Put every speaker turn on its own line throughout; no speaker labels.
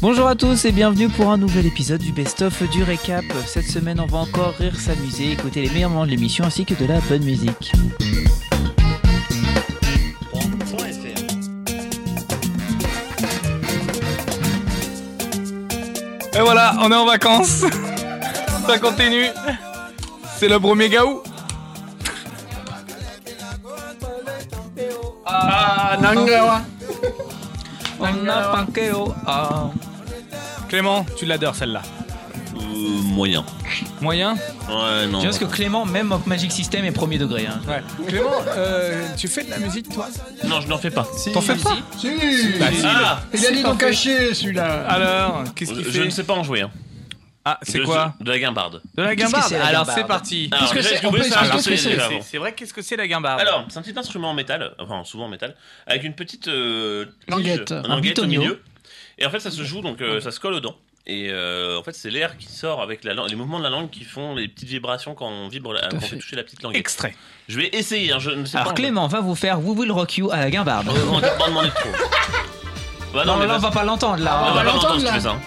Bonjour à tous et bienvenue pour un nouvel épisode du Best of du Récap. Cette semaine, on va encore rire, s'amuser, écouter les meilleurs moments de l'émission ainsi que de la bonne musique.
Et voilà, on est en vacances. Ça continue. C'est le premier gaou. Ah, Nangawa. Clément, tu l'adores celle-là.
Euh, moyen.
Moyen
Ouais, non.
Tu vois ce que Clément, même au Magic System, est premier degré. hein.
Ouais. Clément, euh, tu fais de la musique toi
Non, je n'en fais pas.
T'en fais pas
Si
Bah, si.
Ah
Il a dit d'en cacher celui-là
Alors, qu'est-ce qu'il
Je ne
fait
sais pas en jouer. hein.
Ah, c'est
Je-
quoi
De la guimbarde.
De la
Qu'est-ce que
guimbarde
c'est, la
Alors,
guimbarde
c'est parti.
Alors,
que
déjà,
c'est
j'ai oublié
On peut
ça,
expliquer
alors,
ce que
c'est-
C'est-
avant.
C'est vrai, qu'est-ce que c'est la guimbarde
Alors, c'est un petit instrument en métal, enfin souvent en métal, avec une petite euh, tige,
Languette.
un
Un
languette au
bitonio.
milieu. Et en fait, ça se joue, donc euh, ça se colle aux dents. Et euh, en fait, c'est l'air qui sort avec la langue, les mouvements de la langue qui font les petites vibrations quand on vibre, la- quand on fait
fait.
toucher la petite languette.
Extrait.
Je vais essayer, hein, je ne sais
Alors
pas.
Clément va vous faire We Will Rock You à la guimbarde.
On Euh, on va pas demander trop. Bah non,
Non,
mais
mais là, on
vas-y.
va pas l'entendre là.
Non,
on
hein.
va
pas
l'entendre,
l'entendre,
là.
tu fais ça, hein.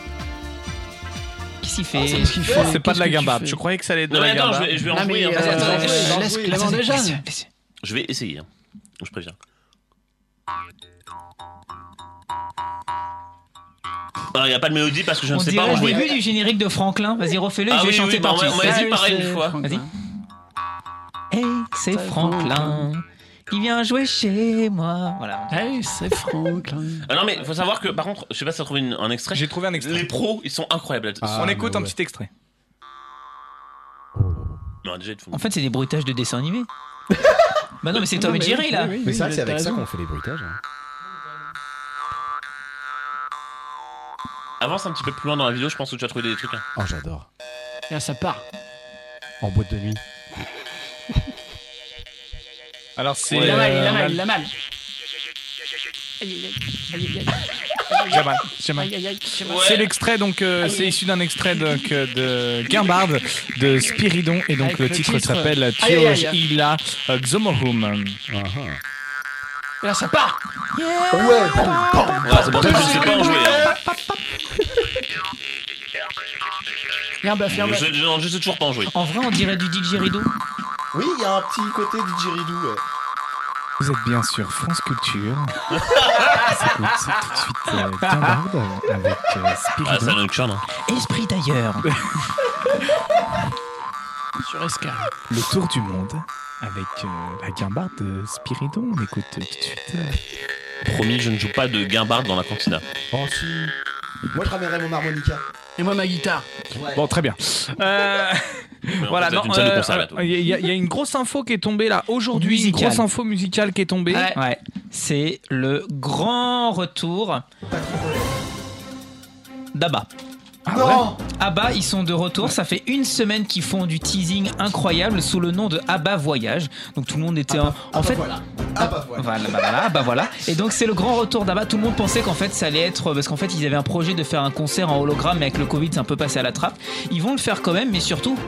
Qu'est-ce qu'il
Ah,
fait
hein.
Oh, c'est pas de la
gambarde
guimbarde. Je croyais que ça allait être de
Non, mais
la
attends, je
guimbarde.
vais, je vais en
Non, mais,
jouer. hein,
euh,
parce que-
attends,
ouais,
laisse-
laisse-
Clément
laisse-
déjà.
laisse- laisse-
Je vais essayer. hein. Je préviens. Il n'y Ah, a pas de mélodie parce que je ne
On
sais pas
dirait
en
le
jouer.
début du générique de Franklin. Vas-y, refais-le et
Ah
je vais
oui,
chanter
oui,
parti.
bah, on va- on va- Vas-y, pareil, une fois.
Vas-y. Hey, c'est Franklin. Il vient jouer chez moi. Voilà.
Hey, c'est Franklin.
Ah non, mais faut savoir que par contre, je sais pas si t'as trouvé une- un extrait.
J'ai trouvé un extrait.
Les pros, ils sont incroyables. là-dessus.
Ah,
On
bah
écoute un petit extrait.
Non, déjà, ils te font-
En fait, c'est des bruitages de dessins animés. bah non, mais c'est Tom et Jerry là.
Mais c'est vrai que c'est avec ça qu'on fait les bruitages. hein.
Avance un petit peu plus loin dans la vidéo, je pense que tu as trouvé des trucs. hein.
Oh, j'adore.
Là, ça part.
En boîte de nuit.
Alors, c'est.
Il a mal, il
euh,
a
la-
mal, il a mal.
Jamal, Jamal. C'est l'extrait, donc euh,
Aïe.
c'est issu d'un extrait donc, euh, de Guimbard de Spiridon, et donc
Avec
le
le
titre
titre.
s'appelle
Aïe, aïe, aïe.
Tuoj Ila Xomohum.
Ah,
Là, ça part.
Ouais, c'est pour ça que
Ah,
je ne sais pas en jouer. hein.
Viens, bah, viens, bah.
Je, je- non, je sais toujours pas en jouer.
En vrai, on dirait du didgeridoo.
Oui, il y a un petit côté du Jiridou.
Vous êtes bien sur France Culture. Écoute, tout de suite euh, Guimbard avec euh,
Ah, c'est
Spiridon.
un auction, hein.
Esprit d'ailleurs.
Sur Escar.
le tour du monde avec euh, la Guimbard de Spiridon. On écoute euh, tout de suite. euh,
Eh, Promis, je ne joue pas de guimbarde dans la cantina.
Oh, si. Moi, je ramènerais mon harmonica.
Et moi, ma guitare.
Bon, très bien. Euh,
Mais en
voilà,
fait,
non,
c'est une salle de
euh,
concert, là, toi.
il y, a- il y a une grosse info qui est tombée là aujourd'hui, une
Musicale.
grosse info musicale qui est tombée.
Ouais. Ouais. C'est le grand retour d'Abba.
Ah ouais
non
ABBA, ils sont de retour. Ça fait une semaine qu'ils font du teasing incroyable sous le nom de ABBA Voyage. Donc tout le monde était en- en, fait.
Voilà. Ah, bah, voilà.
Voilà, bah voilà, bah voilà. Et donc c'est le grand retour d'ABBA. Tout le monde pensait qu'en fait ça allait être euh, parce qu'en fait ils avaient un projet de faire un concert en hologramme, mais avec le Covid c'est un peu passé à la trappe. Ils vont le faire quand même, mais surtout.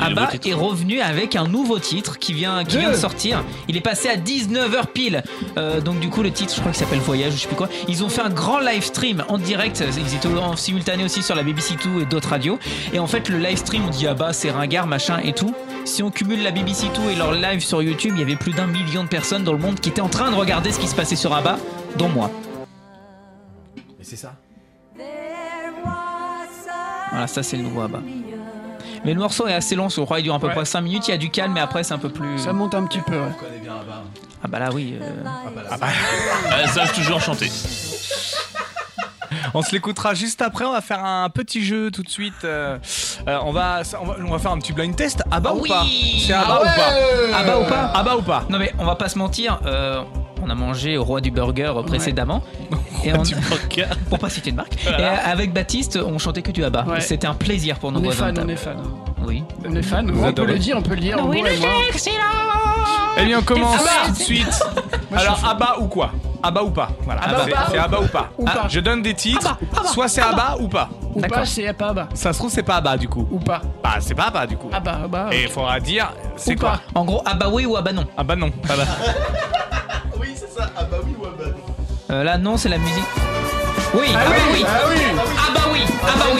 Un nouveau
ABBA
titre.
Ah bah, est revenu avec un nouveau titre qui vient, qui
Deux.
vient de sortir. Il est passé à 19h pile. Euh, donc du coup le titre je crois qu'il s'appelle Voyage ou je sais plus quoi. Ils ont fait un grand live stream en direct. Ils étaient en simultané aussi sur la BBC Two et d'autres radios. Et en fait le live stream on dit ABBA c'est ringard machin et tout. Si on cumule la BBC Two et leur live sur YouTube, il y avait plus d'un million de personnes dans le monde qui étaient en train de regarder ce qui se passait sur ABBA, dont moi.
Mais c'est ça.
Voilà, ça c'est le nouveau ABBA. Mais le morceau est assez long, je crois il dure à peu
Ouais.
près 5 minutes, il y a du calme mais après c'est un peu plus...
Ça monte un petit peu, ouais.
connais bien là-bas.
Ah bah là oui. euh.
Ah, ça, je toujours chanter.
On se l'écoutera juste après. On va faire un petit jeu tout de suite. euh, euh, on, va, on va, on va faire un petit blind test. Ah bah
Ah
ou
oui
pas C'est ah bah ou pas
Ah bah ou pas
Ah bah ou pas
Non mais on va pas se mentir, euh, on a mangé au roi du burger euh, précédemment. Et on- pour pas citer de marque. Et euh, avec Baptiste, on chantait que du ABBA.
Ouais.
C'était un plaisir pour nous.
On est
voisins
fan,
de
on
table.
est fan.
Oui.
On est fan.
Vous
On peut
adorez.
le dire, on peut le dire. Bon, et moi.
Eh bien, on commence
Ah bah
tout de suite. Alors, ah bah ou quoi Ah bah ou pas Voilà.
Ah bah
c'est-
ou pas
C'est ah bah ou pas.
Ou
Ah,
pas.
Je donne des titres. Soit c'est ah bah ou pas.
Ou pas,
D'accord.
c'est pas bas.
Ça se trouve, c'est pas ah bah du coup.
Ou pas.
Bah, c'est pas ah bah du coup.
Ah bah, ah bah.
Et il faudra dire, c'est
Ou
quoi
pas.
En gros, ABBA oui ou ABBA non.
Ah bah non. Ah bah.
Oui, c'est ça. Ah, bah oui ou ah, bah.
Euh, là non, c'est la musique. Oui, ah, bah oui, ah, bah oui, ah bah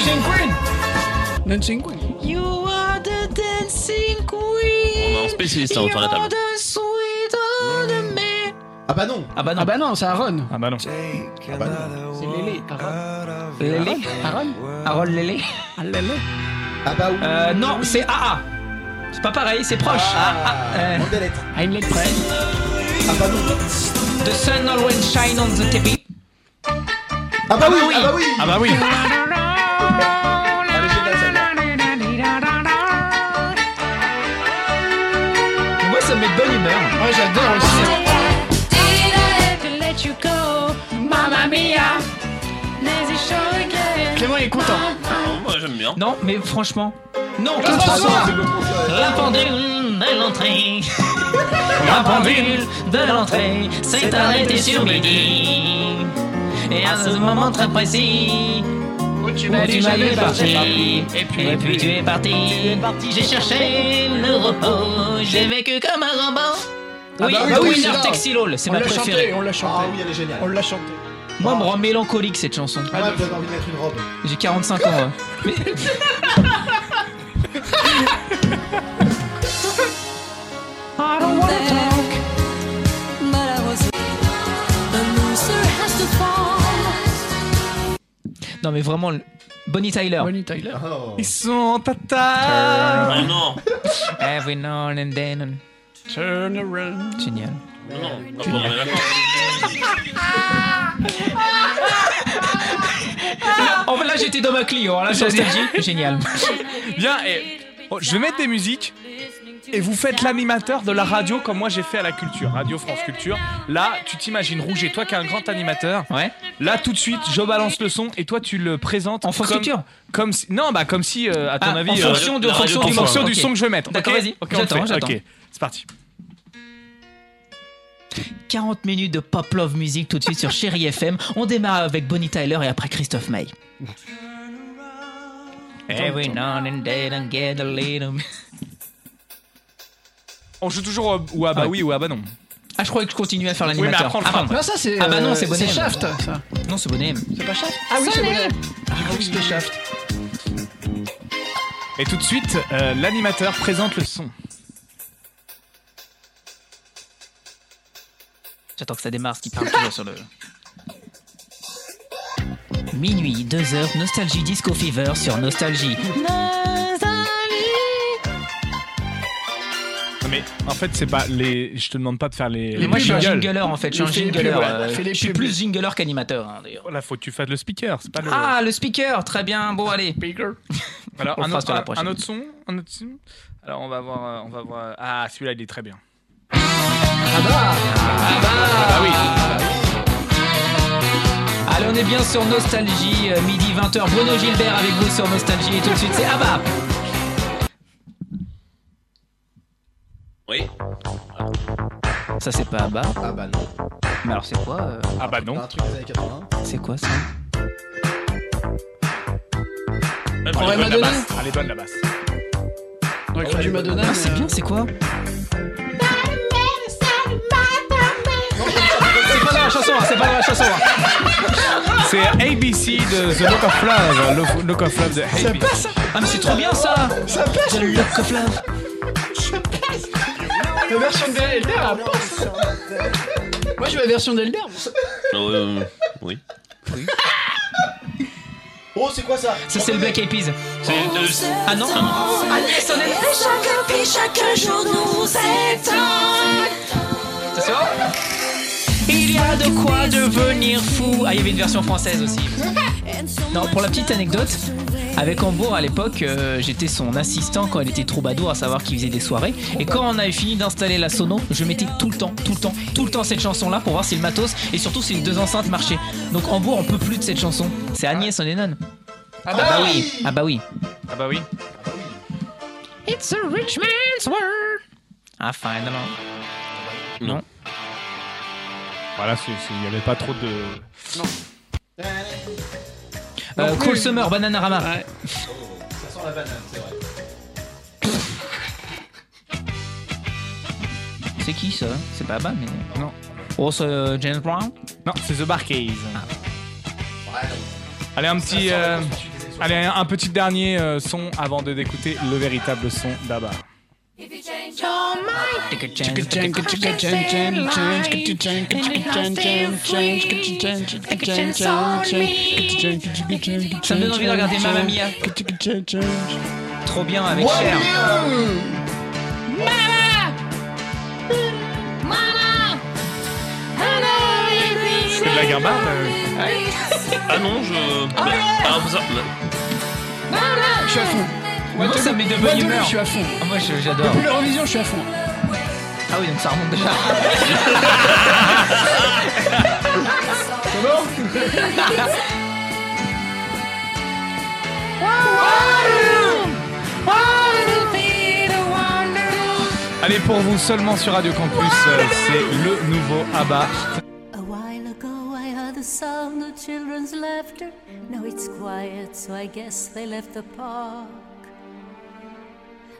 oui.
Dancing Queen.
You are the dancing
On
queen.
est en spécialiste hein, autour de la table.
Ah bah non
Ah bah non.
Ah bah non, c'est Aaron.
Ah bah non.
Ah bah non
C'est Lélé. Aaron.
Lélé.
Aaron
Harold Lélé.
Ah, Lélé.
Ah bah oui
Euh, non, c'est AA. C'est pas pareil, c'est proche. Ah, ah, euh,
En deux lettres
Ah, une lettre près.
Ah bah non
the sun always shine on the TV.
Ah bah oui
oui.
Ah bah oui
Ah bah oui.
Elle est géniale, celle-là.
Moi, ça me met de bonne humeur. Ah.
Moi j'adore aussi. Clément est content.
Ah, moi j'aime bien.
Non, mais franchement. Non,
Claude François.
La pendule de l'entrée. La pendule de l'entrée s'est arrêtée sur midi. Et à ce moment très précis,
Où tu
où tu m'avais
parti.
parti. Et puis, et puis tu es parti. J'ai cherché le repos. J'ai vécu comme un robot.
Ah
Oui,
bah oui, oui,
Winner
c'est
Takes It All, c'est
On
ma
l'a
préférée.
chanté, on l'a
Ah
chanté.
oui, elle est
On
géniale
l'a chanté.
Moi, elle me rend mélancolique cette chanson.
Ah ouais, vous avez envie de mettre une robe
J'ai 45 ans. ouais. Mais- Non, mais vraiment, le- Bonnie Tyler.
Bonnie Tyler.
Oh
Ils sont à table.
Ah non,
Every now and then.
Turn around.
Génial.
non, non, pas pendant les vacances.
Oh, mais là, j'étais dans ma Clio. hein, Là, j'ai nostalgie. Génial.
Bien, et oh, je vais mettre des musiques et vous faites l'animateur de la radio comme moi j'ai fait à la culture, Radio France Culture. Là, tu t'imagines Rouget, toi qui es un grand animateur.
Ouais.
Là, tout de suite, je balance le son et toi tu le présentes
En France
comme,
Culture
comme si, non, bah comme si euh, à ton
Ah,
avis
en
euh,
fonction, de,
la radio
fonction
en
du
François.
fonction
morceau.
du
Ok.
son que je vais mettre.
D'accord,
ok
vas-y.
Ok, on le
J'attends,
fait.
j'attends.
Ok, c'est parti.
40 minutes de pop love music tout de suite sur Chéri FM. On démarre avec Bonnie Tyler et après Christophe May. Every now and then I get a little-
On joue toujours au- ou ah bah
Ah ouais.
oui ou ah bah non.
Ah, je croyais que je continuais à faire
mais
l'animateur.
après, on le
ah,
fera
pardon.
Non, ça c'est.
Ah bah non,
euh,
c'est Bonnet.
Shaft, ça.
Non, c'est Bonnet.
C'est pas Shaft Ah oui, c'est Bonnet. Ah oui, c'était Shaft.
Et tout de suite, euh, l'animateur présente le son.
J'attends que ça démarre, ce qui parle toujours sur le. Minuit, 2 heures, Nostalgie Disco Fever sur Nostalgie.
Non, mais en fait, c'est pas les. Je te demande pas de faire les.
Mais moi, je suis un
jingles.
jingleur en fait. Je suis un
Fais les pubs,
jingleur.
ouais.
euh,
Fais
Je
les
suis
pubs.
plus jingleur qu'animateur hein, d'ailleurs.
Voilà, faut que tu fasses le speaker, c'est pas le.
Ah, le speaker, très bien. Bon, allez.
Alors,
On le
un
fera
autre,
sur la
un-
prochaine.
un autre son, un autre son. Alors, on va voir, euh, on va voir. euh, Ah, celui-là, il est très bien.
Ah bah,
Ah bah
Allez, on est bien sur Nostalgie, euh, midi 20h. Bruno Gilbert avec vous sur Nostalgie. Et tout de suite, c'est Abba.
Oui.
Ça, c'est pas Abba.
Ah bah non
Mais alors, c'est quoi euh,
Ah bah
T'as
non.
un truc des années 80
C'est quoi ça
Même
On
les
va
bonnes
Madonna
basse.
Ah, les doigts de la basse.
On aurait cru du Madonna.
Ah,
mais,
c'est
euh,
bien, c'est quoi
C'est pas la chanson, c'est pas la chanson. C'est ABC de The Look of Love, Look- Look of Love de ABC.
Ah, mais c'est trop bien ça
Ça pèse lui
Lock of Love.
La version d'Elder, elle passe Moi j'ai la version d'Elder
Euh, euh, Oui.
Oh c'est quoi ça
Ça, c'est le Black Eyed Peas.
C'est euh,
Ah non Ah, yes, on est-
Chaque vie, chaque jour nous étend.
Attention. Il y a de quoi devenir fou. Ah, il y avait une version française aussi. Non, pour la petite anecdote, avec Hambourg à l'époque, euh, j'étais son assistant quand elle était troubadour, à savoir qu'il faisait des soirées. Et quand on avait fini d'installer la sono, je mettais tout le temps, tout le temps, tout le temps cette chanson-là pour voir si le matos et surtout si les deux enceintes marchaient. Donc Hambourg, on peut plus de cette chanson. C'est Agnès on est non. Ah bah oui Ah bah oui
Ah bah oui.
It's a rich man's world Ah, finalement.
Non.
Voilà, c'est- c'est- il n'y avait pas trop de.
Euh, cool Summer, Bananarama.
Ouais.
Ça sent la banane, c'est vrai
C'est qui ça hein C'est pas Abba, mais.
Non.
Oh, c'est euh, James Brown
Non, c'est The Barcase.
Ouais,
Allez, un petit, euh, allez, un un petit dernier euh, son avant de- d'écouter le véritable son d'Abba.
Ça me donne envie de regarder Mamma Mia. Trop bien avec Cher.
C'est de la gamarde
Ah non, je. Ah, vous en-
Je suis à fond.
Moi, ça me met de bonne
Waterloo,
humeur.
je suis à fond.
Ah, Moi, je- j'adore.
Depuis l'Eurovision, je suis à fond.
Ah oui, donc ça remonte déjà.
Allez, pour vous seulement sur Radio Campus, euh, c'est le nouveau Abba.
A while ago I heard the sound of children's laughter. Now it's quiet, so I guess they left the park.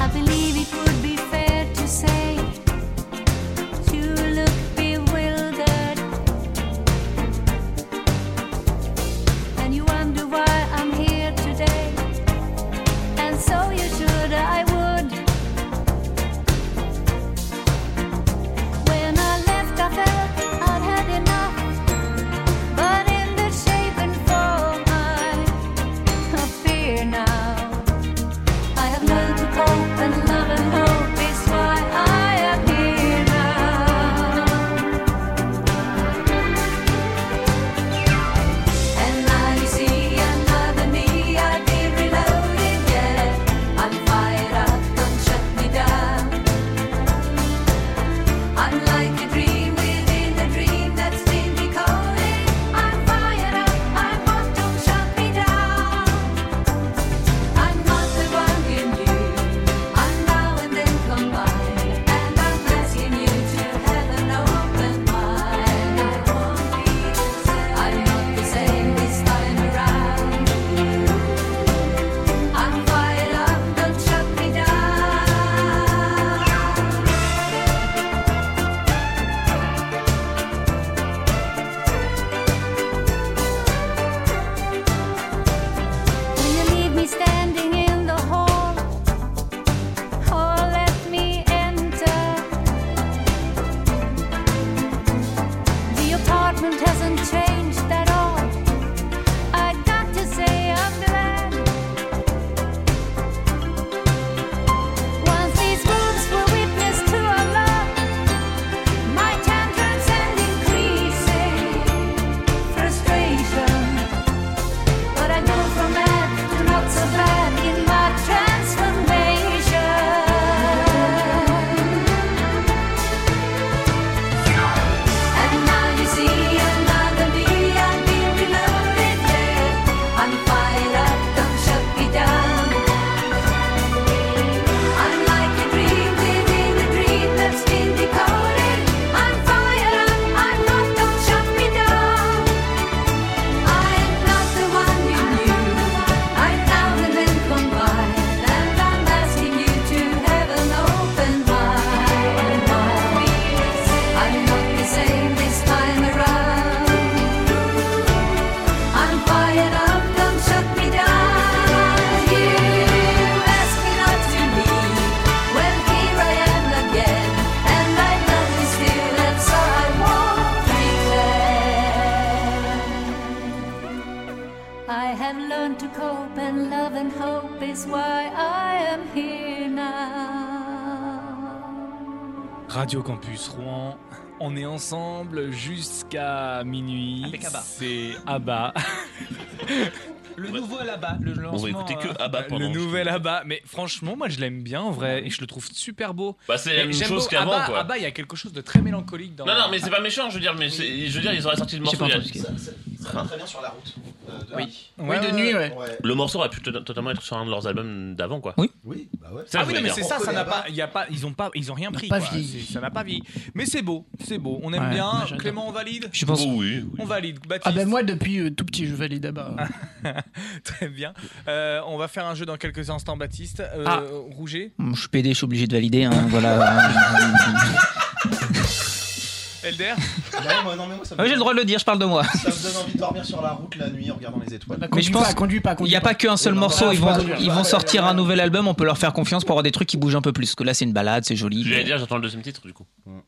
I believe it would be fair to say you look bewildered. and you wonder why I'm here today. And so you should, I would. When I left, I felt I'd had enough. But in the shape and form I appear now, I have learned to cope, and love and hope is why I am here now. And now you see another me, I've been reloaded, yeah. I'm fired up, don't shut me down. I'm like a dream within a dream that's been recalling. I'm fired up, I'm hot, don't shut me down. I'm not the one you knew. I'm now and then combined, and I'm asking you to have an open mind. I won't be the same. I'm not the same this time around. I'm fired up, don't shut me down. Will you leave me standing in the hall? Or let me enter? The apartment hasn't changed at all. I got to say I'm glad. Once these rooms were witness to our love, my tantrums and increasing frustration. But I go from bad to not so bad in my transformation. And now you see another me, I've been reloaded, yeah. I'm fired up, don't shut me down. I'm like a dream within a dream that's been decoded. I'm fired up, I'm not, don't shut me down. I'm not the one you knew. I'm now and then combined, and I'm asking you to have an open mind. I'm not the same this time around. I'm fired up, don't shut me down. You asked me not to leave. Well, here I am again, and I love you still, and so I won't pretend. I have learned to cope, and love and hope is why I am here now.
Radio Campus Rouen, on est ensemble jusqu'à minuit.
Avec Abba.
C'est Abba.
Le
on va-
nouveau là-bas, le
On va
lancement,
écouter bah, que
euh,
Abba pendant.
Bah, le nouvel Abba, mais franchement, moi je l'aime bien en vrai et je le trouve super beau.
Bah, c'est la
Mais
même
j'aime
chose
beau-
qu'avant,
Abba-
quoi.
Abba, il y a quelque chose de très mélancolique dans. Ah
Non, non, mais c'est pas méchant, je veux dire, mais c'est- je veux dire, ils auraient sorti le
J'ai
morceau.
pas
il y a- Ah.
entendu. ce qu'il a dit.
Ça, ça, ça va très bien sur la route. euh, de-
Oui.
Ouais,
oui, de
ouais,
nuit, ouais.
Ouais.
Le morceau aurait pu to- totalement être sur un de leurs albums d'avant, quoi.
Oui, bah ouais.
Ça, je
Ah oui,
voulais
non, mais
dire.
c'est ça, ça
Pourquoi
n'a
les Abba
pas, il y a pas, ils ont pas, ils ont rien pris.
pas
quoi.
vieilli.
C'est- Ça n'a pas vieilli. Mais c'est beau, c'est beau. On aime
Ouais,
bien.
moi, j'adore.
Clément, on valide.
Je pense.
Oh, oui, oui.
On valide. Bah, Baptiste.
Ah ben moi depuis euh, tout petit je valide là-bas.
Très bien. Euh, on va faire un jeu dans quelques instants, Baptiste. Euh,
Ah.
Rouget.
Je suis PD, je suis obligé de valider. hein, voilà.
Elder.
Bah Ouais, moi, non, mais moi, ça me
Ouais, j'ai le droit de le dire, je parle de moi.
Ça me donne envie de dormir sur la route la nuit en regardant les étoiles.
Conduis
je pense-
pas, conduis pas,
Il
conduis
n'y a pas qu'un seul
non,
morceau,
voilà,
ils
faut
vont,
pas conduire.
ils vont
Ouais,
sortir
ouais,
un
ouais.
nouvel album, on peut leur faire confiance pour avoir des trucs qui bougent un peu plus. Parce que là, c'est une balade, c'est joli.
Je voulais
mais-
dire, j'attends le deuxième titre, du coup.
Mm.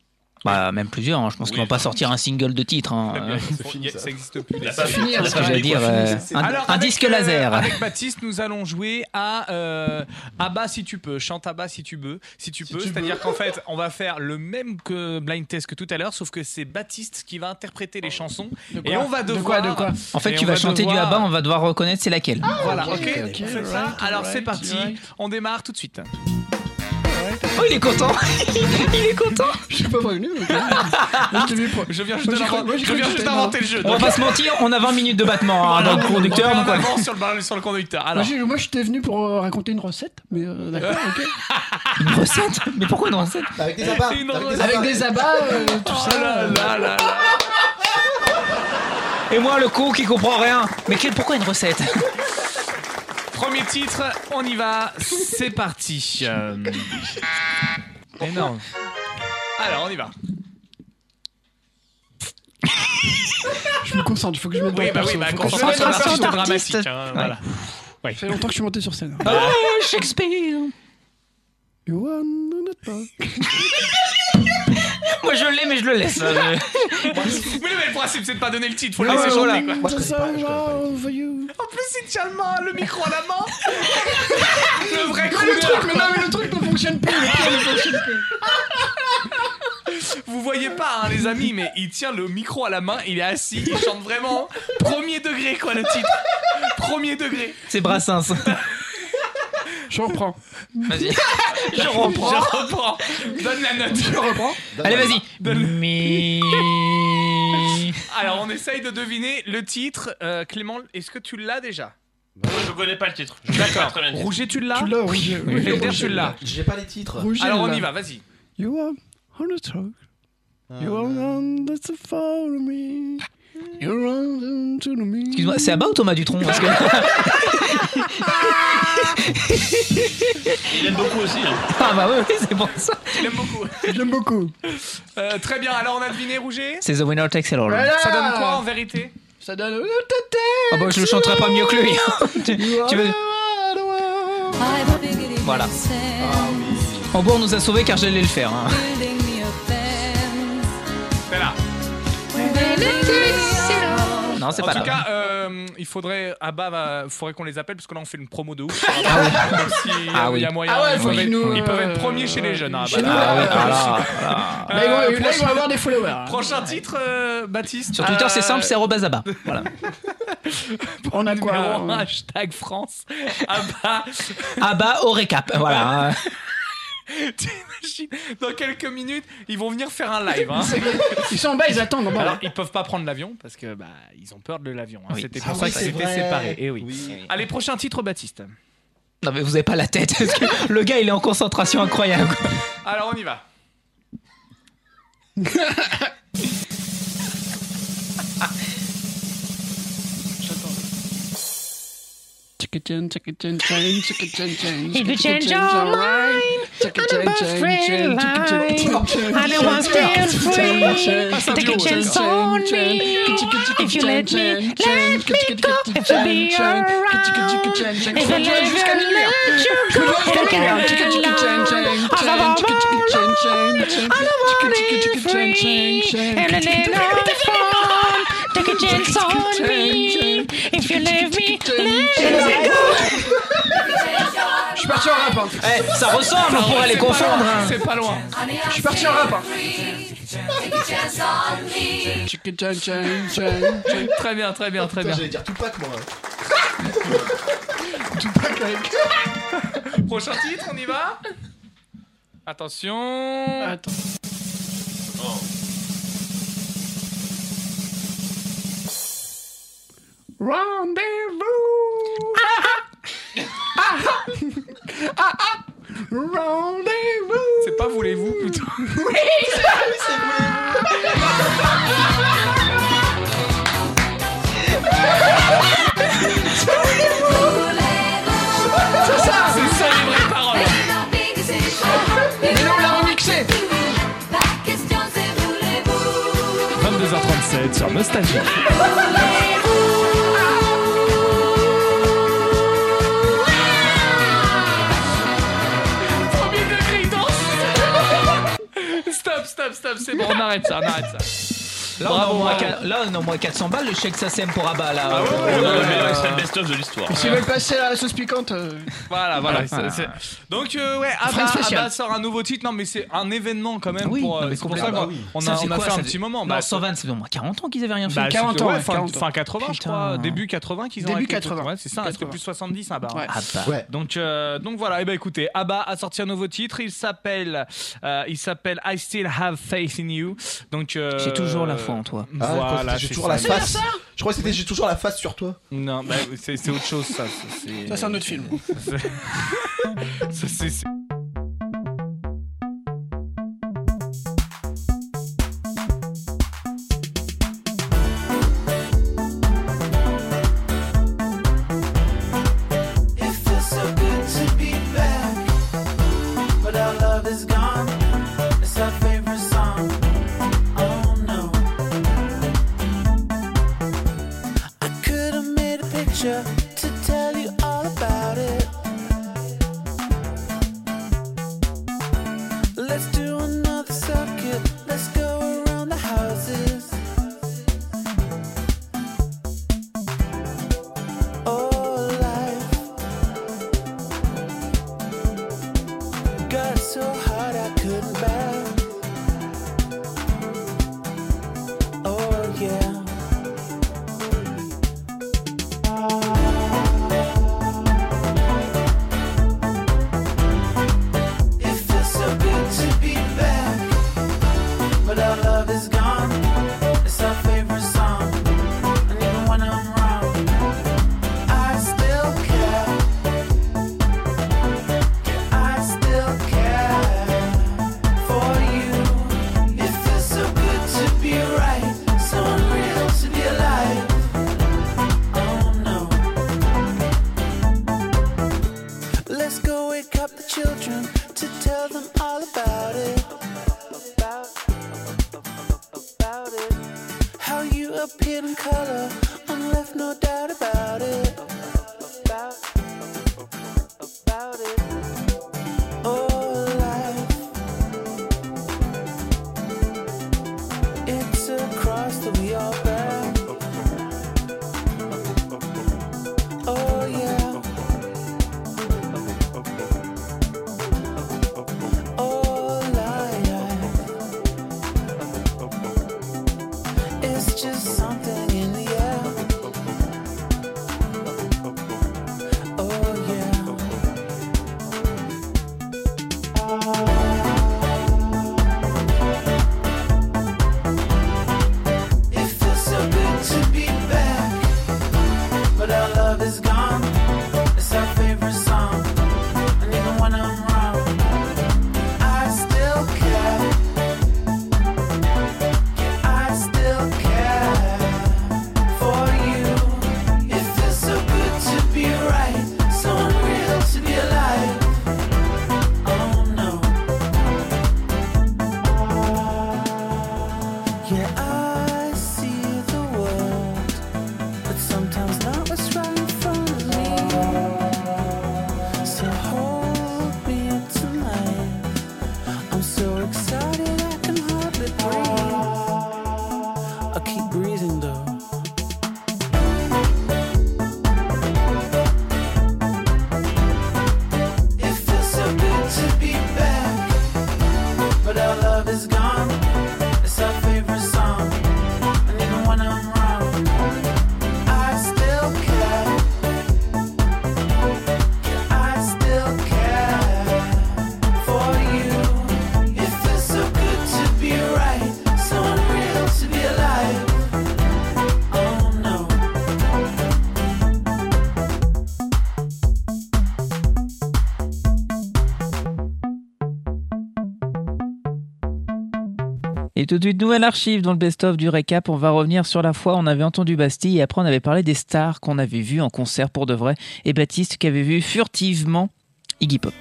Bah, même plusieurs, hein, je pense
Oui.
qu'ils vont pas sortir un single de titre. hein.
Très bien. Ils font-
fini,
y a-
ça.
ça Bah, existe plus.
La page-
finir,
la
Ce que
page
j'allais
des
dire,
coiffes.
euh,
c'est-
un,
Alors,
un
avec,
disque
euh,
laser.
Avec Baptiste, nous allons jouer à euh, Abba si tu peux, chante Abba si tu veux, si tu peux.
tu
C'est-à-dire
veux.
qu'en fait, on va faire le même que blind test que tout à l'heure, sauf que c'est Baptiste qui va interpréter les chansons
De
et on va
de quoi,
devoir.
de quoi
En fait,
Et
tu
on
vas
va
chanter
devoir-
du ABBA, on va devoir reconnaître c'est laquelle.
Voilà, ok.
ok, ok,
on fait
right,
ça. Alors c'est
right,
parti.
right.
On démarre tout de suite.
Oh, il est content Il est content
Je suis pas prévenu. ok. Moi, je t'ai vu pour-
Je viens
Moi,
juste
j'ai cru-
d'inventer-
moi, j'ai
je
cru
viens
que
juste
j'étais
d'inventer le jeu.
On va
donc-
pas se mentir, on a 20 minutes de battement hein,
Voilà,
dans le
on
conducteur.
est en
donc, ouais.
avance sur le, sur le conducteur.
Moi,
Alors,
j'ai- moi je t'ai venu pour euh, raconter une recette, mais euh, d'accord, ok.
Une recette Mais pourquoi une recette
Bah, Avec des abats.
Une
Avec
rose.
des abats.
Avec des abats, euh, tout
oh
ça.
là
euh,
là là là.
Et moi, le con qui comprend rien. Mais quel- pourquoi une recette
Premier titre, on y va, c'est parti. Euh, Énorme. Alors, on y va.
Je me concentre, faut que je me
Oui, bah oui, bah, concentration
concentration
dramatique.
d'artiste.
hein,
Ouais.
voilà.
Ça fait longtemps que je suis monté sur scène.
Oh, Shakespeare
You are not a-
Moi, je l'ai, mais je le laisse.
Oui, mais le principe, c'est de pas donner le titre, faut
Ah
laisser
ouais,
chanter,
voilà.
quoi.
Moi, je connais pas, je connais pas.
over you.
En plus, il tient le, main- le micro à la main. le vrai
Mais le
crooner.
truc, mais non, mais le truc ne fonctionne plus. Le truc ne fonctionne plus.
Vous voyez pas, hein, les amis, mais il tient le micro à la main, il est assis, il chante vraiment premier degré, quoi, le titre. Premier degré.
C'est Brassens.
Je reprends.
Vas-y. Je reprends.
Je reprends. Donne la note.
Je reprends.
Allez, vas-y.
Donne-le.
Mi-
Alors, on essaye de deviner le titre. Euh, Clément, est-ce que tu l'as déjà
Moi, je connais pas le titre. Je connais pas très bien le titre.
Rouget, tu l'as
Tu l'as, oui.
Oui, Elder, tu l'as.
J'ai pas les titres.
Rouget,
Alors, on
là.
y va, vas-y.
You are on a truck. You are on that's a follow me. You're on to me.
Excuse-moi, c'est Abba ou Thomas Dutronc Parce que Ah
Il aime beaucoup aussi. hein.
bah oui, oui, c'est pour
Euh,
ça.
Je l'aime beaucoup.
J'aime beaucoup.
Euh, très bien, alors on a deviné Rouget
C'est The Winner Takes It All.
Voilà.
Ça donne quoi en vérité
Ça donne. euh,
Ah bah je le chanterai pas mieux que lui. Tu- tu veux- Voilà. Hambourg nous a sauvés car j'allais le faire. hein.
C'est là.
Non, c'est
En
pas
tout
là.
cas, euh, il faudrait. Ah bah, bah, faudrait qu'on les appelle parce que là on fait une promo de ouf. Donc, si,
Ah
euh,
oui.
il y a moyen.
Ah ouais,
ils,
faut
peuvent
qu'ils
être,
nous,
ils peuvent
euh,
être premiers chez les jeunes. hein,
chez
bah,
nous,
là.
Ah ouais,
Ah,
voilà.
Là, ils vont,
Euh,
là, ils vont
prochain-
avoir des followers. hein.
Prochain titre, euh, Baptiste.
Sur Twitter,
Euh,
c'est simple, c'est arobase Abba. Voilà.
On a
numéro
quoi euh,
un,
on-
hashtag France. Ah bah,
Abba au récap. Voilà. hein.
t'imagines, dans quelques minutes, ils vont venir faire un live. hein.
Ils sont en bas, ils attendent. en bas.
Alors, ils peuvent pas prendre l'avion parce que bah ils ont peur de l'avion. hein.
Oui.
C'était
Ah
pour
oui,
ça que
c'est
c'était
vrai.
séparé. Et oui.
Oui.
Allez, prochain titre, Baptiste.
Non mais vous avez pas la tête. parce que le gars, il est en concentration incroyable.
Alors, on y va.
Chicka chan, chicka chan, chan, chicka chan, chan,
If you
chicka
change
chan,
your
chan,
mind,
chicka chan,
about
chan, chan,
friend
chicka chan,
line.
chan,
I don't
chan,
want to feel
chan,
free.
chan, chan,
Take a
chan,
chance
chan,
on
chan,
me.
chicka chicka
If you
chan,
let me-
chan, chan,
let
chicka
me
chicka chan,
go, if you be
chan,
around.
chicka chicka chan, chan,
If I
chan, chan, jusqu'à minuit. Je suis parti en rap, hein.
Eh, ça ressemble, on pourrait les confondre. hein.
C'est pas loin.
je suis parti en rap. hein.
Take a chance on me.
Chicka chan, chan, chan, chan.
Très bien, très bien, très
Putain,
bien.
J'allais dire tout pack moi.
Prochain titre, on y va Attention
Attends. Rendez-vous. Rendez-vous.
C'est pas voulez-vous plutôt C'est ça les vraies paroles
Mais non, on l'a remixé.
22h37 sur Nostalgie. Premier degré, il danse. Stop, stop, stop, c'est bon, on arrête ça, on arrête ça.
Là, on
Bravo,
a au moins
bravo.
qua- là, on a au moins 400 balles le chèque SACEM pour Abba. Là,
Ah ouais,
C'est
ouais, ouais.
le best-of de l'histoire.
Si vous veulent passer à la sauce piquante, euh,
Voilà, Ah,
Ah
voilà. c'est- c'est- Donc, euh, ouais, Abba,
spécial.
Abba sort un nouveau titre. Non, mais c'est un événement quand même.
Oui,
pour,
non,
euh,
mais
c'est pour ça
complètement. Ah
qu'on on a,
Ça, c'est
on a
quoi,
fait
ça
un
fait-
petit moment.
Non,
Bah,
120, ça fait au moins quarante ans qu'ils avaient rien fait.
Bah,
40
c'était-
ans,
ouais,
ouais,
fin,
40 ans.
fin 80 je crois,
Putain.
début 80 qu'ils ont
Début
arrêté.
80.
Ouais, c'est ça, un truc plus 70 à barre.
Ouais.
Abba.
Ouais.
Donc, euh, donc voilà, et ben écoutez, Abba a sorti un nouveau titre, il s'appelle euh, il s'appelle I Still Have Faith in You. Donc euh,
J'ai toujours la foi en toi.
Ah,
Voilà,
j'ai
c'est
toujours
ça.
la face. Je crois que c'était j'ai toujours la face sur toi.
Non, bah, c'est c'est autre chose ça. c'est- c'est-
ça c'est un autre film.
Ça, c'est- c'est-
It feels so good to be back. But our love is gone. It's our favorite song. Oh no. I could have made a picture to tell you all about it. Let's do another circuit. Let's go around the houses. Oh, life. got so hard I couldn't bear. Oh yeah. It feels so good to be back, but our love is gone. It's our favorite song, and even when I'm wrong, I still care. I still care for you. It feels so good to be right, so unreal to be alive. Oh no. Let's go wake up the children to tell them all about it. About it. How you appeared in color and left no doubt about it. About about it. Oh, life. It's a cross that we all bear. Oh, yeah. Oh, life. It's just something in the air.
Et tout de suite, nouvelle archive dans le best-of du récap. On va revenir sur la fois où on avait entendu Bastille et après on avait parlé des stars qu'on avait vues en concert pour de vrai et Baptiste qui avait vu furtivement Iggy Pop.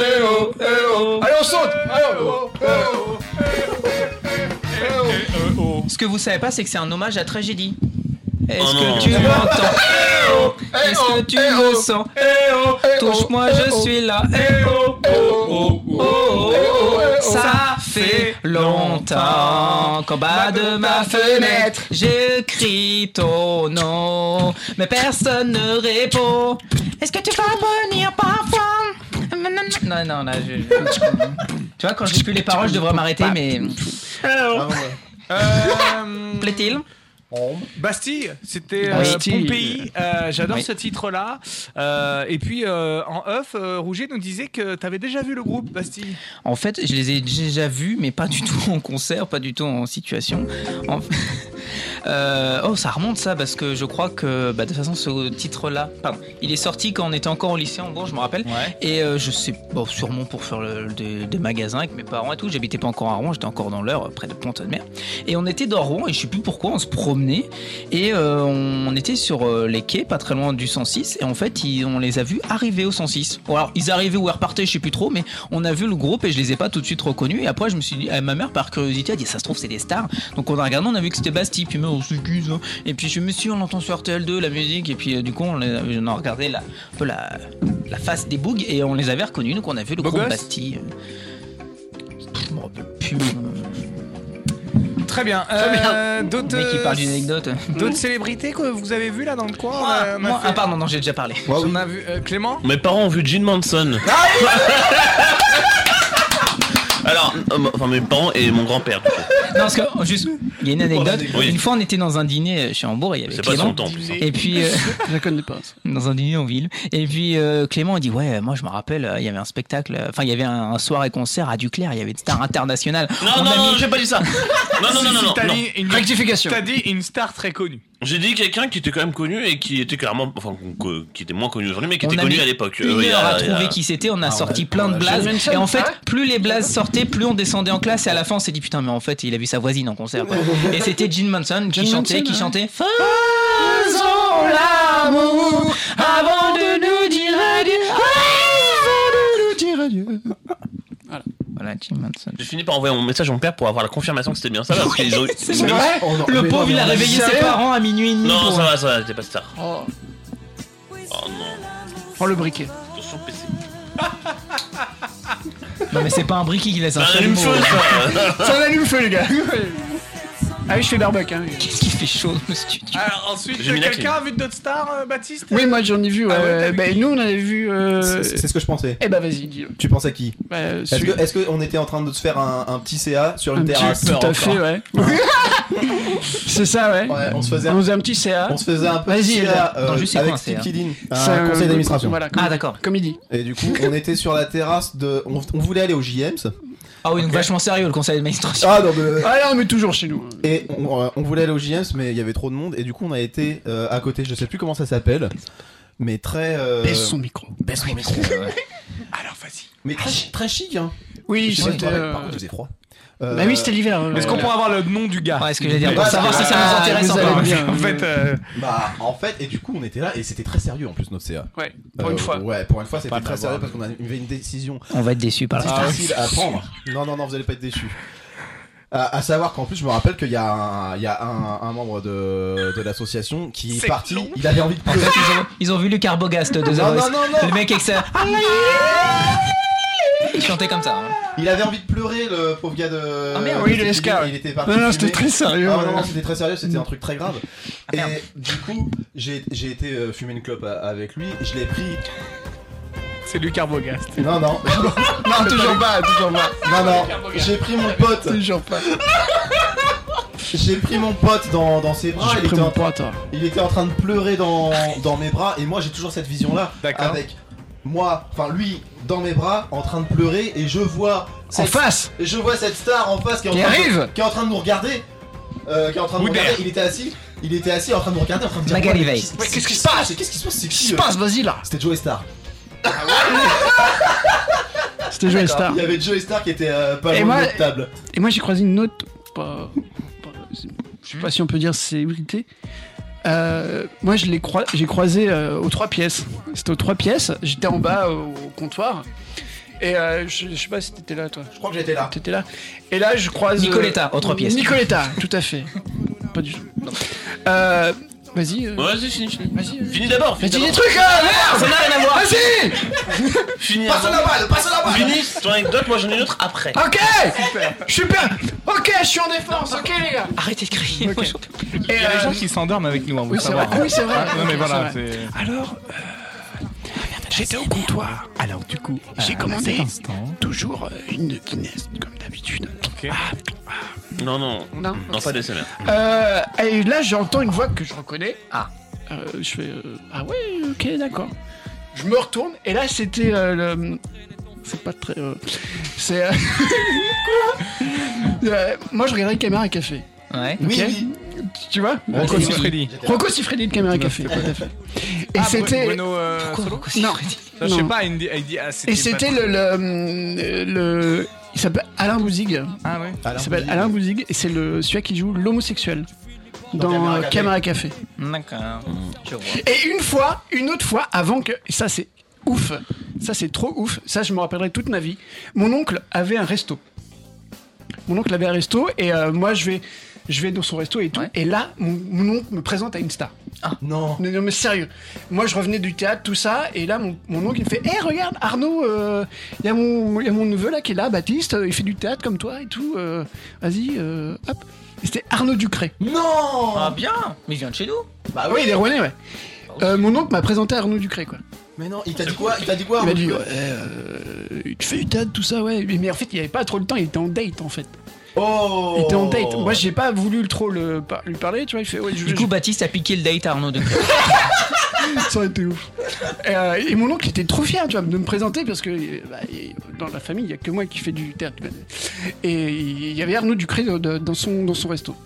Allez, on saute Allez, oh, oh, oh.
Ce que vous savez pas, c'est que c'est un hommage à Tragédie. Est-ce
Oh non.
que tu m'entends Est-ce que tu me sens Touche-moi, je suis là. oh, Eh oh, oh, oh, oh, oh, oh. Ça fait longtemps qu'en bas de ma fenêtre, je crie ton nom, mais personne ne répond. Est-ce que tu vas venir parfois Non, non, là, je. je- Tu vois, quand j'ai plus les paroles, je devrais m'arrêter, mais.
Ah, Euh,
Plaît-il
Bastille, c'était euh,
Bastille.
Pompéi. Euh, J'adore
Oui.
ce titre-là. Euh, et puis euh, en off, euh, Rouget nous disait que t'avais déjà vu le groupe Bastille.
En fait, je les ai déjà vus, mais pas du tout en concert, pas du tout en situation. En- Euh, oh, ça remonte ça, parce que je crois que bah, de toute façon, ce titre-là, pardon, il est sorti quand on était encore au lycée en Bourges, je me rappelle.
Ouais.
Et euh, je sais, bon, sûrement pour faire le- des, des magasins avec mes parents et tout. J'habitais pas encore à Rouen, j'étais encore dans l'heure, euh, près de Pont-de-Mer. Et on était dans Rouen, et je sais plus pourquoi, on se promenait. Et euh, on, on était sur euh, les quais, pas très loin du 106. Et en fait, ils- on les a vus arriver au 106. Ou alors, ils arrivaient ou ils repartaient, je sais plus trop, mais on a vu le groupe et je les ai pas tout de suite reconnus. Et après, je me suis dit, à ma mère, par curiosité, a dit, ça se trouve, c'est des stars. Donc on a regardé, on a vu que c'était Bastille. Puis, mais on se dit, ça. Et puis, je me suis dit, on entend sur RTL2 la musique. Et puis, euh, du coup, on, les- on a regardé la, un peu la, la face des bougs et on les avait reconnus. Donc on a vu le euh.
Beau
groupe
gosse
Bastille. Pff, Je me rappelle plus.
Très bien. Euh, D'autres
Le mec, il parle d'une anecdote.
d'autres célébrités que vous avez vues là dans le coin euh, on a- on a
Moi, moi-
fait-
ah, pardon, non, j'ai déjà parlé.
On a vu euh, Clément.
Mes parents ont vu Gene Manson.
Ah
Alors, euh, enfin mes parents et mon grand-père. du coup.
Non, parce que oh, juste, il y a une
Oh,
anecdote.
Oui.
Une fois, on était dans un dîner euh, chez Hambourg, il y avait
C'est pas
Clément.
son temps en plus. hein.
Et puis, euh,
Je la connais pas. ça.
dans un dîner en ville. Et puis, euh, Clément, il dit Ouais, moi, je me rappelle, euh, il y avait un spectacle, euh, enfin, il y avait un, un soirée-concert à Duclair, il y avait des stars internationales.
Non,
On
non,
a
non,
mis-
j'ai pas dit ça. Non, non, non, non, non.
T'as
non.
dit une-
Rectification.
t'as dit une star très connue.
J'ai dit quelqu'un qui était quand même connu et qui était carrément, enfin, co- qui était moins connu aujourd'hui, mais qui
On
était
a
connu
mis
à l'époque.
Une
Euh, il y a-
heure à
il y a-
trouver qui c'était, on a sorti plein de
ouais,
blazes.
j'ai-
Et en fait, plus les blazes sortaient, plus on descendait en classe. Et à la fin, on s'est dit putain, mais en fait, il a vu sa voisine en concert. quoi. Et c'était Gene Manson qui
Gene
chantait,
Manson,
qui
ouais.
chantait Faisons l'amour avant de nous dire adieu.
Je dirais Dieu.
Voilà, Gene Manson.
J'ai fini par envoyer mon message à mon père pour avoir la confirmation que c'était bien ça parce qu'ils ont eu.
C'est vrai
Oh, non,
Le
mais
pauvre,
non,
il a
mais
réveillé ses
sérieux
parents à minuit et demi.
Non,
pour-
ça va, ça va, t'es pas star.
Oh,
Oh non,
prends le briquet.
attention PC.
Non, mais c'est pas un briquet qui laisse
Bah,
un
Ça
chalumeau.
allume feu, ça.
Ça en allume feu, les gars. Ah oui, je fais barbuck. Hein.
Qu'est-ce qu'il fait chaud dans le studio
Alors ensuite,
J'ai mis la
quelqu'un a vu d'autres stars, euh, Baptiste
Oui, moi j'en ai vu.
Ah ouais,
euh,
t'as vu
bah, nous, on avait vu. Euh...
C'est c'est ce que je pensais.
Eh bah, vas-y, dis-le.
Tu penses à qui
Bah,
Est-ce
celui-
que- est-ce qu'on était en train de se faire un, un petit CA sur une
Un
terrasse
petit, tout à fait, ouais. C'est ça, ouais.
Ouais, on se faisait
On
un,
faisait un petit CA.
on se faisait un petit
Vas-y,
CA euh,
Attends, juste, c'est
avec
quoi un
Steve
CA?
Kidin,
C'est
un conseil d'administration.
Voilà, comme,
Ah, d'accord.
comme il dit.
Et du coup, on était sur la terrasse de. On, on voulait aller au JM's.
Ah oui, donc vachement sérieux le conseil d'administration.
Ah non, mais-
Ah non, mais toujours chez nous.
Et on, euh, on voulait aller au JM's, mais il y avait trop de monde. Et du coup, on a été euh, à côté, je sais plus comment ça s'appelle, mais très. euh,
Baisse son micro. Baisse son micro.
Alors vas-y.
Mais très, chi- très chic, hein.
Oui,
Je sais pas,
c'était.
ouais, Par
euh,
contre, il faisait froid. euh,
Bah oui, c'était l'hiver.
Est-ce qu'on
euh,
pourrait avoir le nom du gars
Ouais, ce que j'allais dire,
pour
savoir si ça nous intéresse
Ah,
vous
encore.
allez bien.
En fait, euh,
Bah, en fait, et du coup, on était là, et c'était très sérieux en plus, notre CA.
Ouais, pour
Euh,
une fois.
Ouais, pour une fois, c'était
Pas
très
d'avoir-
sérieux parce qu'on avait une décision
On va être déçus par la
difficile à prendre. Non, non, non, vous allez pas être déçus. À, à savoir qu'en plus, je me rappelle qu'il y a un, il y a un, un membre de, de l'association qui est,
C'est
parti.
long.
Il avait envie de
En
pleurer.
fait, ils ont, ils ont vu Luc Arbogast de The
Non,
Voice.
non, non, non.
Le mec avec sa.
Ah,
Il chantait comme ça. hein.
Il avait envie de pleurer, le pauvre gars de.
Ah, merde.
Oui, de
Il-
SK,
il-
ouais.
Il était parti.
Non, non,
fumer.
c'était très sérieux.
Ah, non,
ouais.
non, c'était très sérieux, c'était un truc très grave.
Ah, merde.
Et du coup, j'ai j'ai été euh, fumer une clope à- avec lui, je l'ai pris.
c'est Luc Arbogast.
Non, non,
Non, toujours pas, toujours pas.
non, non, j'ai pris mon pote,
Toujours pas.
j'ai pris mon pote dans, dans ses bras,
J'ai
il
pris
était,
mon
en,
poids, toi.
il était en train de pleurer dans, dans mes bras, et moi j'ai toujours cette vision là,
D'accord.
avec moi, enfin lui, dans mes bras, en train de pleurer, et je vois
En
cette,
face
et je vois cette star en face qui est en,
Qui
train,
arrive.
de, qui est en train de nous regarder, euh, qui est en train de nous
Woodard.
regarder. Il était assis, il était assis en train de nous regarder, en train de dire
Magali
ouais, mais
Veil.
qu'est-ce- ouais, Qu'est-ce qui se passe Qu'est-ce qui se passe C'est
Qu'est-ce qui
qui
se
euh
passe Vas-y là
C'était Joey Star.
C'était Joël Star.
Il y avait Joey Star qui était euh, pas
Et
loin
moi-
de notre table.
Et moi j'ai croisé une autre. pas- pas- je sais pas si on peut dire célébrité. Euh, moi je l'ai croi- j'ai croisé euh, aux trois pièces. C'était aux trois pièces. J'étais en bas au, au comptoir. Et euh, je, je sais pas si t'étais là toi.
Je crois que j'étais là.
T'étais là. Et là, je croise. euh,
Nicoletta, autre pièce.
Nicoletta, tout à fait. Pas du tout. Non. Euh, vas-y. euh,
Vas-y, finis, finis.
Vas-y. euh,
Finis d'abord,
Vas-y,
finis
des
d'abord.
trucs, ah, merde Ça n'a rien à voir Vas-y
Finis
Passe
avant.
la balle, passe la balle.
Finis hein. ton anecdote, moi j'en ai une autre après.
Ok Super Ok, je suis en défense, ok les gars
Arrêtez de crier. moi, j'en peux plus.
Et,
Il y a des
euh,
gens qui s'endorment avec nous, hein, on veut
Oui, c'est vrai.
savoir.
Ah Oui, c'est vrai.
Non, mais voilà,
C'est vrai.
c'est.
Alors, euh, j'étais au comptoir. Alors, du coup, euh, j'ai commandé toujours euh, une Guinness, comme d'habitude.
Ah,
Non, non,
Non.
non, pas des semaines.
Euh, et là, j'entends une voix que je reconnais. Ah. Euh, je fais. euh, ah ouais, ok, d'accord. Je me retourne et là, c'était euh, le. C'est pas très. euh, c'est. euh, Quoi Euh, Moi, je regardais Caméra et Café.
Ouais.
ok
oui.
Tu vois
Rocco
Et-
Siffredi.
Rocco Siffredi de Caméra et Café. Tout à fait. Et
Ah,
c'était.
Bruno, euh, Solo
non.
Non, Je sais
non.
pas, il me dit- il dit. ah,
Et c'était le, le, le- Il s'appelle Alain Bouzig.
Ah ouais.
Il s'appelle Alain Bouzig et c'est le celui qui joue l'homosexuel dans euh, Caméra Café.
D'accord. Je vois.
Et une fois, une autre fois, avant que. et Ça, c'est ouf. Ça, c'est trop ouf. Ça, je me rappellerai toute ma vie. Mon oncle avait un resto. Mon oncle avait un resto et euh, moi, je vais, je vais dans son resto et tout.
Ouais. Ah.
Et là, mon, mon oncle me présente à une star.
Non.
Non, non, mais sérieux. Moi, je revenais du théâtre, tout ça, et là, mon, mon oncle, il me fait Hé, regarde, Arnaud, euh, il y, a mon- il y a mon neveu là qui est là, Baptiste, euh, il fait du théâtre comme toi et tout. euh, Vas-y, euh, hop. Et C'était Arnaud Ducré. oh.
Non.
Ah bien Mais il vient de chez nous
Bah
Ah oui, il est Rouennais, ouais.
oui.
Euh, mon oncle m'a présenté Arnaud Ducré, quoi.
Mais non, il t'a dit quoi Il t'a dit quoi
Il m'a dit, ouais, euh, tu fais du théâtre, tout ça, ouais. Mais, mais en fait, il avait pas trop le temps, il était en date, en fait.
Oh.
Il était en date. Moi, j'ai pas voulu le- trop le, par- lui parler, tu vois. Il fait, ouais, je
Du coup, Baptiste a piqué le date à Arnaud de
Ça aurait été ouf. Et, euh, et mon oncle était trop fier, tu vois, de me présenter parce que euh, bah, et dans la famille, il n'y a que moi qui fais du théâtre. Et il y avait Arnaud Ducré de- de- dans son, dans son resto.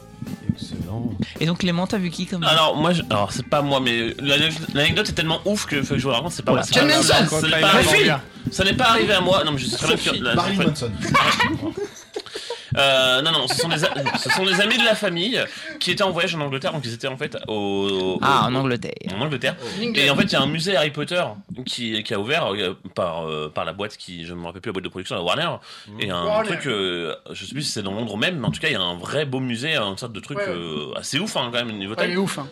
Et donc, Clément, t'as vu qui comme
Alors, moi, je- alors c'est pas moi, mais l'ane- l'anecdote est tellement ouf que, faut que je vous la raconte, c'est pas moi. c'est
Jim
pas-
Henson,
ça n'est pas
Quand il
arrivé-
arrive en
Ça n'est pas arrivé à moi. Non, mais je suis très bien sûr. la-
Marilyn Manson.
Euh, non, non, ce sont, des, a- ce sont des amis de la famille qui étaient en voyage en Angleterre, donc ils étaient en fait au. au-
Ah,
au-
en Angleterre.
en Angleterre. Et en fait, il y a un musée Harry Potter qui, qui a ouvert euh, par, euh, par la boîte qui, je ne me rappelle plus, la boîte de production, la Warner. Et un
Warner.
truc, euh, je sais plus si c'est dans Londres même, mais en tout cas, il y a un vrai beau musée, une sorte de truc
Ouais.
euh, assez ouf hein, quand même, niveau
Ouais, il
taille.
est ouf. hein.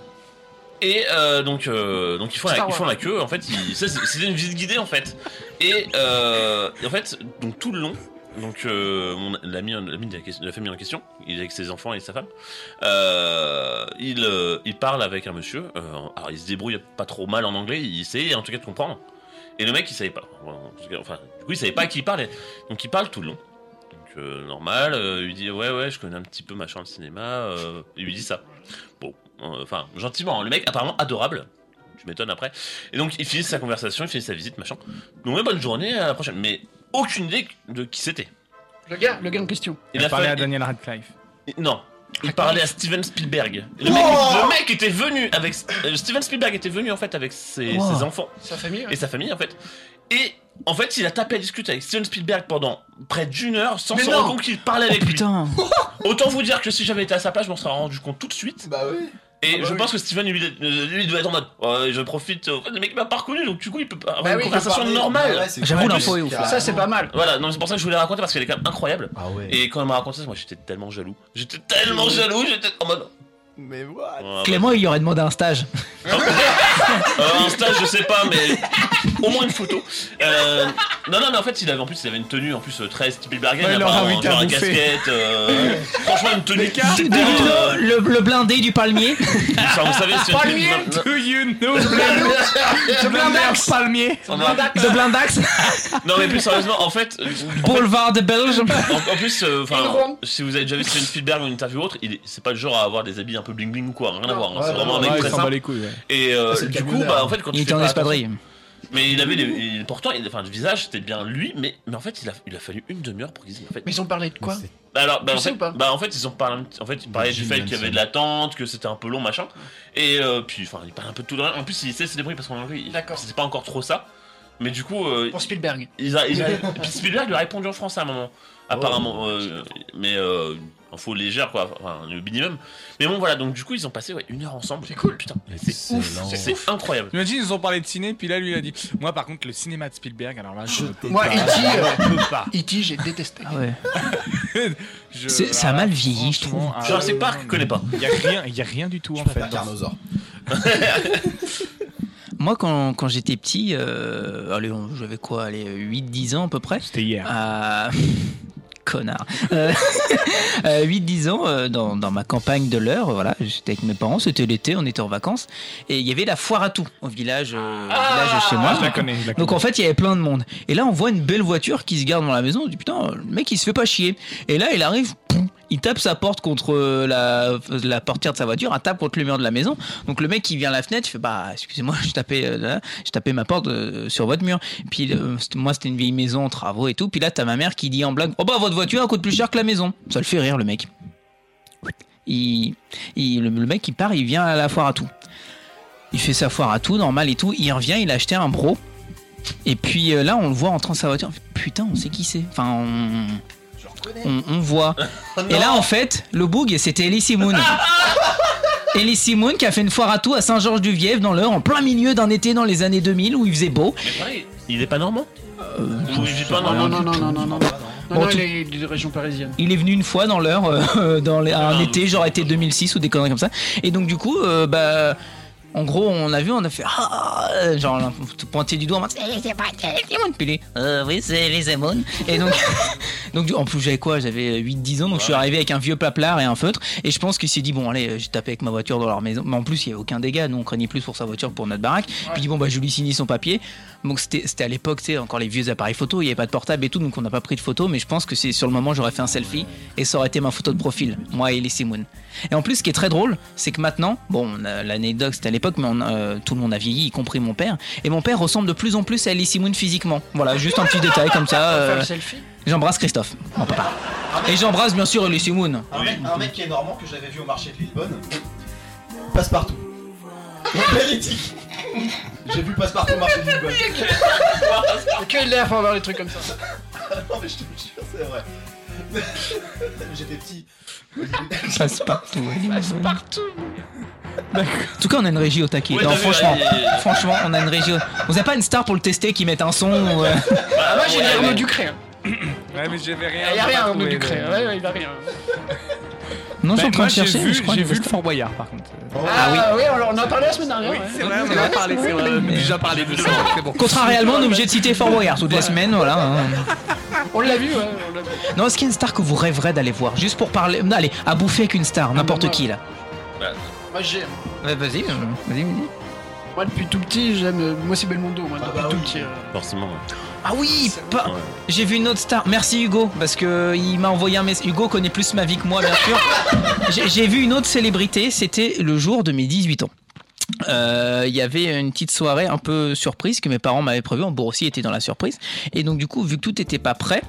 Et euh, donc, euh, donc ils, font la,
Star
ils font
Wars.
la queue, en fait, ils- ça, c'est- c'était une visite guidée en fait. Et, euh, et en fait, donc tout le long, donc euh, mon- l'ami l'ami de, la question- de la famille en question, il est avec ses enfants et sa femme, euh, il, euh, il parle avec un monsieur, euh, alors il se débrouille pas trop mal en anglais, il essaie en tout cas de comprendre. Et le mec il savait pas, En tout cas, enfin, du coup il savait pas à qui il parlait, donc il parle tout le long. Donc euh, normal, euh, il lui dit ouais ouais je connais un petit peu machin le cinéma, euh, il lui dit ça. Bon, euh, enfin gentiment, hein. le mec apparemment adorable. Tu m'étonnes après. Et donc il finit sa conversation, il finit sa visite, machin. Donc ouais, bonne journée, à la prochaine. Mais aucune idée de qui c'était.
Le gars, le gars en question.
Et
Il
la
a parlé
fa-
à Daniel Radcliffe.
il- Non. Il parlait à Steven Spielberg. Le mec,
Oh
le mec était venu avec. euh, Steven Spielberg était venu en fait avec ses,
Wow.
ses enfants
Sa famille.
et sa famille en fait. Et en fait, il a tapé à discuter avec Steven Spielberg pendant près d'une heure sans
Mais
se
non.
rendre compte qu'il parlait
Oh
avec lui.
putain
Autant vous dire que si j'avais été à sa place, je m'en serais rendu compte tout de suite.
Bah oui.
Et
Ah bah
je
oui.
pense que Steven, lui, euh, lui, doit être en mode ouais, Je profite. euh, le mec m'a pas reconnu, donc du coup, il peut pas avoir une
Bah oui, il peut
conversation normale.
J'avoue, l'info est ouf.
Ça, c'est pas mal.
Voilà, non, c'est pour ça que je voulais raconter parce qu'elle est quand même incroyable.
Ah ouais.
Et quand elle m'a raconté ça, moi j'étais tellement jaloux. J'étais tellement jaloux, j'étais en mode.
Mais what
Ouais, bah,
Clément, il lui aurait demandé un stage.
Euh, un stage, je sais pas, mais au moins une photo. Euh, non, non, mais en fait, il avait en plus, il avait une tenue en plus euh, très Spielberg,
Ouais, il leur a invité à
genre une
bouffer.
casquette. euh, franchement, une tenue qui
De- de- le, le blindé du palmier.
Enfin, vous savez, c'est une tenue.
Do you know Blindax Blindax Palmier
Non, non,
De blindax.
non, mais plus sérieusement, en fait, en fait,
Boulevard de Belge.
en, en plus, euh, enfin, si vous avez déjà vu Steven Spielberg ou une interview ou autre, il est- c'est pas le genre à avoir des habits un peu bling bling ou quoi, rien à voir. hein, c'est
Ouais,
vraiment un
Ouais,
mec
il
très
s'en bat
simple.
les couilles, ouais.
Et euh,
C'est le
du coup,
camionneur.
bah en fait, quand
Il
tu
était
fais
en
pas
espadrille.
attention- Mais il avait les, il- pourtant, il- enfin, le visage c'était bien lui, mais, mais en fait, il a, il a fallu une demi-heure pour qu'ils aient. En fait,
Mais ils ont parlé de quoi
bah alors, bah
Tu
en,
sais
fait,
ou pas
bah en fait, ils ont parlé, un petit- en fait, ils parlaient du
Jim
fait qu'il y
Henson.
avait de l'attente, que c'était un peu long, machin. Et euh, puis, enfin, ils parlaient un peu de tout. En plus, ils c'est des bruits parce qu'on
D'accord.
c'était pas encore trop ça. Mais du coup, euh,
Pour Spielberg.
ils a, ils a- puis Spielberg lui a répondu en français à un moment, apparemment. euh, mais euh, info légère, quoi, enfin, le minimum. Mais bon, voilà, donc du coup, ils ont passé ouais, une heure ensemble. C'est cool, putain, c'est ouf,
Excellent.
c'est- c'est incroyable.
Imagine, ils nous ont parlé de ciné, puis là, lui, il a dit Moi, par contre, le cinéma de Spielberg, alors là, je ne peux
Moi,
pas.
E.T., euh,
Je peux pas.
E.T., j'ai détesté.
Ah ouais.
Je-
C'est- ça a mal vieilli, je trouve.
franchement, ah,
Jurassic
non,
Park,
non,
connais pas.
Il y a rien, il y a rien du tout en fait.
Faire Carnosaur.
Moi, quand, quand j'étais petit, euh, allez, on- j'avais quoi allez, 8-10 ans à peu près.
C'était hier.
Ah, Connard. Euh, euh, 8-10 ans, euh, dans, dans ma campagne de l'Eure, voilà, j'étais avec mes parents, c'était l'été, on était en vacances, et il y avait la foire à tout au village, euh, au village chez moi.
Ah je la connais. je la
Donc
connais.
en fait, il y avait plein de monde. Et là, on voit une belle voiture qui se garde dans la maison. On dit putain, le mec, il se fait pas chier. Et là, il arrive, poum, il tape sa porte contre euh, la, la portière de sa voiture, un tape contre le mur de la maison. Donc le mec, il vient à la fenêtre, il fait bah excusez-moi, je tapais, euh, là, je tapais ma porte euh, sur votre mur. Puis euh, c'était- moi, c'était une vieille maison en travaux et tout. Puis là, t'as ma mère qui dit en blague, oh bah votre voiture elle coûte plus cher que la maison. Ça le fait rire le mec. Il, il- le, le mec, il part, il vient à la foire à tout. Il fait sa foire à tout, normal et tout. Il revient, il a acheté un bro. Et puis euh, là, on le voit entrer dans sa voiture. on fait, Putain, on sait qui c'est. Enfin, on, on, on voit. et là, en fait, le boug, c'était Ellie Simoun. Ellie Simoun qui a fait une foire à tout à Saint-Georges-du-Vièvre dans l'heure, en plein milieu d'un été dans les années 2000 où il faisait beau. Euh,
Mais pareil, il est pas normand Ou il vit pas
Non,
normand
non, non, non, non, non, non. Non,
Bon,
non,
tu-
il est de région parisienne.
Il est venu une fois dans l'heure, euh, dans les- un
Ah,
été, genre été 2006 ou des conneries comme ça. Et donc du coup, euh, bah, en gros, on a vu, on a fait ah, euh, genre là, pointer du doigt, en mode, c'est les Simone, c'est les Simone. Puis lui, Euh, oui, c'est les Simone. Et donc, donc du- en plus j'avais quoi, j'avais 8-10 ans, donc je suis arrivé avec un vieux paplard et un feutre. Et je pense qu'il s'est dit bon allez, euh, j'ai tapé avec ma voiture dans leur maison. Mais en plus il y avait aucun dégât, nous on craignait plus pour sa voiture que pour notre baraque. Puis il dit bon bah je lui signais son papier. Donc c'était c'était à l'époque, tu sais, encore les vieux appareils photo, il n'y avait pas de portable et tout, donc on n'a pas pris de photo, mais je pense que c'est sur le moment j'aurais fait un selfie et ça aurait été ma photo de profil, moi et Ellie Moon. Et en plus, ce qui est très drôle, c'est que maintenant, bon, on a- l'anecdote c'était à l'époque, mais on a- euh, tout le monde a vieilli, y compris mon père, et mon père ressemble de plus en plus à Ellie Moon physiquement. Voilà, juste un petit détail comme ça.
Faire
euh,
le selfie
j'embrasse Christophe, mon papa. Et j'embrasse bien sûr Ellie Moon.
Un mec, un mec qui est normand que j'avais vu au marché de Lisbonne. Passe-partout. Hérétique. J'ai vu passe-partout au marché de Lisbonne.
Que l'air pour avoir des trucs comme ça.
Ah non mais je te jure, c'est vrai. J'étais petit.
Passe partout. partout.
Ah,
En tout cas, on a une régie au taquet.
Ouais,
Non,
t'as vu,
franchement,
ouais, ouais, ouais.
franchement, on a une régie. au- On n'a pas une star pour le tester qui mette un son. ou, euh,
Ah,
Moi, j'ai
ouais,
dit Arnaud
ouais.
Ducré. hein.
Ouais, mais j'avais rien.
Il y a
j'ai
rien,
pas
Arnaud
trouvé
Ducré.
de-
hein. Ouais, ouais, il a rien.
Non, je suis en
Bah,
train
moi,
de
J'ai
chercher. mais
vu,
je crois
j'ai
que
vu le Fort Boyard par contre.
Oh.
Ah oui, on en- on en a parlé la semaine dernière. ouais.
vrai, on en a parlé, c'est vrai.
Mais-
Déjà parlé de ça, c'est bon.
Contrariellement, on est obligé de citer Fort Boyard toute la semaine, voilà. hein.
On l'a vu, ouais. on l'a vu.
Non, est-ce qu'il y a une star que vous rêverez d'aller voir Juste pour parler. Non, allez, à bouffer avec une star, n'importe
moi.
qui là.
Bah,
Moi, j'ai-
Ouais, vas-y, euh, vas-y, vas-y.
moi, depuis tout petit, j'aime. euh, Moi, c'est Belmondo,
Ah
moi,
bah
depuis tout petit. euh.
forcément.
Ah oui, pas-
Ouais.
j'ai vu une autre star. Merci Hugo, parce que il m'a envoyé un message. Hugo connaît plus ma vie que moi, bien sûr. J'ai- J'ai vu une autre célébrité, c'était le jour de mes 18 ans. Euh, Il y avait une petite soirée un peu surprise que mes parents m'avaient prévu. Bon, aussi était dans la surprise. Et donc, du coup, vu que tout n'était pas prêt,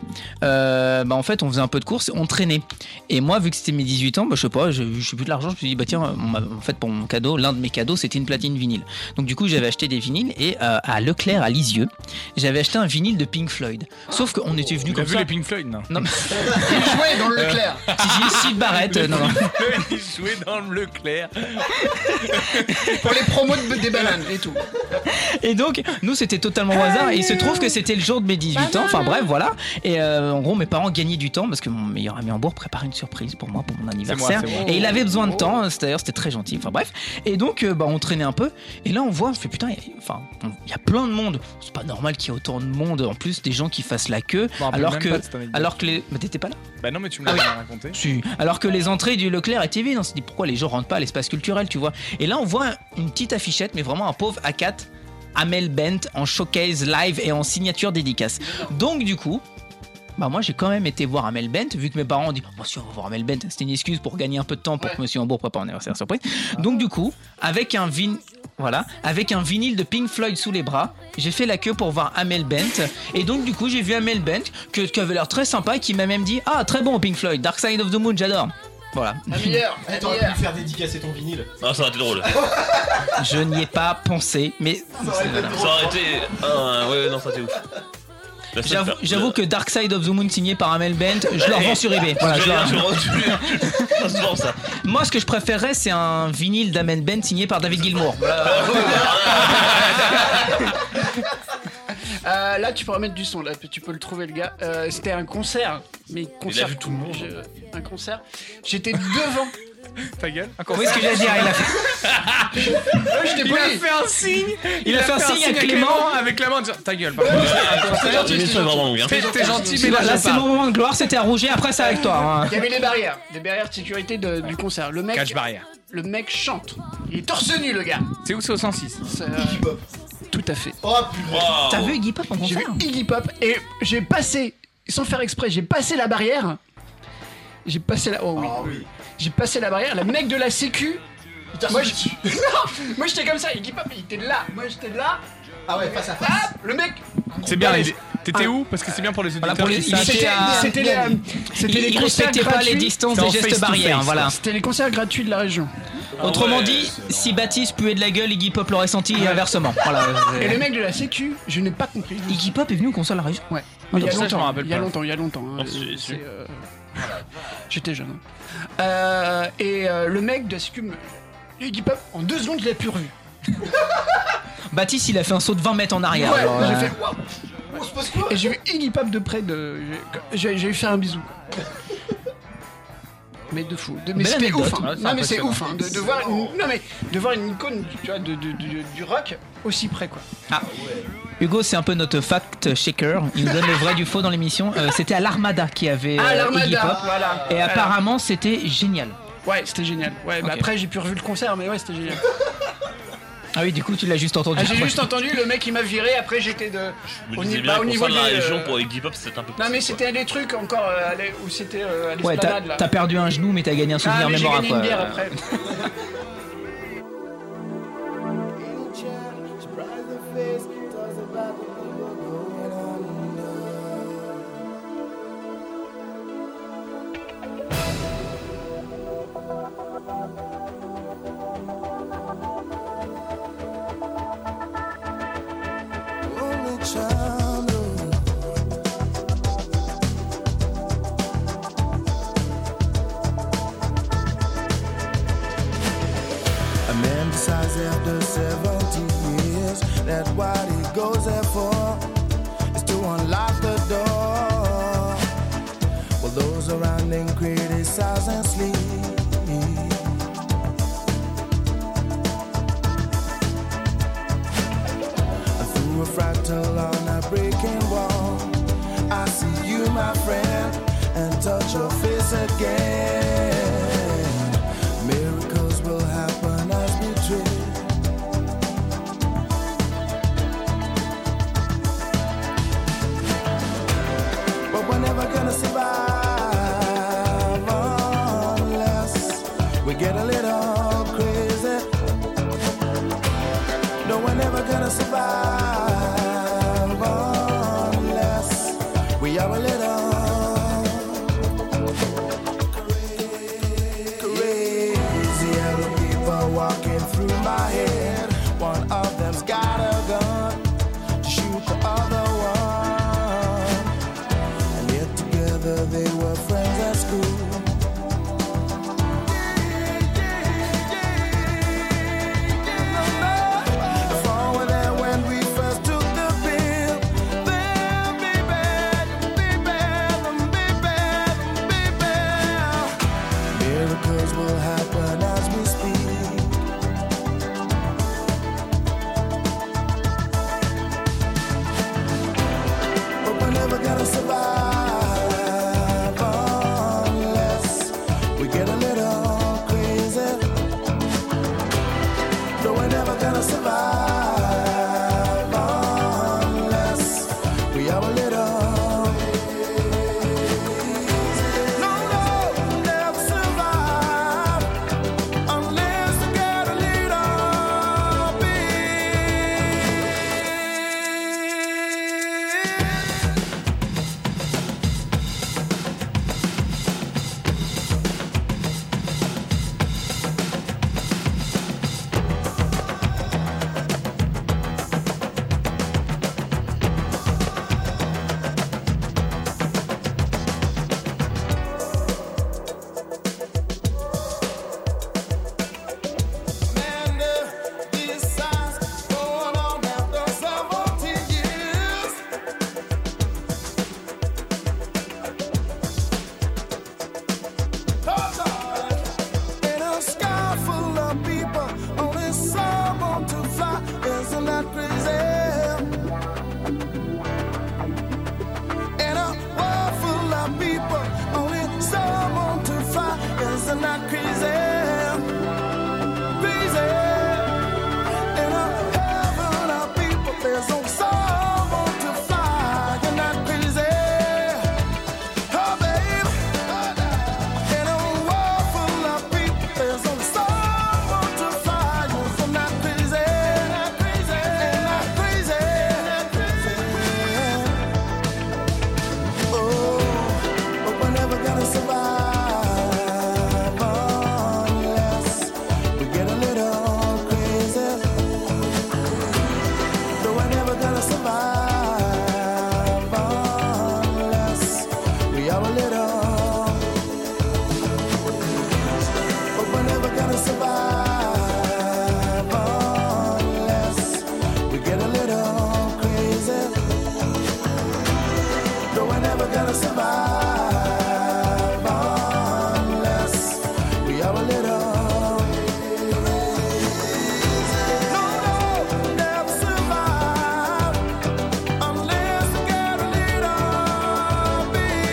euh, bah, en fait, on faisait un peu de course, on traînait. Et moi, vu que c'était mes 18 ans, bah, je sais pas, je je sais plus de l'argent. Je me suis dit, bah tiens, on m'a- en fait, pour mon cadeau, l'un de mes cadeaux, c'était une platine vinyle. Donc, du coup, j'avais acheté des vinyles et euh, à Leclerc, à Lisieux, j'avais acheté un vinyle de Pink Floyd. Sauf qu'on était venu
Tu as
comme
vu
ça.
les Pink Floyd, non
Non, mais
Il jouait dans le Leclerc.
si, si, si, Barrette, euh, non, non.
Il jouait dans le Leclerc.
Pour les promos de, des bananes et tout.
Et donc, nous, c'était totalement au hasard. Et il se trouve que c'était le jour de mes 18 ans. Enfin, bref, voilà. Et euh, en gros, mes parents gagnaient du temps parce que mon meilleur ami en bourg préparait une surprise pour moi, pour mon anniversaire.
c'est moi. Oh.
Et il avait besoin de temps. C'est- D'ailleurs, c'était très gentil. Enfin, bref. Et donc, euh, bah, on traînait un peu. Et là, on voit, on fait putain, il y a- enfin, on- il y a plein de monde. C'est pas normal qu'il y ait autant de monde. En plus, des gens qui fassent la queue.
Je me rappelle
Alors
même
que.
pas de cette anecdote.
Alors que les. Bah, t'étais pas là
Bah non, mais tu me
Ah
l'as
oui.
bien raconté.
Si. Alors que les entrées du Leclerc étaient vides, on se dit pourquoi les gens rentrent pas à l'espace culturel, tu vois. Et là, on voit une petite affichette, mais vraiment un pauvre A4, Amel Bent en showcase live et en signature dédicace. Donc, du coup. Bah moi j'ai quand même été voir Amel Bent vu que mes parents ont dit bon si on va voir Amel
Ah.
Bent c'était une excuse pour gagner un peu de temps pour que Monsieur Hambourg prépare un anniversaire surprise donc du coup avec un vin voilà, avec un vinyle de Pink Floyd sous les bras. J'ai fait la queue pour voir Amel Bent. Et donc, du coup, j'ai vu Amel Bent, que, qui avait l'air très sympa, et qui m'a même dit Ah, très bon Pink Floyd, Dark Side of the Moon, j'adore. Voilà,
Eh, T'aurais pu me faire dédicacer ton vinyle.
Ah, ça aurait été drôle.
je n'y ai pas pensé, mais
ça aurait été. Ah, ouais, ouais, non, ça aurait été ouf. La seule
j'avoue-
per-
j'avoue que Dark Side of the Moon signé par Amel Bent, je le
Eh,
revends sur eBay. Voilà, je le
Je l'ai- je l'ai- je l'ai- Pas souvent ça.
Moi, ce que je préférerais, c'est un vinyle d'Amen Ben signé par David Gilmour.
Euh, là, tu pourras mettre du son. Là, tu peux le trouver, le gars. Euh, C'était un concert, mais concert.
vu tout le monde.
Je- Un concert. J'étais devant.
Ta gueule Encore
Oui, ce que j'ai à dire, il a fait,
Je t'ai
Il a fait un signe
il a fait un signe à Clément.
avec la main en disant Ta gueule, par contre.
T'es gentil, vraiment longue. hein.
T'es t'es gentil, mais
Là,
là,
là,
je
c'est mon
parle.
moment de gloire, c'était à Rouget, après c'est avec toi. hein.
Il y avait les barrières, des barrières de sécurité de- du concert. Le mec,
Cache barrière.
le mec chante. Il est torse nu, le gars.
C'est où que c'est au 106
C'est, euh,
Hip-hop.
tout à fait.
Oh purée.
Waouh.
T'as vu Iggy Pop en
J'ai vu
concert
Iggy Pop et j'ai passé, sans faire exprès, j'ai passé la barrière. J'ai passé la. Oh oui.
Ah oui.
J'ai passé la barrière. Le mec de la Sécu. Moi, je- Non, moi, j'étais comme ça. Iggy Pop, il était là. Moi j'étais là.
Ah ouais, face à face.
Hop, le mec.
C'est bien,
Ouais,
il est- t'étais où Parce que c'est bien pour les auditeurs.
Ah. pour les-
qui
il
savent.
était
C'était
Ah,
à-
c'était les, euh, c'était
Il,
les
il
concerts
respectait pas les
gratuits.
distances
C'est en
des gestes
face to
barrières,
face,
voilà.
C'était les concerts gratuits de la région.
Ah
Autrement
ouais.
dit, si Baptiste puait de la gueule, Iggy Pop l'aurait senti et inversement. Voilà.
Et le mec de la Sécu, je n'ai pas compris.
Iggy Pop est venu au concert de la région. Ah,
Ouais. Mais il y a
ça, je m'en
longtemps,
rappelle
il y a
pas.
longtemps, il y a longtemps. hein.
Ah, c'est-
C'est,
c'est-
euh, J'étais jeune. hein. Euh, et euh, le mec de la Sécu, me- Iggy Pop, en deux secondes, je l'ai plus revu.
Baptiste, il a fait un saut de 20 mètres en arrière.
Ouais,
alors, euh,
j'ai fait waouh. Et j'ai vu Iggy Pop de près de. J'ai j'ai fait un bisou. Mais de fou. De- mais
Belle
c'était
anecdote.
ouf. hein.
Ouais, c'est
non mais c'est
impressionnant.
ouf. hein, de, de voir une, non mais de voir une icône tu vois, de, de- de- du rock aussi près quoi.
Ah. Hugo, c'est un peu notre fact checker. Il nous donne le vrai du faux dans l'émission. Euh, c'était à l'Armada qui avait
Ah
euh, Iggy
l'armada.
Pop.
Voilà.
Et
Voilà.
apparemment, c'était génial.
Ouais c'était génial. Ouais. bah
Ok.
après j'ai pu revu le concert mais ouais c'était génial.
Ah oui, du coup, tu l'as juste entendu.
Ah, j'ai juste entendu le mec il m'a viré après j'étais de.
Je me
au
disais
ni-
bien
bah,
qu'au sein de la
des,
région
euh,
pour Iggy Pop, c'était un peu
Non mais
possible,
c'était des trucs encore euh, à l'e- où c'était euh, à
Ouais, t'as
l'esplanade là.
t'as perdu un genou, mais t'as gagné un souvenir
Ah mais j'ai
mémorable.
gagné une
quoi.
bière après.
A man decides after 70 years that what he goes there for is to unlock the door. Well, those around him criticize and sleep. And through a fractal on a breaking wall, I see you, my friend, and touch your face again. Miracles will happen as we dream. But we're never gonna survive Oh, unless we get a little crazy. No, we're never gonna survive unless we are a little crazy. Hello, people walking through my head. One of them's got a gun to shoot the other one. And yet together they were friends at school. Forward and when we first took the pill, then be bad, be bad, be bad, be bad. Miracles will happen as we speak. Oh,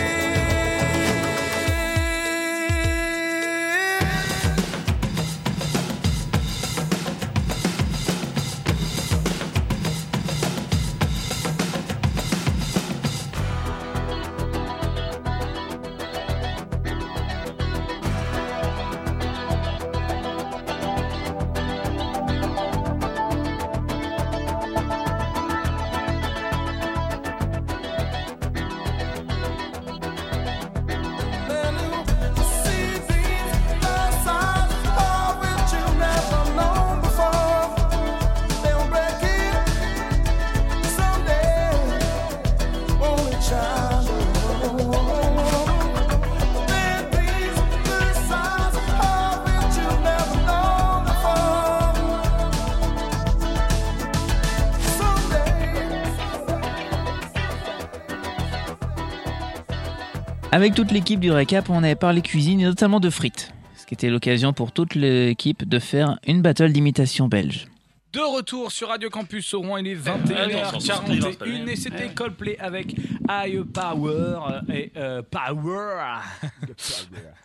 Avec toute l'équipe du récap, on avait parlé cuisine et notamment de frites. Ce qui était l'occasion pour toute l'équipe de faire une battle d'imitation belge.
De retour sur Radio Campus Sauron, il est
Eh,
attends, c'est
hein,
en Sourons, c'est pas bien.
21h41 et c'était Coldplay avec High Power euh, et euh, Power.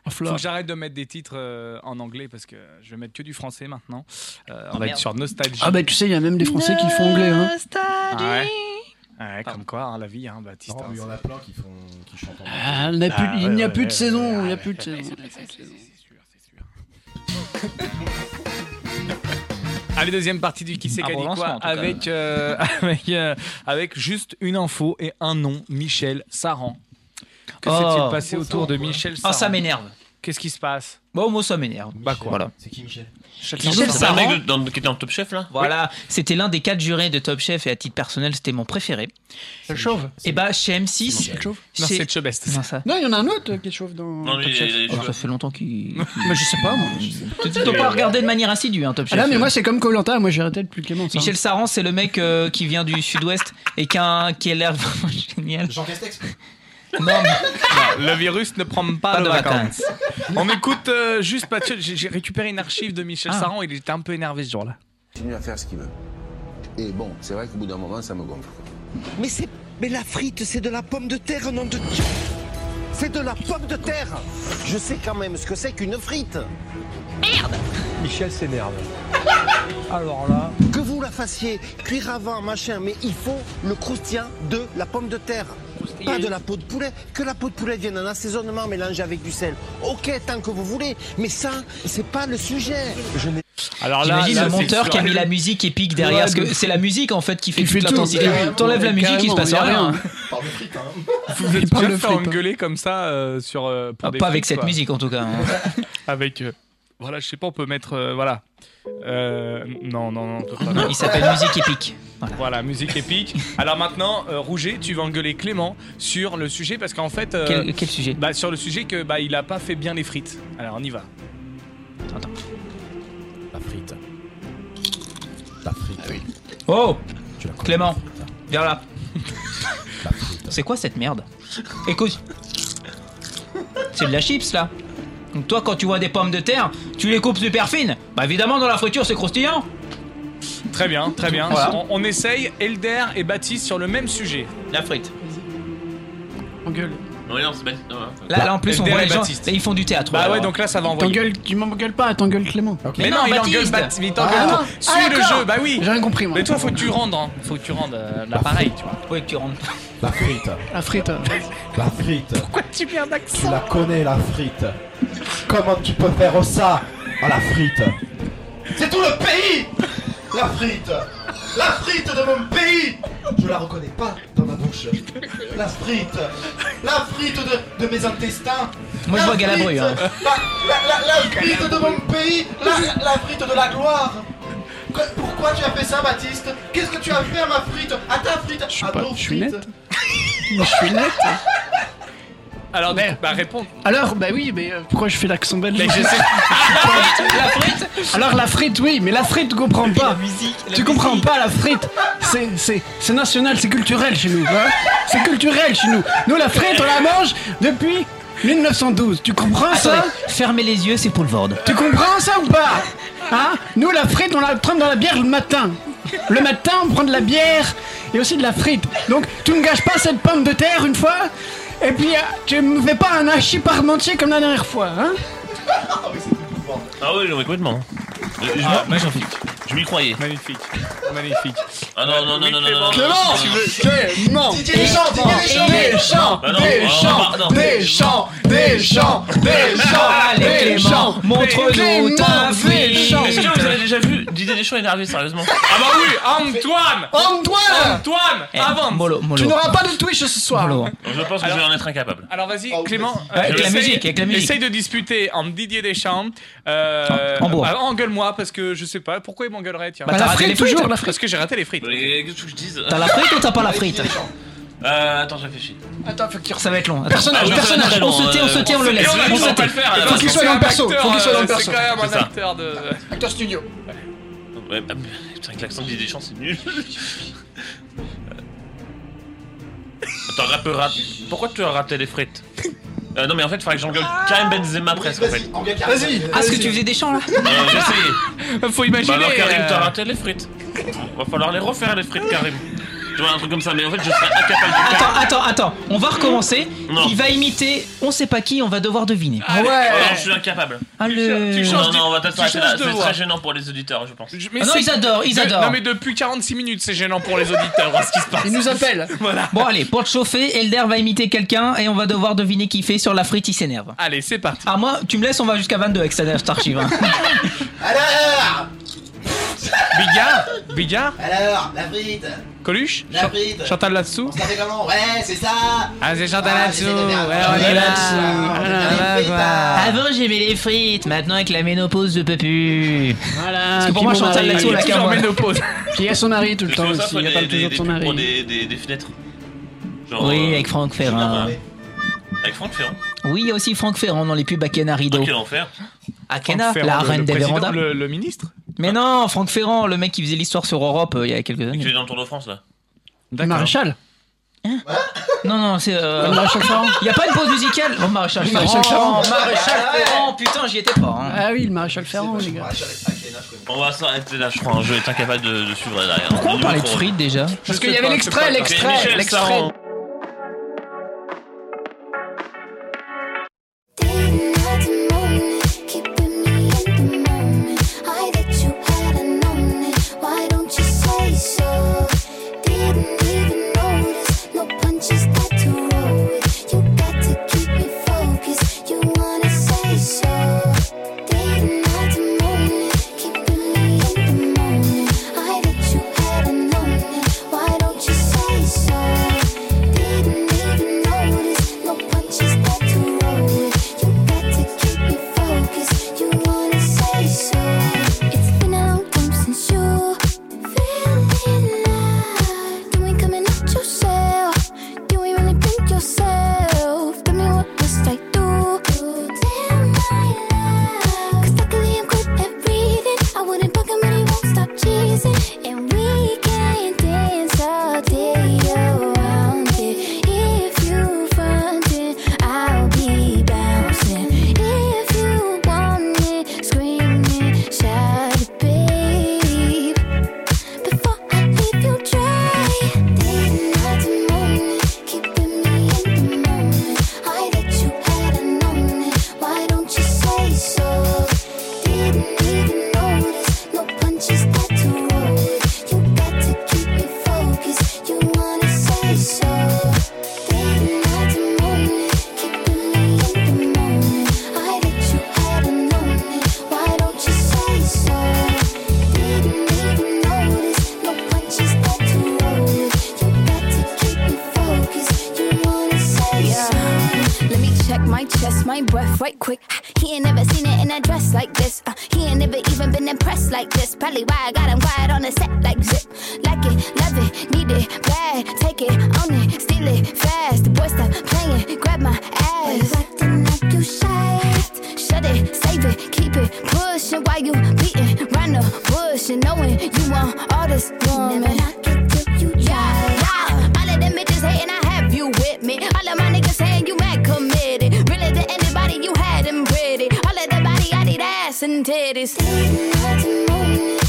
Faut que j'arrête de mettre des titres euh, en anglais parce que je vais mettre que du français maintenant. Euh, on va être sur Nostalgie.
Ah bah tu sais, il y a même des Français qui font anglais. Hein.
Ah ouais. Ouais, comme quoi, hein, la vie, hein, Baptiste.
il y en a plein qui, font, qui chantent en
Ah, on a plus- il n'y a plus de saison. Il n'y a plus de
Ah,
saison.
Allez, deuxième partie du qui c'est
Un
qu'a dit
bon
quoi
lancement, en tout cas.
avec, euh, avec, euh, avec juste une info et un nom, Michel Saran. Que
Oh.
s'est-il passé autour de Michel Saran
Ah, ça m'énerve.
Qu'est-ce qui se passe
Bon, moi, ça m'énerve.
Bah quoi
Voilà.
C'est qui Michel
Michel
C'est pas un
Saran.
mec de- dans- qui était dans le Top Chef là
hein Voilà, c'était l'un des quatre jurés de Top Chef et à titre personnel, c'était mon préféré.
Ça chauffe.
Et bah, chez M6,
Chauve
Non,
chez-
c'est Chebest.
Non, ça.
Non, il y en a un autre euh, qui est chauve dans
Non, mais
Top
il-
Chef.
il- il-
Alors, ça fait longtemps qu'il.
Mais je sais pas moi.
Ils n'ont
euh,
pas regardé de manière assidue, hein, Top
Ah
Chef.
là, mais moi c'est comme Colanta, moi j'ai arrêté depuis Clément. ça.
Michel Saran, c'est le mec euh, qui vient du sud-ouest et qui a, un- qui a l'air vraiment génial.
Jean Castex
Non, mais
Le virus ne prend pas,
pas
de,
de
vacances.
vacances.
On écoute euh, juste Mathieu. J'ai j'ai récupéré une archive de Michel
Ah.
Saran. Il était un peu énervé ce jour-là.
continue à faire ce qu'il veut. Et bon, c'est vrai qu'au bout d'un moment, ça me gonfle.
Mais c'est. Mais la frite, c'est de la pomme de terre, nom de Dieu C'est de la pomme de terre Je sais quand même ce que c'est qu'une frite
Michel s'énerve. Alors là,
Que vous la fassiez cuire avant, machin, mais il faut le croustillant de la pomme de terre. Pas de la peau de poulet, que la peau de poulet vienne en assaisonnement mélangé avec du sel. Ok, tant que vous voulez, mais ça, c'est pas le sujet.
je n'ai
Alors
J'imagine
là,
le
c'est
monteur
sûr.
qui a mis la musique épique derrière. Parce que c'est la musique en fait qui fait toute l'intensité.
Ah ouais,
T'enlèves la musique, il se
carrément,
passe
y a
rien.
Parle de frites, hein.
Vous êtes
Il parle
bien
de
fait
frites.
engueuler comme ça euh, sur. euh, pour
Ah,
des
pas avec
frites,
cette
quoi.
musique en tout cas. hein.
Avec. euh, voilà, je sais pas, on peut mettre. euh, voilà. Euh, non, non, non, on peut pas.
Non, il s'appelle musique épique.
Voilà, musique épique. Alors maintenant, euh, Rouget, tu vas engueuler Clément sur le sujet parce qu'en fait. euh,
Quel, quel sujet
bah, sur le sujet que bah il a pas fait bien les frites. Alors on y va.
La frite. La frite.
Oh
Tu la connais,
Clément.
la frite, hein.
Viens là.
La frite.
C'est quoi cette merde Écoute. C'est de la chips là. Donc toi quand tu vois des pommes de terre, tu les coupes super fines. Bah évidemment dans la friture c'est croustillant.
Très bien, très bien.
Voilà.
On, on essaye Elder et Baptiste sur le même sujet.
La frite.
Engueule.
Non, non, c'est bête. non, non.
Là, là en plus on
Elder
voit
et
les gens
Baptiste.
et ils font du théâtre. hein.
Bah
alors.
ouais, donc là ça va envoyer.
T'engueules, tu m'engueules pas, t'engueules Clément.
Ok.
Mais non, il
Baptiste.
engueule Baptiste. mais il t'engueule
Ah,
toi.
ah,
Suis le
d'accord.
jeu, bah oui.
J'ai rien compris moi.
Mais toi, faut que tu rendes, hein. Faut que tu rendes euh, l'appareil, tu vois.
Oui, tu rentres.
La frite.
La frite. euh,
La frite.
Pourquoi tu perds d'accent
Tu la connais, la frite. Comment tu peux faire ça à la frite C'est tout le pays La frite La frite de mon pays Je la reconnais pas dans ma bouche. La frite La frite de, de mes intestins
Moi, je
La
vois Galabru,
frite.
hein.
La, la- la- la frite de mon pays la, la frite de la gloire Que- Pourquoi tu as fait ça, Baptiste Qu'est-ce que tu as fait à ma frite À ta frite
Je suis
À
pas-
nos
je suis
frites
net. Je suis net.
Alors, donc, bah réponds.
Alors, bah oui, mais euh, pourquoi je fais l'accent belge
Mais je sais.
La frite
Alors la frite, oui, mais la frite, tu comprends pas. tu comprends pas la frite. C'est, c'est, c'est national, c'est culturel chez nous. hein. c'est culturel chez nous. Nous, la frite, on la mange depuis 1912. Tu comprends ça
Attendez, fermez les yeux, c'est Poulvord.
Tu comprends ça ou pas Hein Nous, la frite, on la trempe dans la bière le matin. Le matin, on prend de la bière et aussi de la frite. Donc, tu ne gâches pas cette pomme de terre une fois. Et puis, euh, tu me fais pas un hachis parmentier comme la dernière fois. Hein
Ah ouais, j'en ai complètement. Je, je,
Ah,
moi, j'en fous. Je m'y croyais.
Magnifique. Magnifique.
Ah non, non, non, non, non, non.
Clément,
non,
tu
non, non.
Clément
Didier Deschamps, Didier Deschamps
Bah
Ah non, ah, ah, non. Ah,
Deschamps, Deschamps,
Allez, Clément,
Deschamps,
montre-nous ta
Clément,
frite.
Deschamps.
Est-ce que vous avez déjà vu Didier Deschamps énervé, sérieusement
Ah bah oui, Antoine
Antoine
Antoine
Eh,
Avance
Molo, Molo.
Tu n'auras pas de Twitch ce soir
Molo.
Je pense que je vais en être incapable.
Alors vas-y, Clément. euh,
Avec la
essaye-
musique, avec la musique.
Essaye de disputer en Didier Deschamps. Euh,
En- en bois.
bah, engueule-moi parce que je sais pas. Pourquoi il m'engueulerait, tiens
Bah,
Bah,
t'as
la
raté
frite,
les frites.
toujours, la
Parce
frite
que j'ai raté les frites.
Mais euh, qu'est-ce que je dise
T'as la frite ou t'as pas la frite
Euh, attends, je réfléchis.
Attends, faut qu'il
Ça va être long. Attends.
Ah
hein. Personnage,
oui,
personnage
très
On
long,
se tait, on se
euh,
tait, on le
Et
laisse.
on a dit
On
qu'on
se
va pas
tait.
le faire.
Faut
alors,
qu'il
parce
soit
que
dans le
c'est un
perso,
acteur,
faut qu'il soit dans le
euh,
perso.
C'est quand même
C'est
un
ça.
acteur de.
Acteur studio.
Ouais, bah, putain, avec l'accent de Didier Deschamps, c'est nul. Euh, Attends, rappeur, rap- Pourquoi tu as raté les frites Euh, non, mais en fait, il faudrait que j'engueule Karim Benzema presque en fait.
Ah Vas-y. Ah, ce que tu faisais des chants là
Euh, J'ai essayé.
Faut imaginer,
Bah alors, Karim,
euh,
t'as raté les frites. Va falloir les refaire, les frites, Karim. Tu vois, un truc comme ça, mais en fait, je serais incapable de faire.
Attends, attends, attends, on va recommencer.
Non.
Il va imiter, on sait pas qui, on va devoir deviner.
Alors, Oh je suis incapable.
Ah, le- Ah Tu changes
non,
de-
non, on va
tu
peut-être s'arrêter
changes
là.
de
C'est
voix.
très gênant pour les auditeurs, je pense.
Ah non, ils adorent, ils
De-
adorent.
Non, mais depuis 46 minutes, c'est gênant pour les auditeurs, voir ce qui se passe.
Ils nous appellent.
Voilà.
Bon allez, pour te chauffer, Elder va imiter quelqu'un et on va devoir deviner qui fait sur la frite, il s'énerve.
Allez, c'est parti.
Ah moi, tu me laisses, on va jusqu'à 22 avec cette cette archive. hein.
Alors
Bigard Bigard
Alors, la frite
Coluche
La
Chan-
frite.
Chantal Latsou
Ça fait comment Ouais, c'est ça
Ah, c'est Chantal
Ah,
Latsou
j'essaie de faire-
Ouais, on est
Chantal
là.
Latsou.
Ah, là, là, là.
bah, Avant j'aimais les frites, maintenant avec la ménopause je peux plus.
Voilà.
Parce que pour moi Chantal Latsou la
toujours
carotte.
ménopause. Puis il y a son mari tout le
Mais
temps
c'est
aussi.
pour
Il y a
ça,
pas
faut des-
toujours
des-
de son
des- pour
mari.
des, des- des fenêtres. Genre,
Oh.
Oui,
euh,
avec Franck Ferrand.
Avec Franck Ferrand.
Oui, il y a aussi Franck Ferrand dans les pubs à Ken Rideau.
Ah, quel enfer.
Akena,
Ferrand,
la
le-
reine
le
des
président-
vérandas.
Le, le ministre
Mais non, Franck Ferrand, le mec qui faisait l'histoire sur Europe euh, il y a quelques
Et Tu
années.
es dans le Tour de France là.
Maréchal.
Non, non, c'est. euh,
Le maréchal Ferrand.
Il n'y a pas une pause musicale Oh, Maréchal
Le
Ferrand
maréchal Ferrand.
Maréchal Ferrand, putain, j'y étais pas. hein.
Ah oui, le maréchal Ferrand, les gars.
On va s'arrêter là, je crois. hein. Je vais être incapable de, de suivre derrière.
Pourquoi on
Au
parlait de
micro.
frites déjà
Parce
Je
qu'il y
sais
avait
pas,
l'extrait,
c'est pas-
l'extrait,
Michel
l'extrait.
Saran.
I bet you hadn't known it. Why don't you say so? Didn't even notice. No punches that to roll with. You got to keep me focused. You wanna say so? Didn't have to moan it. Keeping me in the moment. I bet you hadn't known it. Why don't you say so? Didn't even notice. No punches that to roll with. You got to keep me focused. You wanna say so? It's been a long time since you. You ain't coming out yourself. You ain't really been yourself. Tell me what must I do? Tell my love. Cause luckily I'm good at reading. I wouldn't bug him, but he won't stop cheesing. And we can dance all day around it. If you front it, I'll be bouncing. If you want it, scream it, shout it, babe. Before I leave you dry, didn't have to moan it, keeping me in the moment. I bet you hadn't known it. Why don't you say so? Didn't even notice. No punches that to roll with. You got to keep me focused. You wanna say so? Didn't have to moan it, keeping me in the moment. I bet you hadn't known it. Why don't you say so? Didn't even notice, no punches that to roll with. You got to keep me focused. You wanna say
Yeah. Let me check my chest, my breath right quick. He ain't never seen it in a dress like this. Uh, he ain't never even been impressed like this. Probably why I got him quiet on the set like zip. Like it, love it, need it, bad. Take it, own it, steal it, fast. The boy stop playing, grab my ass. Acting like you shy. Shut it, save it, keep it, pushing while you beating round the bush and knowing you want all this woman. Yeah, yeah. All of them bitches hating, I have you with me. All of my niggas saying you mad committed. Really to anybody, you had them pretty. All of the body, I need ass and titties.
I bet you hadn't known it.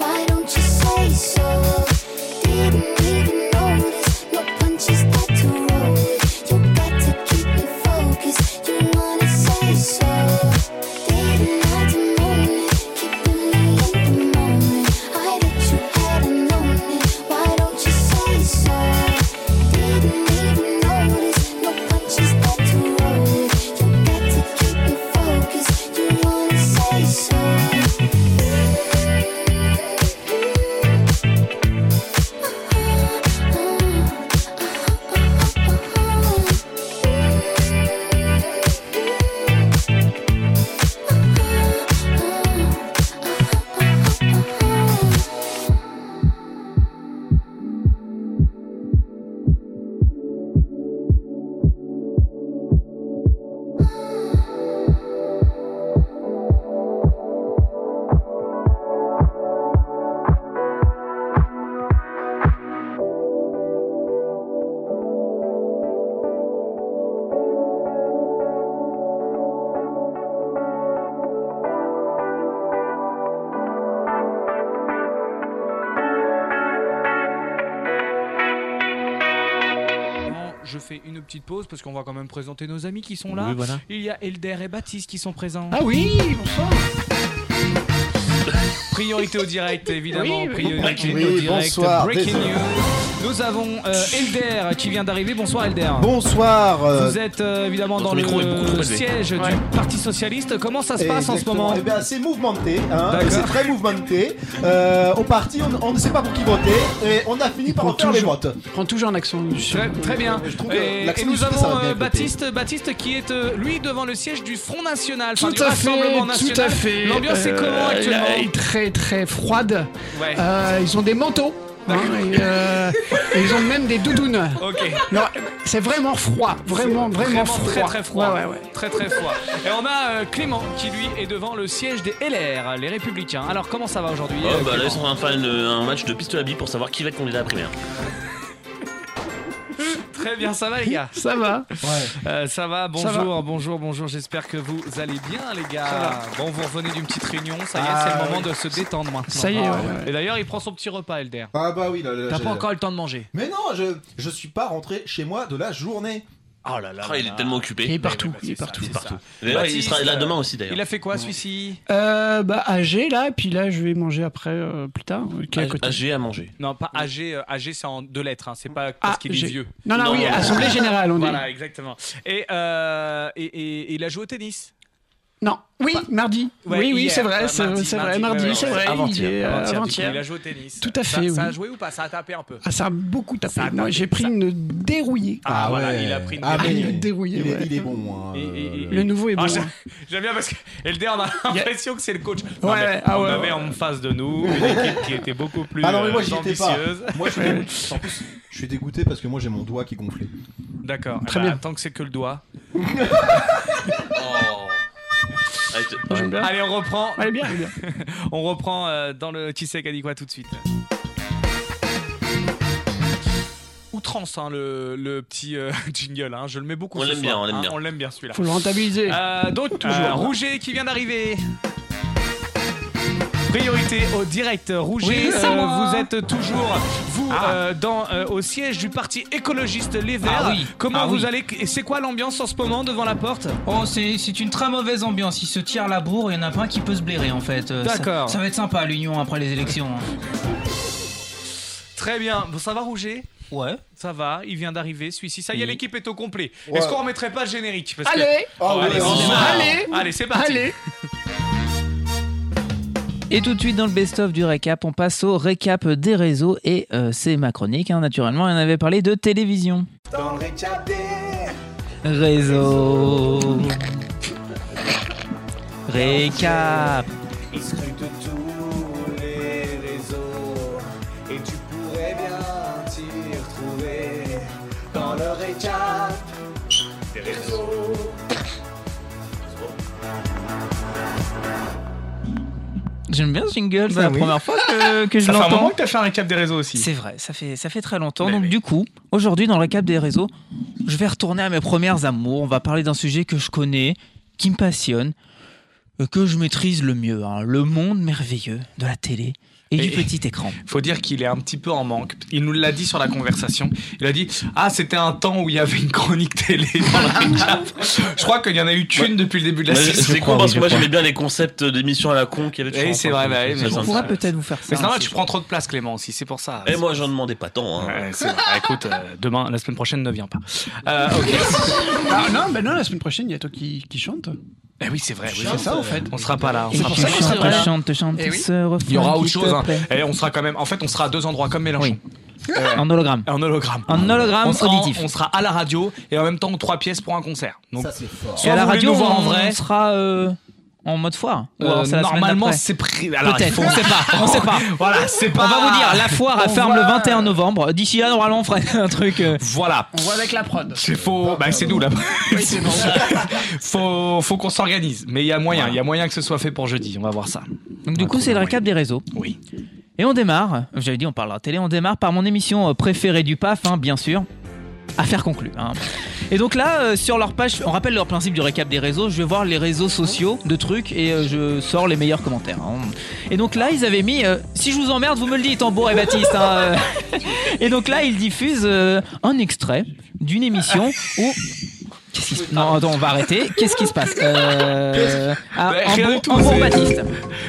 Why don't you say so? Didn't even notice. No punches that to roll with. You got to keep me focused. You wanna say so? Didn't have to moan it. Keeping me in the moment. I bet you hadn't known it. Why don't you say so? Didn't even notice. No punches that to roll with. You got to keep me
je fais une petite pause parce qu'on va quand même présenter nos amis qui sont là.
Oui, voilà.
Il y a Elder et Baptiste qui sont présents.
Ah oui, bonsoir.
Priorité au direct, évidemment.
Oui, oui.
Priorité
Oui,
au direct.
bonsoir,
Breaking
désolé.
news. Nous avons euh, Elder qui vient d'arriver. Bonsoir Elder.
Bonsoir. euh,
Vous êtes euh, évidemment dans
Votre micro est beaucoup trop
le
élevé.
siège du Parti Socialiste. Comment ça se passe en ce
Exactement.
moment
Eh bien, c'est mouvementé, hein,
D'accord.
c'est très mouvementé. Euh, au parti, on, on ne sait pas pour qui voter, et on a fini par en faire les votes.
Prend toujours un accent du sud.
Très, très bien.
Je trouve que
Et,
l'accent
et
du
nous
sud, ça
avons
va bien
euh,
côté.
Baptiste, Baptiste qui est euh, lui devant le siège du Front National, enfin,
Tout
du
à fait,
Rassemblement
tout à
National.
fait.
L'ambiance est
Euh,
comment actuellement
Elle est très très froide.
Ouais.
Euh, ils ont des manteaux. hein, et, euh, et ils ont même des doudounes.
Ok.
Non, c'est vraiment froid, vraiment vraiment, froid.
Très très froid.
Ouais, ouais, ouais.
Très très froid. Et on a euh, Clément qui lui est devant le siège des LR, les Républicains. Alors comment ça va aujourd'hui
Oh
euh,
bah là ils
Clément
sont en train de faire une- un match de piste à billes pour savoir qui va être candidat à la primaire.
Très bien, ça va les gars.
Ça va.
Euh, ça va, bonjour,
Ça va.
bonjour, bonjour. J'espère que vous allez bien, les
Ça
gars.
va.
Bon, vous revenez d'une petite réunion. Ça y est,
Ah,
c'est le moment
oui.
de se détendre maintenant.
Ça y est, ouais, ouais.
Et d'ailleurs, il prend son petit repas, Elder.
Ah bah oui, là, là,
Ah, T'as
j'ai-
pas encore eu le temps de manger.
Mais non, je, je suis pas rentré chez moi de la journée.
Oh là là.
Ah, il est tellement occupé.
Il est partout, il est partout.
Il est partout. D'ailleurs, Bah, il sera là demain aussi d'ailleurs.
Bah, Il a fait quoi celui-ci
Euh, bah âgé là, puis là je vais manger après euh, plus tard. euh, qui est à côté.
AG à manger.
Non, pas AG. euh, AG, c'est en deux lettres. hein. C'est pas parce qu'il est
Ah, j'ai-
vieux.
Non, non, oui, Assemblée Générale, on dit.
Voilà, exactement. Et, euh, et, et- et il a joué au tennis
Non, oui, mardi.
Ouais,
oui, oui,
hier,
c'est vrai,
euh,
c'est
mardi,
c'est
mardi,
vrai, mardi,
ouais, ouais,
c'est
ouais.
vrai.
Avant-hier,
il est, euh,
avant-hier, du coup,
avant-hier.
il a joué au tennis.
Tout à
Ça-
fait,
Ça a
oui.
joué ou pas Ça a tapé un peu.
Ah, ça a beaucoup tapé.
Ça a
Moi,
tapé,
j'ai pris une dérouillée.
Ah, voilà, il a pris une
Ah,
dérouillée.
il a dérouillé,
Il, est,
ouais.
il est bon. hein, euh,
Le nouveau est
Ah,
bon.
j'a-
hein.
J'aime bien parce que Elder, on a l'impression que c'est le coach. Non,
Ouais,
mais
ouais, ah
on
ouais,
avait
ouais.
en face de nous une équipe qui était beaucoup plus
Ah non, mais moi
euh,
j'y étais pas.
ambitieuse.
Moi, je suis, dégoûté. en plus, je suis dégoûté parce que moi j'ai mon doigt qui gonflait.
D'accord.
Très
Eh ben,
bien.
Tant que c'est que le doigt.
Oh. Ah, il te-
J'aime bien.
Allez, on reprend.
Allez, bien, allez, bien.
On reprend euh, dans le qui sait qui a dit quoi tout de suite. Outrance, hein, le, le petit euh, jingle. hein. Je le mets beaucoup.
On
ce
l'aime
soir,
bien, on l'aime
hein.
bien.
On l'aime bien celui-là.
Faut le rentabiliser.
Euh, donc,
Toujours.
euh, Rouget qui vient d'arriver. Priorité au direct. Rouget,
Oui, c'est
euh,
moi. Ah.
vous êtes toujours vous euh, dans euh, au siège du parti écologiste Les Verts.
Ah oui.
Comment
Ah
vous
oui.
allez et c'est quoi l'ambiance en ce moment devant la porte
Oh, c'est c'est une très mauvaise ambiance. Ils se tirent la bourre, il y en a pas un qui peut se blairer en fait. Euh, ça-
D'accord.
Ça, va être sympa l'union après les élections. hein.
Très bien. Bon, ça va Rouget
Ouais.
Ça va, il vient d'arriver celui-ci. Ça y est,
Oui.
l'équipe est au complet.
Ouais.
Est-ce qu'on remettrait pas le générique Parce que-
Allez
Oh,
Oh,
Ah
ouais,
allez,
ouais,
on y va.
Allez
Allez, c'est parti.
Allez
Et tout de suite dans le best-of du récap, on passe au récap des réseaux et euh, c'est ma chronique. hein, naturellement, on avait parlé de télévision.
Dans le récap des
Réseau. Récap.
Il scrute tous les réseaux et tu pourrais bien t'y retrouver dans le récap des réseaux.
J'aime bien ce jingle, c'est la
oui.
première fois que, que je
Ça fait un moment
l'entends.
que t'as fait un récap des réseaux aussi.
C'est vrai, ça fait, ça fait très longtemps.
Mais
Donc
oui.
du coup, aujourd'hui dans le cap des réseaux, je vais retourner à mes premières amours. On va parler d'un sujet que je connais, qui me passionne, euh, que je maîtrise le mieux. hein. le monde merveilleux de la télé et,
Et-
du petit écran.
Faut dire qu'il est un petit peu en manque. Il nous l'a dit sur la conversation. Il a dit Ah, c'était un temps où il y avait une chronique télé dans la récap. Je crois qu'il y en a eu une depuis le début de la
Moi, je-
saison.
C'est con parce que moi j'aimais bien les concepts d'émissions à la con qu'il y avait
Eh, c'est vrai, bah, mais
mais
on
On
Ça-
pourrait peut-être vous faire ça.
Mais ça
un
va,
petit
tu prends trop de place, Clément, aussi. C'est pour ça.
Et Eh, moi j'en demandais pas tant. hein.
Ouais, c'est vrai. Ah, Écoute, euh, demain, la semaine prochaine, ne viens pas. Euh, ok.
Ah, non, bah non, la semaine prochaine, il y a toi qui, qui chante.
Eh oui, c'est vrai. oui,
C'est ça, en
euh,
fait.
On sera pas là. On
C'est
sera
pour
pas
ça
là.
qu'on chante,
là.
chante, chante,
Eh oui.
ce refrain
Il y aura
qui
autre
te
chose. hein.
plaît.
Et on sera quand même. En fait, on sera à deux endroits comme Mélenchon. Euh,
Oui. En hologramme.
En hologramme.
En hologramme
on sera,
auditif.
On sera à la radio et en même temps trois pièces pour un concert. Donc,
Ça c'est fort.
Et
soit
à la
vous voulez
radio,
nous voir
on,
en vrai.
sera euh, en mode foire. Ou
euh,
alors c'est la semaine
normalement,
d'après.
c'est pris.
Peut-être, on sait pas, on sait pas.
Voilà, c'est
On
pas.
va vous dire, la foire elle
On
ferme
va-
le 21 novembre. D'ici là, normalement, on ferait un truc. euh,
Voilà.
On voit avec la prod.
C'est faux. Bah, c'est nous là. faut faut qu'on s'organise. Mais il y a moyen. Il y a moyen que ce soit fait pour jeudi. On va voir ça.
Donc, du coup, c'est le récap des réseaux.
Oui.
Et on démarre, j'avais dit on parlera télé, on démarre par mon émission euh, préférée du PAF, hein, bien sûr. Affaire conclue. hein. Et donc là, euh, sur leur page, on rappelle leur principe du récap des réseaux. Je vais voir les réseaux sociaux de trucs et euh, je sors les meilleurs commentaires. hein. Et donc là, ils avaient mis euh, Si je vous emmerde, vous me le dites, Tambour et Baptiste. hein, euh. Et donc là, ils diffusent euh, un extrait d'une émission où. Qu'est-ce qui se... Non, attends, on va arrêter. Qu'est-ce qui se passe euh... ah,
Bah,
Hambourg-
rien du tout,
Hambourg,
c'est-
Baptiste.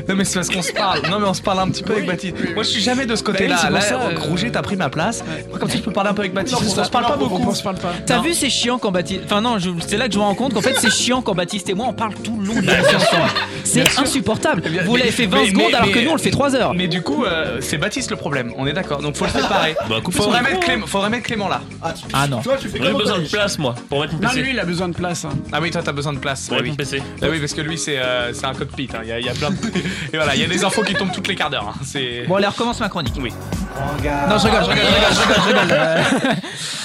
Non mais c'est parce qu'on se parle. Non mais on se parle un petit peu avec Baptiste. Moi je suis jamais de ce côté-là.
Bah oui, c'est
Là,
pour ça, euh,
Roger, t'as pris ma place. Moi, comme ça, je peux parler un peu avec Baptiste.
Non,
on
c'est
se
ça.
parle pas
Non, on-
beaucoup.
on
se parle pas.
T'as vu, c'est chiant quand Baptiste. Enfin, non, je- c'est là que je me rends compte qu'en fait, c'est chiant quand Baptiste et moi on parle tout le long de l'émission. C'est insupportable. Vous l'avez fait 20 secondes alors que nous on le fait 3 heures.
Mais du coup, euh, c'est Baptiste le problème. On est d'accord. Donc faut le séparer.
Bah, coupe
faudrait,
son
mettre
micro.
Clément, faudrait mettre Clément là.
Ah non.
Toi,
tu fais J'aurais comme au besoin de collège. place, moi, pour mettre mon
Non,
PC.
lui, il a besoin de place. hein.
Ah oui, toi t'as besoin de place.
Ouais,
oui.
mon PC.
Ah oui, parce que lui c'est euh, c'est un cockpit. hein. Il y, a- il y a plein de. Et voilà, il y a des infos qui tombent toutes les quarts d'heure. hein. C'est.
Bon, allez, recommence ma chronique.
Oui. euh,
Non, je rigole, je rigole, je rigole, je rigole, je rigole.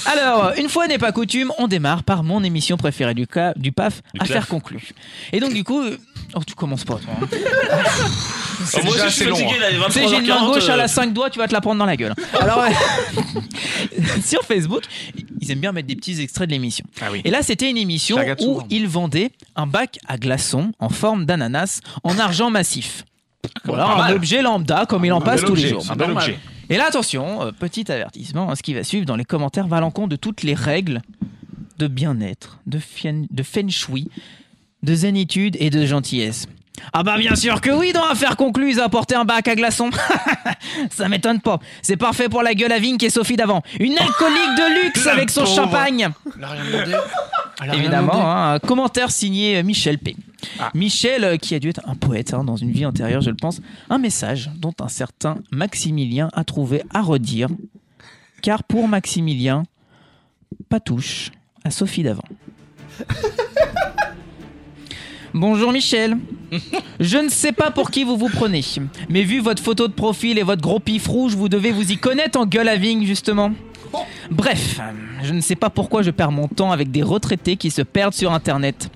Euh, Alors, euh, une fois n'est pas coutume, on démarre par mon émission préférée du, ca- du PAF, Affaire
claf.
conclue. Et donc, du coup. euh, Oh, tu commences pas, toi. hein.
Ah,
C'est moi
déjà
aussi, je suis
assez long,
fatigué,
hein.
là, il est
Tu sais, j'ai une main
23h40,
gauche à
euh,
la 5 doigts, tu vas te la prendre dans la gueule. Alors, ouais. sur Facebook, ils aiment bien mettre des petits extraits de l'émission.
Ah
Et là, c'était une émission
Je la regarde
où
souvent.
ils vendaient un bac à glaçons en forme d'ananas en argent massif. Voilà,
Pas
un
mal.
objet lambda comme il en
Un
passe
bel
tous les
objet,
jours.
c'est un bel
Normal.
objet.
Et là, attention, euh, petit avertissement, hein, ce qui va suivre dans les commentaires va à l'encontre de toutes les règles de bien-être, de, fien- de feng shui, de zénitude et de gentillesse. Ah bah bien sûr que oui, dans Affaire conclue, ils ont apporté un bac à glaçons. Ça m'étonne pas. C'est parfait pour la gueule à Vink et Sophie d'avant. Une alcoolique de luxe
La
avec son
pauvre.
champagne.
Elle a rien demandé. Elle a rien demandé.
Évidemment, hein, un commentaire signé euh, Michel P. Michel, euh, qui a dû être un poète hein, dans une vie antérieure, je le pense, un message dont un certain Maximilien a trouvé à redire, car pour Maximilien, pas touche à Sophie d'avant. Bonjour Michel. Je ne sais pas pour qui vous vous prenez, mais vu votre photo de profil et votre gros pif rouge, vous devez vous y connaître en gueule à vigne, justement. Bref, je ne sais pas pourquoi je perds mon temps avec des retraités qui se perdent sur Internet.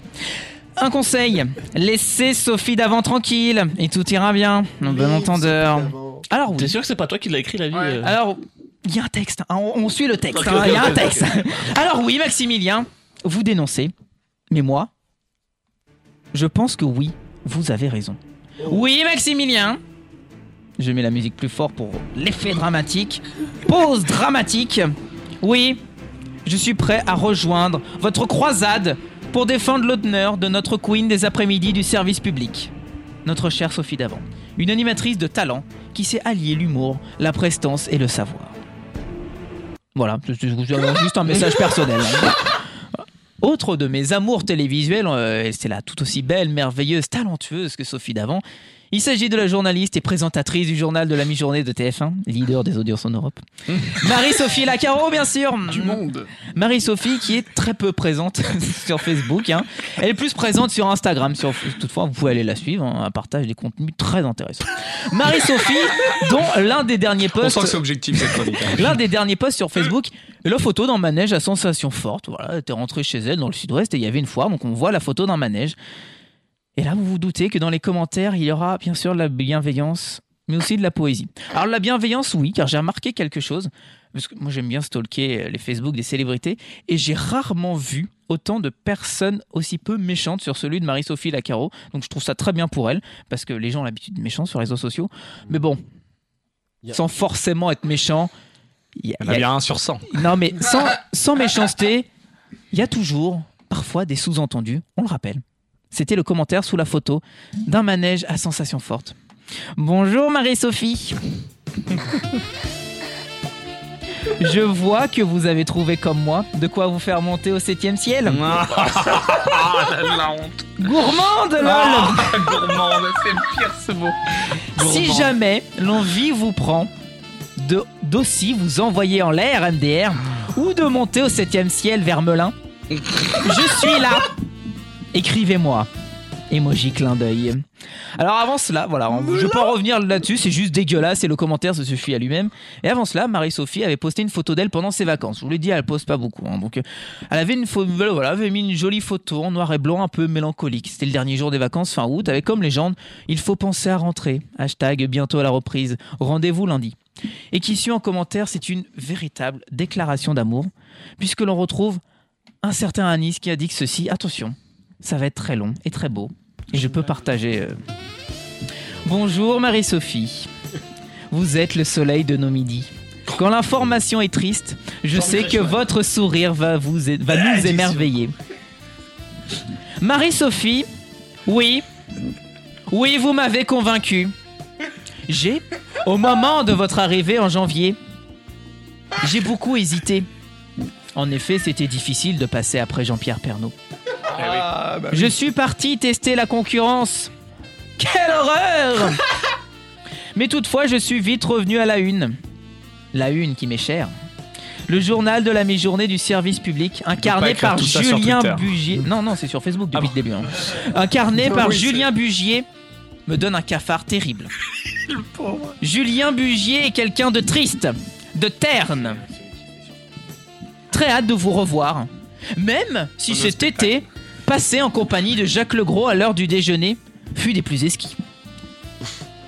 Un conseil, laissez Sophie d'avant tranquille et tout ira bien. Un bon entendeur. Alors oui.
T'es sûr que c'est pas toi qui l'as écrit la vie euh
Alors, il y a un texte. hein, on, on suit le texte.
Ok,
hein, Il
ok,
y a
ok,
un
ok.
texte. Alors oui, Maximilien, vous dénoncez. Mais moi, je pense que oui, vous avez raison. Oui, Maximilien. Je mets la musique plus fort pour l'effet dramatique. Pause dramatique. Oui, je suis prêt à rejoindre votre croisade pour défendre l'honneur de notre queen des après-midi du service public. Notre chère Sophie Davant, une animatrice de talent qui sait allier l'humour, la prestance et le savoir. Voilà, c'est- c'est- c'est juste un message personnel. Autre de mes amours télévisuels, euh, et c'est la tout aussi belle, merveilleuse, talentueuse que Sophie Davant. Il s'agit de la journaliste et présentatrice du journal de la mi-journée de TF1, leader des audiences en Europe. Marie-Sophie Lacaro, bien sûr. Du monde. Marie-Sophie qui est très peu présente sur Facebook. hein. Elle est plus présente sur Instagram. Sur... Toutefois, vous pouvez aller la suivre. hein. Elle partage des contenus très intéressants. Marie-Sophie, dont l'un des derniers
On
posts.
sent que c'est objectif cette chronique. hein.
L'un des derniers posts sur Facebook, la photo d'un manège à sensation forte. Voilà, elle était rentrée chez elle dans le sud-ouest et il y avait une foire, donc on voit la photo d'un manège. Et là, vous vous doutez que dans les commentaires, il y aura bien sûr de la bienveillance, mais aussi de la poésie. Alors, la bienveillance, oui, car j'ai remarqué quelque chose, parce que moi j'aime bien stalker euh, les Facebook des célébrités, et j'ai rarement vu autant de personnes aussi peu méchantes sur celui de Marie-Sophie Lacaro. Donc, je trouve ça très bien pour elle, parce que les gens ont l'habitude de méchants sur les réseaux sociaux. Mais bon, sans forcément être méchant, il y a-
Il y en a bien un sur 100.
non, mais sans, sans méchanceté, il y a toujours, parfois, des sous-entendus. On le rappelle. C'était le commentaire sous la photo d'un manège à sensation forte. Bonjour Marie-Sophie. Je vois que vous avez trouvé comme moi de quoi vous faire monter au septième ciel.
Ah, la honte.
Ah. Gourmande, lol
Ah. gourmand, c'est le pire ce mot.
Si
Gourmand.
jamais l'envie vous prend de d'aussi vous envoyer en l'air, MDR, ou de monter au 7ème ciel vers Melun, je suis là. Écrivez-moi. Emoji clin d'œil. Alors avant cela, voilà, on- je vais pas en revenir là-dessus, c'est juste dégueulasse et le commentaire se suffit à lui-même. Et avant cela, Marie-Sophie avait posté une photo d'elle pendant ses vacances. Je vous l'ai dit, elle poste pas beaucoup. hein, donc euh, elle avait, une pho- voilà, elle avait mis une jolie photo en noir et blanc un peu mélancolique. C'était le dernier jour des vacances fin août avec comme légende « Il faut penser à rentrer ». Hashtag bientôt à la reprise. Rendez-vous lundi. et qui suit en commentaire, c'est une véritable déclaration d'amour, puisque l'on retrouve un certain Anis qui a dit que ceci, attention, ça va être très long et très beau, et je peux partager. euh. Bonjour Marie-Sophie, vous êtes le soleil de nos midis. Quand l'information est triste, je sais que votre sourire va, vous é- va nous émerveiller. Marie-Sophie, oui, oui, vous m'avez convaincu. J'ai, au moment de votre arrivée en janvier, j'ai beaucoup hésité. En effet, c'était difficile de passer après Jean-Pierre Pernaud.
Eh
Ah, bah
Je suis parti tester la concurrence. Quelle horreur Mais toutefois, je suis vite revenu à la une. La une qui m'est chère. Le journal de la mi-journée du service public, incarné
écrire
par
tout ça sur
Julien
Twitter. Ah
Bugier. Non, non, c'est sur Facebook depuis le début. hein. Incarné
Oui,
par
c'est-
Julien Bugier, me donne un cafard terrible. Julien Bugier est quelqu'un de triste, de terne. Très hâte de vous revoir. Même si cet été, passé en compagnie de Jacques Legros à l'heure du déjeuner, fut des plus esquis.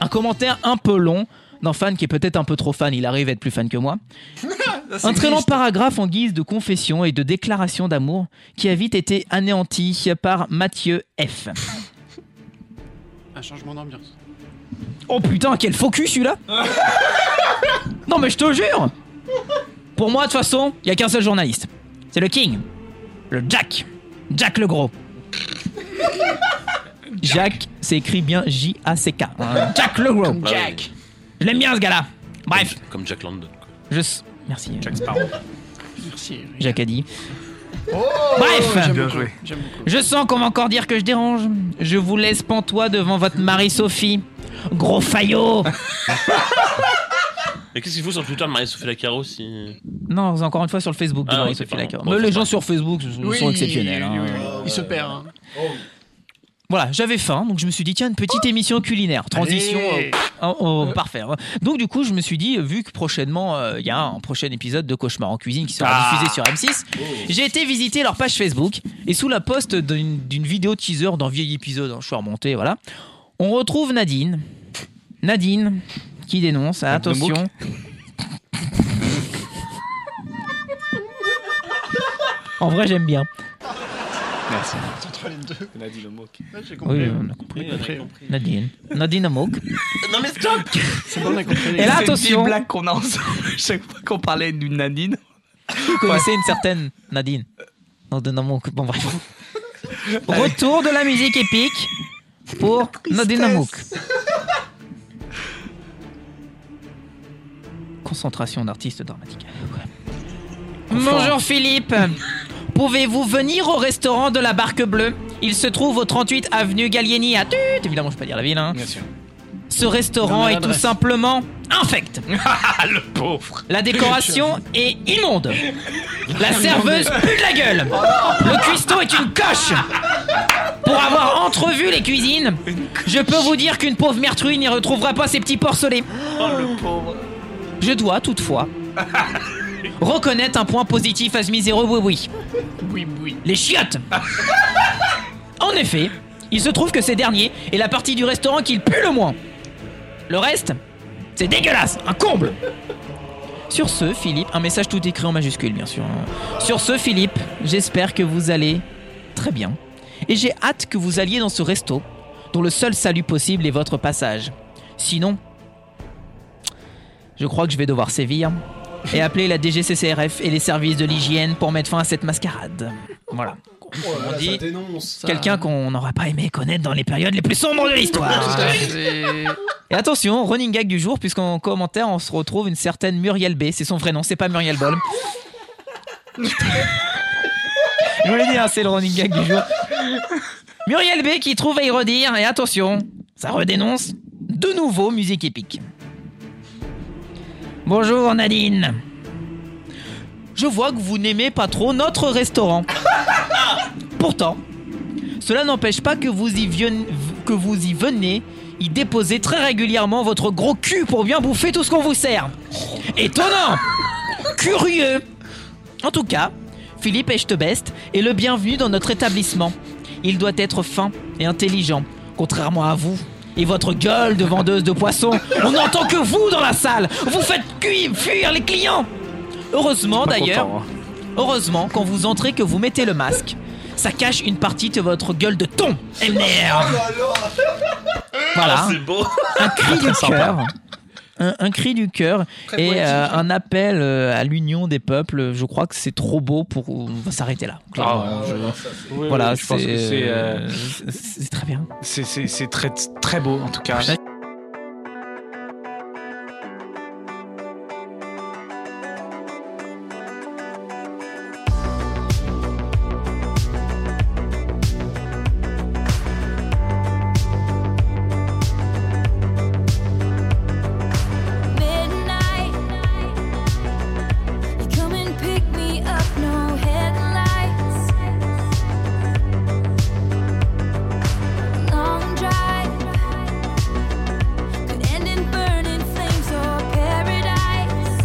Un commentaire un peu long d'un fan qui est peut-être un peu trop fan, il arrive à être plus fan que moi. Un très long paragraphe en guise de confession et de déclaration d'amour qui a vite été anéanti par Mathieu F.
Un changement d'ambiance.
Oh putain, quel faux cul celui-là Non mais je te jure Pour moi, de toute façon, il y a qu'un seul journaliste. C'est le King. Le Jack. Jack le gros. Jack, c'est écrit bien J-A-C-K. hein. Jack le gros.
Bah oui.
Jack. Je l'aime bien ce gars-là. Bref,
Comme Jack London.
je... s- Merci. Jack
Sparrow.
Merci. Oh,
Jack a dit. Oh, Bref
J'aime beaucoup, j'aime beaucoup.
Je sens qu'on va encore dire que je dérange. Je vous laisse pantois devant votre mari Sophie. Gros faillot
Mais qu'est-ce qu'il faut sur Twitter de Marie-Sophie Lacaro si.
Non, c'est encore une fois sur le Facebook de
Ah,
Marie
ok,
Sophie
pardon.
Lacor.
Bon,
Mais
c'est
les
pas
gens sur Facebook sont,
Oui,
sont exceptionnels. hein.
oui, oui. Il se perd. hein.
Voilà, j'avais faim, donc je me suis dit tiens une petite émission culinaire, transition,
Oh. Allez.
euh, oh, oh, parfait. hein. Donc du coup, je me suis dit euh, vu que prochainement euh, il y a un prochain épisode de Cauchemar en cuisine qui sera
Ah.
diffusé sur M6,
Oh.
j'ai été visiter leur page Facebook et sous la poste d'une d'une vidéo teaser d'un vieil épisode, hein, je suis remonté, voilà, on retrouve Nadine, Nadine qui dénonce attention. En vrai, j'aime bien.
Merci. Entre les deux. On a dit le mot. J'ai
Oui,
compris.
on a compris.
Oui, on a compris.
Nadine. Nadine Amok.
Non mais stop
C'est bon, on a compris.
Et là, attention.
blague qu'on a ensemble chaque fois qu'on parlait d'une Nadine.
Vous connaissez une certaine Nadine Nadine Amok. Bon, bref. Retour de la musique épique pour Nadine Amok. Concentration d'artiste dramatique. Bonjour Philippe. Pouvez-vous venir au restaurant de la Barque Bleue Il se trouve au 38 avenue Gallieni à Tut. Évidemment, je peux pas dire la ville. Hein. Bien sûr. Ce
Dans
restaurant
la
est tout
adresse.
simplement infect. Ah, Le pauvre. La décoration est immonde. La serveuse pue de la gueule. Le cuistot est une coche. Pour avoir entrevu les cuisines, je peux vous dire qu'une pauvre mertruille n'y retrouvera pas ses petits porcelets.
Oh,
Je dois toutefois reconnaître un point positif à ce miséreux oui oui.
Oui, oui.
Les chiottes En effet, il se trouve que ces derniers est la partie du restaurant qu'il pue le moins. Le reste, c'est dégueulasse, un comble Sur ce, Philippe, un message tout écrit en majuscule bien sûr. hein. Sur ce, Philippe, j'espère que vous allez très bien. Et j'ai hâte que vous alliez dans ce resto, dont le seul salut possible est votre passage. Sinon, je crois que je vais devoir sévir et appeler la DGCCRF et les services de l'hygiène pour mettre fin à cette mascarade. Voilà.
on dit. Ah, Ça dénonce.
Quelqu'un qu'on n'aura pas aimé connaître dans les périodes les plus sombres de l'histoire.
Tout à
Et attention, running gag du jour, puisqu'en commentaire, on se retrouve une certaine Muriel B. C'est son vrai nom, c'est pas Muriel Boll. Je vous l'ai dit, hein, c'est le running gag du jour. Muriel B qui trouve à y redire, et attention, ça redénonce de nouveau musique épique. Bonjour Nadine. Je vois que vous n'aimez pas trop notre restaurant. Pourtant, cela n'empêche pas que vous, y vienne- que vous y venez y déposer très régulièrement votre gros cul pour bien bouffer tout ce qu'on vous sert. Étonnant Curieux En tout cas, Philippe Echtebest est le bienvenu dans notre établissement. Il doit être fin et intelligent, contrairement à vous, Et votre gueule de vendeuse de poissons, on n'entend que vous dans la salle. Vous faites cuire, fuir les clients. Heureusement
Pas
d'ailleurs,
content, hein.
heureusement quand vous entrez que vous mettez le masque, ça cache une partie de votre gueule de thon. Et merde.
Ah,
Voilà.
Ah, C'est beau.
Un cri du
Très sympa.
cœur. Un, un cri du cœur
Très
et
poétique.
euh, un appel euh, à l'union des peuples. Je crois que c'est trop beau pour. On va s'arrêter là. clairement.
Ah,
Je-
ouais, ça, c'est-
voilà,
Oui, oui, je pense que c'est, euh,
c'est- c'est très bien.
C'est- C'est c'est très, très beau en tout cas.
Midnight, you come and pick me up, no headlights. Long drive could end in burning flames or paradise.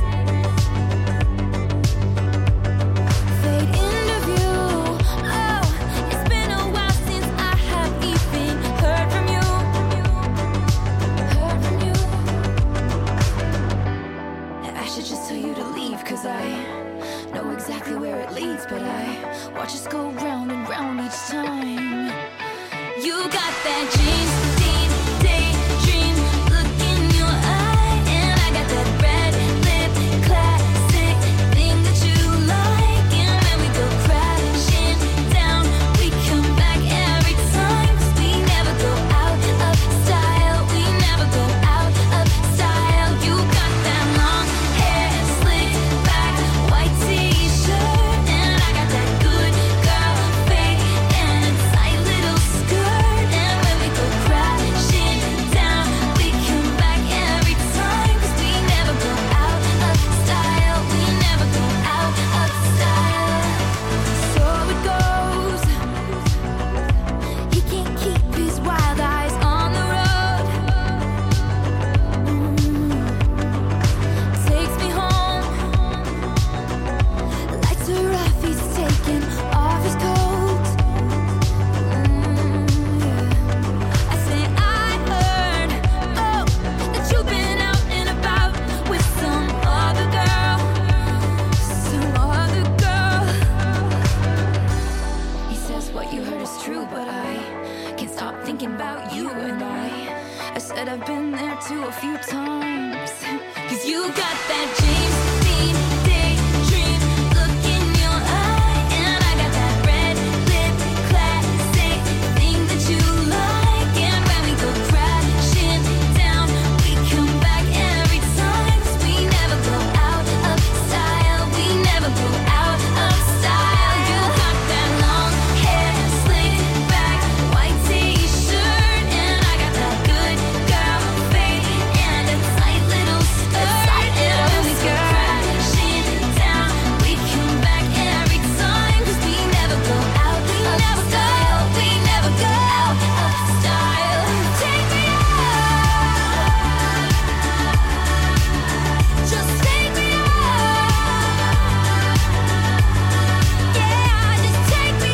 Fade into view. Oh, it's been a while since I have even heard from you. Heard from you. I should just tell you to leave, cause I know exactly where it leads, but I watch us go round and round each time. You got that jeans, jeans, daydream look in your eye, and I got that red lip classic thing that you like, and when we go crashing down, we come back every time, 'cause we never go out of style, we never go out of style. You got that long hair, slick back, white t-shirt, and I got that good girl fade and a tight little skirt. And when we go crashing down, we come back every time, 'cause we never go out of style, we never go out of style. So it goes. He can't keep his wild eyes on the road. Mm. Takes me home. Lights are off, he's taking off his coat. Mm, I say I heard, oh, that you've been out and about with some other girl, some other girl. He says what you heard is true, but I can't stop thinking about you and I. I said I've been there too a few times. Cause you got that James Dean daydream look in your eye. And I got that red lip classic thing that you like. And when we go crashing down, we come back every time. 'Cause we never go out of style. We never go out of style. You got that long hair, slick back, white t-shirt. And I got that good girl fade and a tight little skirt. And when we go crashing down, we come back every time. 'Cause we never go out of style. We never go out of style. Take me out. Just take me out. Yeah, just take me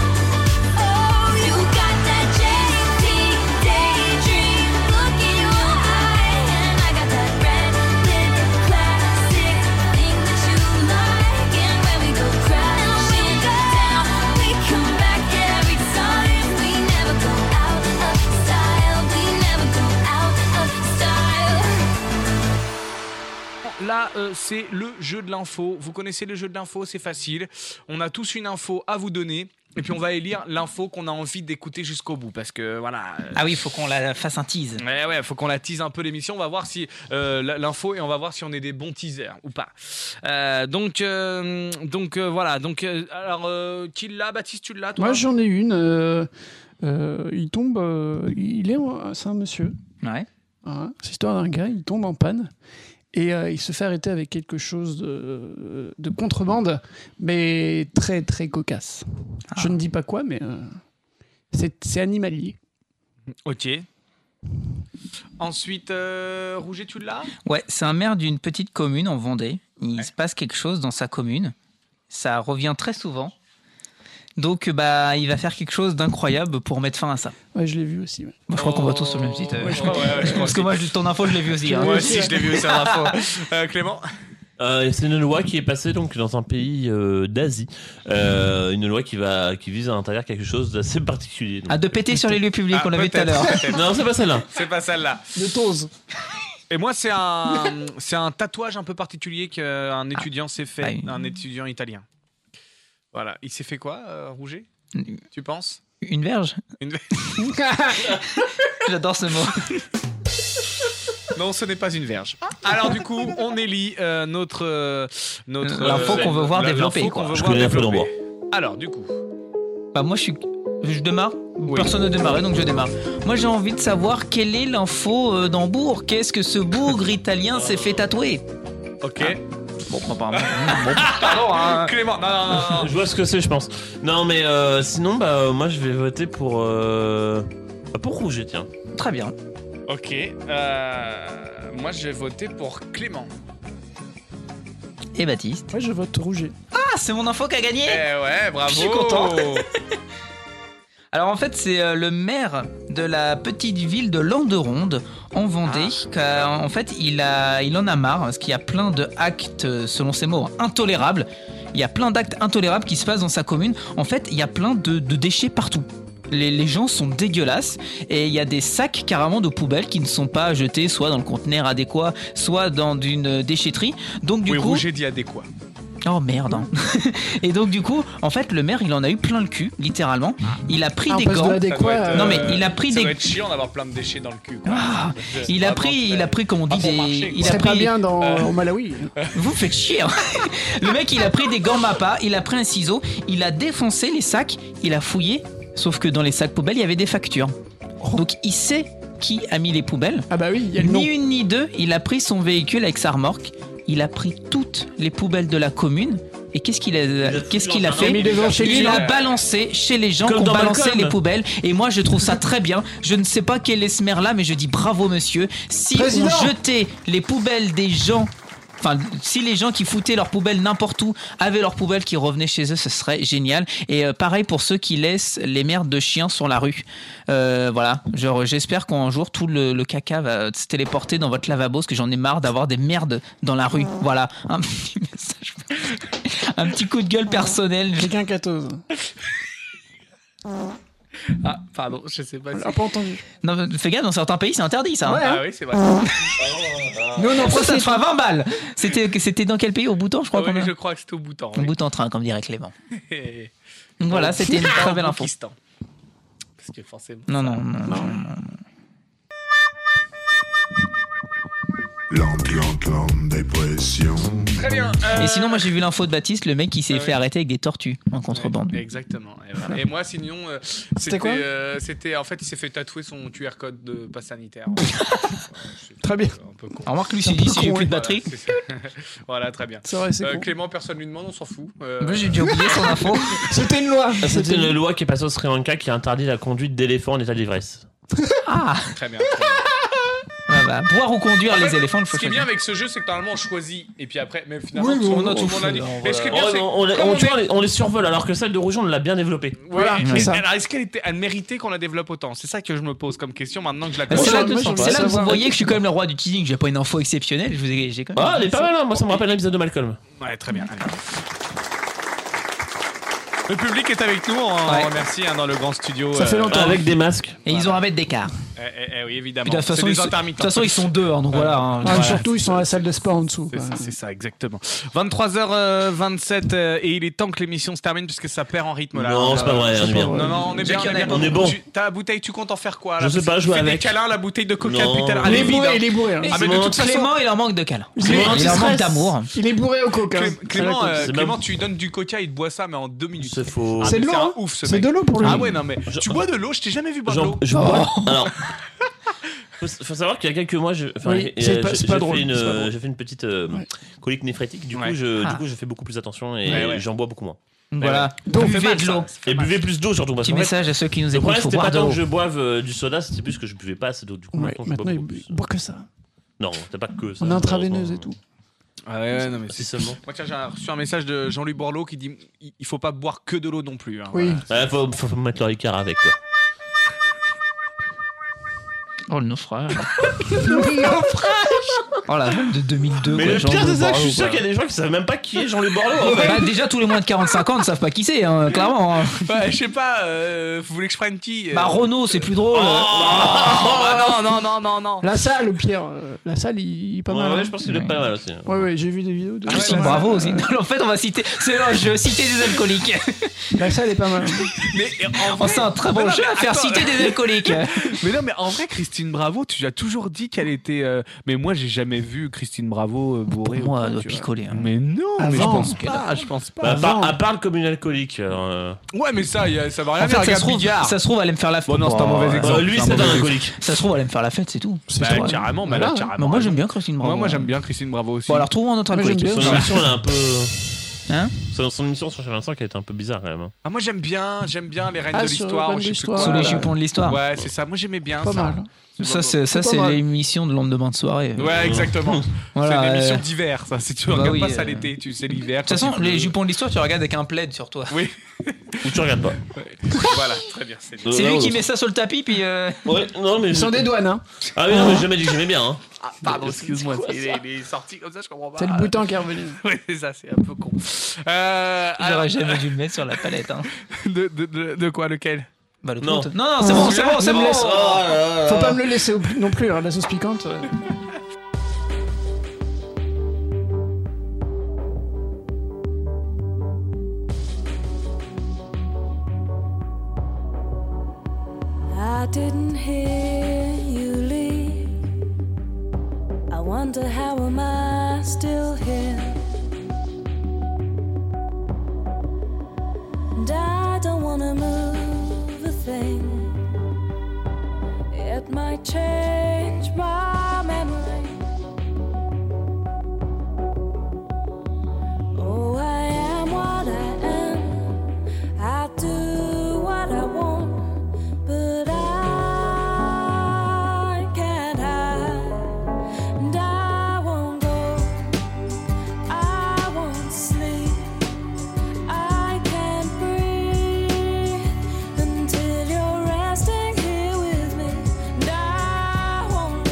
Oh, you got that JT daydream look in your eye, and I got that red lip classic thing that you like. And when we go crashing down, we come back every time. We never go out of style. We never go out of style.
Là, euh, c'est le jeu de l'info. Vous connaissez le jeu de l'info, c'est facile. On a tous une info à vous donner. Et puis on va élire l'info qu'on a envie d'écouter jusqu'au bout. Parce que voilà. euh,
Ah oui, faut qu'on la fasse un tease.
Ouais, ouais, faut qu'on la tease un peu l'émission. On va voir si euh, la- l'info et on va voir si on est des bons teasers ou pas. Euh, donc, euh, donc euh, voilà. Donc, euh, alors, euh, qui l'a, Baptiste, tu l'as, toi
Moi, j'en ai une. euh, euh, il tombe. euh, il est. en- C'est un monsieur.
Ouais.
Hein, c'est l'histoire d'un gars. Il tombe en panne. Et euh, il se fait arrêter avec quelque chose de, de contrebande, mais très très cocasse. Je ne dis pas quoi, mais euh, c'est c'est animalier.
Ok. Ensuite, euh, Rouget, tu l'as
Ouais, c'est un maire d'une petite commune en Vendée. Il se passe quelque chose dans sa commune. Ça revient très souvent. Donc, bah, il va faire quelque chose d'incroyable pour mettre fin à ça.
Ouais, je l'ai vu aussi. ouais.
Moi, je crois qu'on va tous sur le même site. euh.
Ouais, je crois, ouais, ouais, je crois
Parce que
aussi.
moi, je- ton info, je l'ai vu aussi. hein.
Moi aussi, je l'ai vu aussi à l'info. Euh, Clément
Euh, c'est une loi qui est passée donc dans un pays euh, d'Asie, Euh, une loi qui va qui vise à interdire quelque chose d'assez particulier. donc.
Ah, de péter sur les lieux publics,
Ah,
on l'a vu tout à
peut-être,
l'heure.
peut-être. Non, c'est pas celle-là.
C'est pas celle-là.
De Tose.
Et moi, c'est un, c'est un tatouage un peu particulier qu'un étudiant s'est
Ah,
fait, un étudiant italien. Voilà. Il s'est fait quoi, euh, Rouget Tu penses
Une verge
Une
J'adore ce mot.
Non, ce n'est pas une verge. Alors du coup, on élit euh, notre euh, notre
L'info qu'on veut voir
la-
développer,
l'info qu'on
quoi.
veut
Je
voir
connais l'info
développer.
d'Ambre.
Alors du coup,
Bah, moi, je suis. Je démarre Personne ne démarrait, donc je démarre. Moi, j'ai envie de savoir quelle est l'info euh, d'Hambourg. Qu'est-ce que ce bougre italien s'est fait tatouer
ok.
Ah. Bon, apparemment.
Pardon, hein. Clément. Non, non, non, non.
Ah, Je vois ce que c'est, je pense. Non, mais euh, sinon, bah euh, moi je vais voter pour euh, bah, pour Rouget, tiens.
Très bien.
Ok. euh, moi, j'ai voté pour Clément.
Et Eh, Baptiste
Ouais, je vote Rouget.
Ah, c'est mon info qui a gagné
Eh ouais, bravo.
Je suis content. Alors en fait, c'est euh, le maire de la petite ville de Landeronde en
Ah,
Vendée. qu'a- en fait, il, a, il en a marre parce qu'il y a plein de actes, euh, selon ses mots, intolérables. Il y a plein d'actes intolérables qui se passent dans sa commune. En fait, il y a plein de, de déchets partout. Les, les gens sont dégueulasses et il y a des sacs carrément de poubelles qui ne sont pas jetés soit dans le conteneur adéquat, soit dans une euh, déchetterie. Donc du
oui,
coup,
Rouget dit adéquat.
Oh merde. hein. et donc du coup, en fait, le maire, il en a eu plein le cul, littéralement. Il a pris
Ah, on
des
passe de
gants.
la déco à, euh,
Non mais il a pris
ça
des
doit être chiant d'avoir plein de déchets dans le cul. quoi.
Ah, il a pris, il a pris, comme on
Ah,
dit,
bon
des-
marché,
il
C'est
a
pas
pris. Euh,
bien dans, au Malawi.
Vous faites chier. hein. Le mec, il a pris des gants Mappa, il a pris un ciseau, il a défoncé les sacs, il a fouillé. Sauf que dans les sacs poubelles, il y avait des factures. Donc il sait qui a mis les poubelles.
Oh. Ah bah oui, il y a le nom.
Ni une ni deux, il a pris son véhicule avec sa remorque, il a pris toutes les poubelles de la commune. Et qu'est-ce qu'il a, qu'est-ce qu'il a
Il a
fait
mis des gens chez lui.
Il a balancé chez les gens qui
Comme
ont
dans
balancé
Malcolm.
les poubelles. Et moi, je trouve ça très bien. Je ne sais pas quel est ce maire-là, mais je dis bravo, monsieur. Si
Président.
on jetait les poubelles des gens. Enfin, si les gens qui foutaient leurs poubelles n'importe où avaient leurs poubelles qui revenaient chez eux, ce serait génial. Et euh, pareil pour ceux qui laissent les merdes de chiens sur la rue. Euh, voilà, Genre, j'espère qu'un jour tout le, le caca va se téléporter dans votre lavabo, parce que j'en ai marre d'avoir des merdes dans la rue.
Oh.
Voilà, un petit message. Un petit coup de gueule personnel.
Oh. Quelqu'un qui a tose.
Ah, pardon, je sais pas.
On
si-
l'a pas entendu.
Non, mais fais gaffe, dans certains pays, c'est interdit ça. hein.
Ah oui, c'est vrai.
hein.
Nous, on en prend, ça te fera 20 balles. C'était, c'était dans quel pays Au Bhoutan, je crois
Ah Oui,
qu'on a.
je crois que c'était au bouton.
Au Bhoutan train, comme dirait Clément.
Donc
Donc
Oh,
voilà, c'était une très belle info.
Parce que forcément.
Non, non, non. non, non.
dépression.
Très bien. euh,
Et sinon, moi j'ai vu l'info de Baptiste, le mec qui s'est
Ah
fait
oui.
arrêter avec des tortues en contrebande. Ah.
Exactement. Et, voilà. Et moi, sinon, euh, c'était
quoi
euh, C'était en fait, il s'est fait tatouer son QR code de passe sanitaire.
Très bien.
Remarque, lui s'est dit si j'ai plus de
Voilà,
batterie.
c'est ça. voilà, très bien.
C'est vrai, c'est
Euh,
con.
Clément, personne lui demande, on s'en fout. Euh,
Moi j'ai dû oublier son info.
C'était une loi.
Ah, C'était une loi qui est passée au Sri Lanka qui interdit la conduite d'éléphants en état d'ivresse.
Ah
Très bien. très bien.
Ah bah, Boire ou conduire les éléphants, il faut
Ce qui est
choisir.
bien avec ce jeu, c'est que normalement on choisit et puis après, mais finalement,
Oui,
tout,
on
le
a
monde- tout
tout
le monde a dit.
fait,
Mais ce qui est bien,
Oh,
c'est
non, on,
comme
les- on-
on
tu vois, on
est-
les- on les survole alors que celle de Rouge, on l'a bien développée.
Voilà.
Ouais,
Mais
c'est ça.
Alors, est-ce qu'elle était, elle méritait qu'on la développe autant C'est ça que je me pose comme question maintenant que je la
Bah, c'est là que,
connais.
c'est là que vous voyez que je suis quand même le roi du teasing. J'ai pas une info exceptionnelle. Je vous ai, j'ai quand même.
Ah, elle est pas mal, hein. moi ça me rappelle l'épisode de Malcolm.
Ouais, très bien. allez. Le public est avec nous, on
Ouais.
on remercie hein, dans le grand studio. euh,
Avec des masques.
Et ils ont un mètre d'écart.
Eh, eh, eh oui,
Puis
évidemment.
De toute
C'est
façon,
des
ils sont- de
intermittents.
toute façon, ils sont deux, hein, donc voilà. hein.
Ah,
Voilà.
Surtout, ils sont à la salle de sport en dessous.
C'est
quoi.
ça, c'est ça, exactement. 23h27 euh, et il est temps que l'émission se termine puisque ça perd en rythme là. Euh,
Non, c'est pas vrai, on est bien.
Non, non, on est bien.
Jack,
on est bien.
on est bon.
Tu- Ta bouteille, tu comptes en faire quoi là
Je sais pas,
Parce que
jouer
tu fais
avec.
Des câlins, la bouteille de coca,
Non.
putain.
Il est
elle vide,
bourré,
hein.
il est bourré, hein.
Ah, mais de toute façon,
Clément, il leur manque de câlin.
Clément,
Il leur
anti-stress.
manque d'amour.
Il est bourré au coca.
Clé- Clément, euh,
C'est même-
Clément, tu lui donnes du coca, il te boit ça, mais en deux minutes.
C'est faux.
Ah,
C'est de
mais
l'eau,
un
hein.
ouf, ce
C'est
mec.
de l'eau pour lui.
Ah ouais, non, mais tu bois de l'eau, je t'ai jamais vu boire de
J'en-
l'eau.
je bois. Alors. Faut, faut savoir qu'il y a quelques mois, je, enfin,
Oui,
j'ai-
c'est
euh,
pas-
j'ai-
c'est pas
j'ai
drôle,
fait une,
c'est pas drôle.
euh, j'ai fait une petite euh, colique néphrétique. Du coup,
Ouais.
je,
Ah.
du coup, je fais beaucoup plus attention et
Ouais, ouais.
j'en bois beaucoup moins.
Voilà.
Ça fait
buvez
mal,
de
ça.
l'eau.
Et buvez plus d'eau surtout. Parce
Petit
qu'en fait,
message à ceux qui nous
le
écoutent
problème,
faut
c'était
boire
pas
de
tant
l'eau.
que je boive euh, du soda, c'était plus que je buvais pas assez d'eau. Du coup,
Ouais,
maintenant, je bois
maintenant,
beaucoup
il
plus.
boit que ça.
Non, c'est pas que ça.
En intraveineuse et tout.
Ah ouais, ouais, non, mais c'est
seulement.
Moi, tiens, j'ai reçu un message de Jean-Louis Borloo qui dit il il faut pas boire que de l'eau non plus. hein, voilà.
Ouais, Bah, faut, faut mettre le Ricard avec quoi.
Oh le naufrage.
naufrage
Oh la même de 2002.
Mais
quoi,
le
Jean
pire
de
de ça, je suis
Borloo,
sûr
quoi.
qu'il y a des gens qui savent même pas qui est Jean-Luc Borloo en fait.
Bah, déjà tous les moins de 45 ans ne savent pas qui c'est, hein, clairement. hein.
Ouais, je sais pas, euh, vous voulez que je prenne qui euh
Bah Renault, c'est plus drôle.
Oh, bah non, non, non, non, non.
La salle, Pierre, euh, la salle, il, il est pas
Ouais,
mal.
ouais,
hein.
je pense qu'il est pas mal aussi.
Ouais, ouais, j'ai vu des vidéos. De...
Ah, ils sont bravos aussi. en fait, on va citer. C'est là, je vais citer des alcooliques.
La salle est pas mal.
Mais euh, en
Oh, c'est un très bon
Non,
jeu
mais
à faire
attends.
citer des alcooliques.
mais non, mais en vrai, Christine Bravo, tu as toujours dit qu'elle était. euh, Mais moi, j'ai jamais vu Christine Bravo euh, bourrée. ou
moi,
quoi,
elle doit
tu vois.
picoler, hein.
Mais non, mais je
Avant,
pense
qu'elle
pas. Je pense
Bah,
pas.
à, part, à part le commune alcoolique. euh,
Ouais, mais ça, y a- ça va rien
En fait,
faire.
ça se,
Regarde
trouve,
Bigard.
ça se trouve, elle aime faire la Bah, fête.
Bon, non, c'est un mauvais exemple.
lui,
un
c'est un
mauvais exemple.
alcoolique.
Ça se trouve, elle aime faire la fête, c'est tout.
Bah,
C'est tout.
carrément, mais
Voilà.
là, carrément.
Mais moi, j'aime bien Christine Bravo.
Moi, moi, j'aime bien Christine Bravo aussi.
Bon, alors trouvons notre alcoolique.
Son émission, elle est un peu.
Hein
son, son émission sur Chez Vincent qui a été un peu bizarre quand même. hein.
Ah, moi, j'aime bien, j'aime bien les reines
Ah,
de
sur
l'histoire.
les
ou je
reines
sais
de
plus quoi,
Sous les
là.
jupons de l'histoire.
Ouais, c'est ça. Moi, j'aimais bien
Pas
ça.
mal.
Ça, c'est ça,
C'est
c'est
pas mal.
l'émission de lendemain de soirée.
Ouais, exactement.
Voilà,
c'est une émission
euh,
d'hiver, ça. Si tu
bah
regardes
oui,
pas ça
euh,
l'été, tu sais l'hiver.
De toute façon, les jupons de l'histoire, tu regardes avec un plaid sur toi.
Oui.
Ou tu regardes pas.
voilà, très bien. C'est
C'est
Ouais,
lui qui
ouais.
met ça sur le tapis, puis. euh,
Ouais, non, mais.
Sans des douanes, hein.
Ah, mais non, mais j'ai jamais dit que j'aimais bien. Hein.
Ah, pardon, excuse-moi. Il est- il est sorti comme ça, je comprends pas.
C'est le bouton qui est revenu.
Ouais, c'est ça, c'est un peu con. Euh, alors,
J'aurais jamais dû le mettre sur la palette. Hein.
de, de, de, de quoi, lequel
Bah, l'autre
Non.
monte. non, non, c'est bon, c'est bon, c'est
me
bon.
laisse.
Ah, là, là, là.
Faut pas me le laisser au- non plus, hein, la sauce piquante.
Ah
euh.
I didn't hear you leave. I wonder how am I still here? And I don't wanna move a thing. It might change my memory. Oh, I am what I am. I do what I want. But I can't hide, and I won't go. I won't sleep. I can't breathe until you're resting here with me, and I Oh,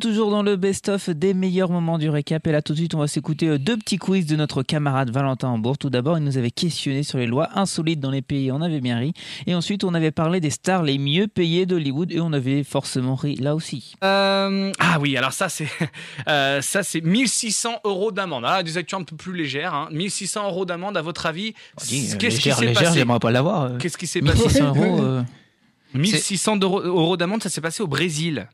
toujours dans le best-of des meilleurs moments du récap. Et là, tout de suite, on va s'écouter euh, deux petits quiz de notre camarade Valentin Hambourg. Tout d'abord, il nous avait questionné sur les lois insolites dans les pays. On avait bien ri. Et ensuite, on avait parlé des stars les mieux payées d'Hollywood. Et on avait forcément ri là aussi.
Euh, ah oui, alors ça c'est euh, ça c'est 1600 euros d'amende. Ah, des actions un peu plus légères. hein. 1600 euros d'amende, à votre avis,
dis, euh,
qu'est-ce qui
légère,
s'est
légère,
passé
j'aimerais pas l'avoir, euh.
Qu'est-ce qui s'est passé
1600 euros. euh,
1600 d'euro- euros d'amende, ça s'est passé au Brésil.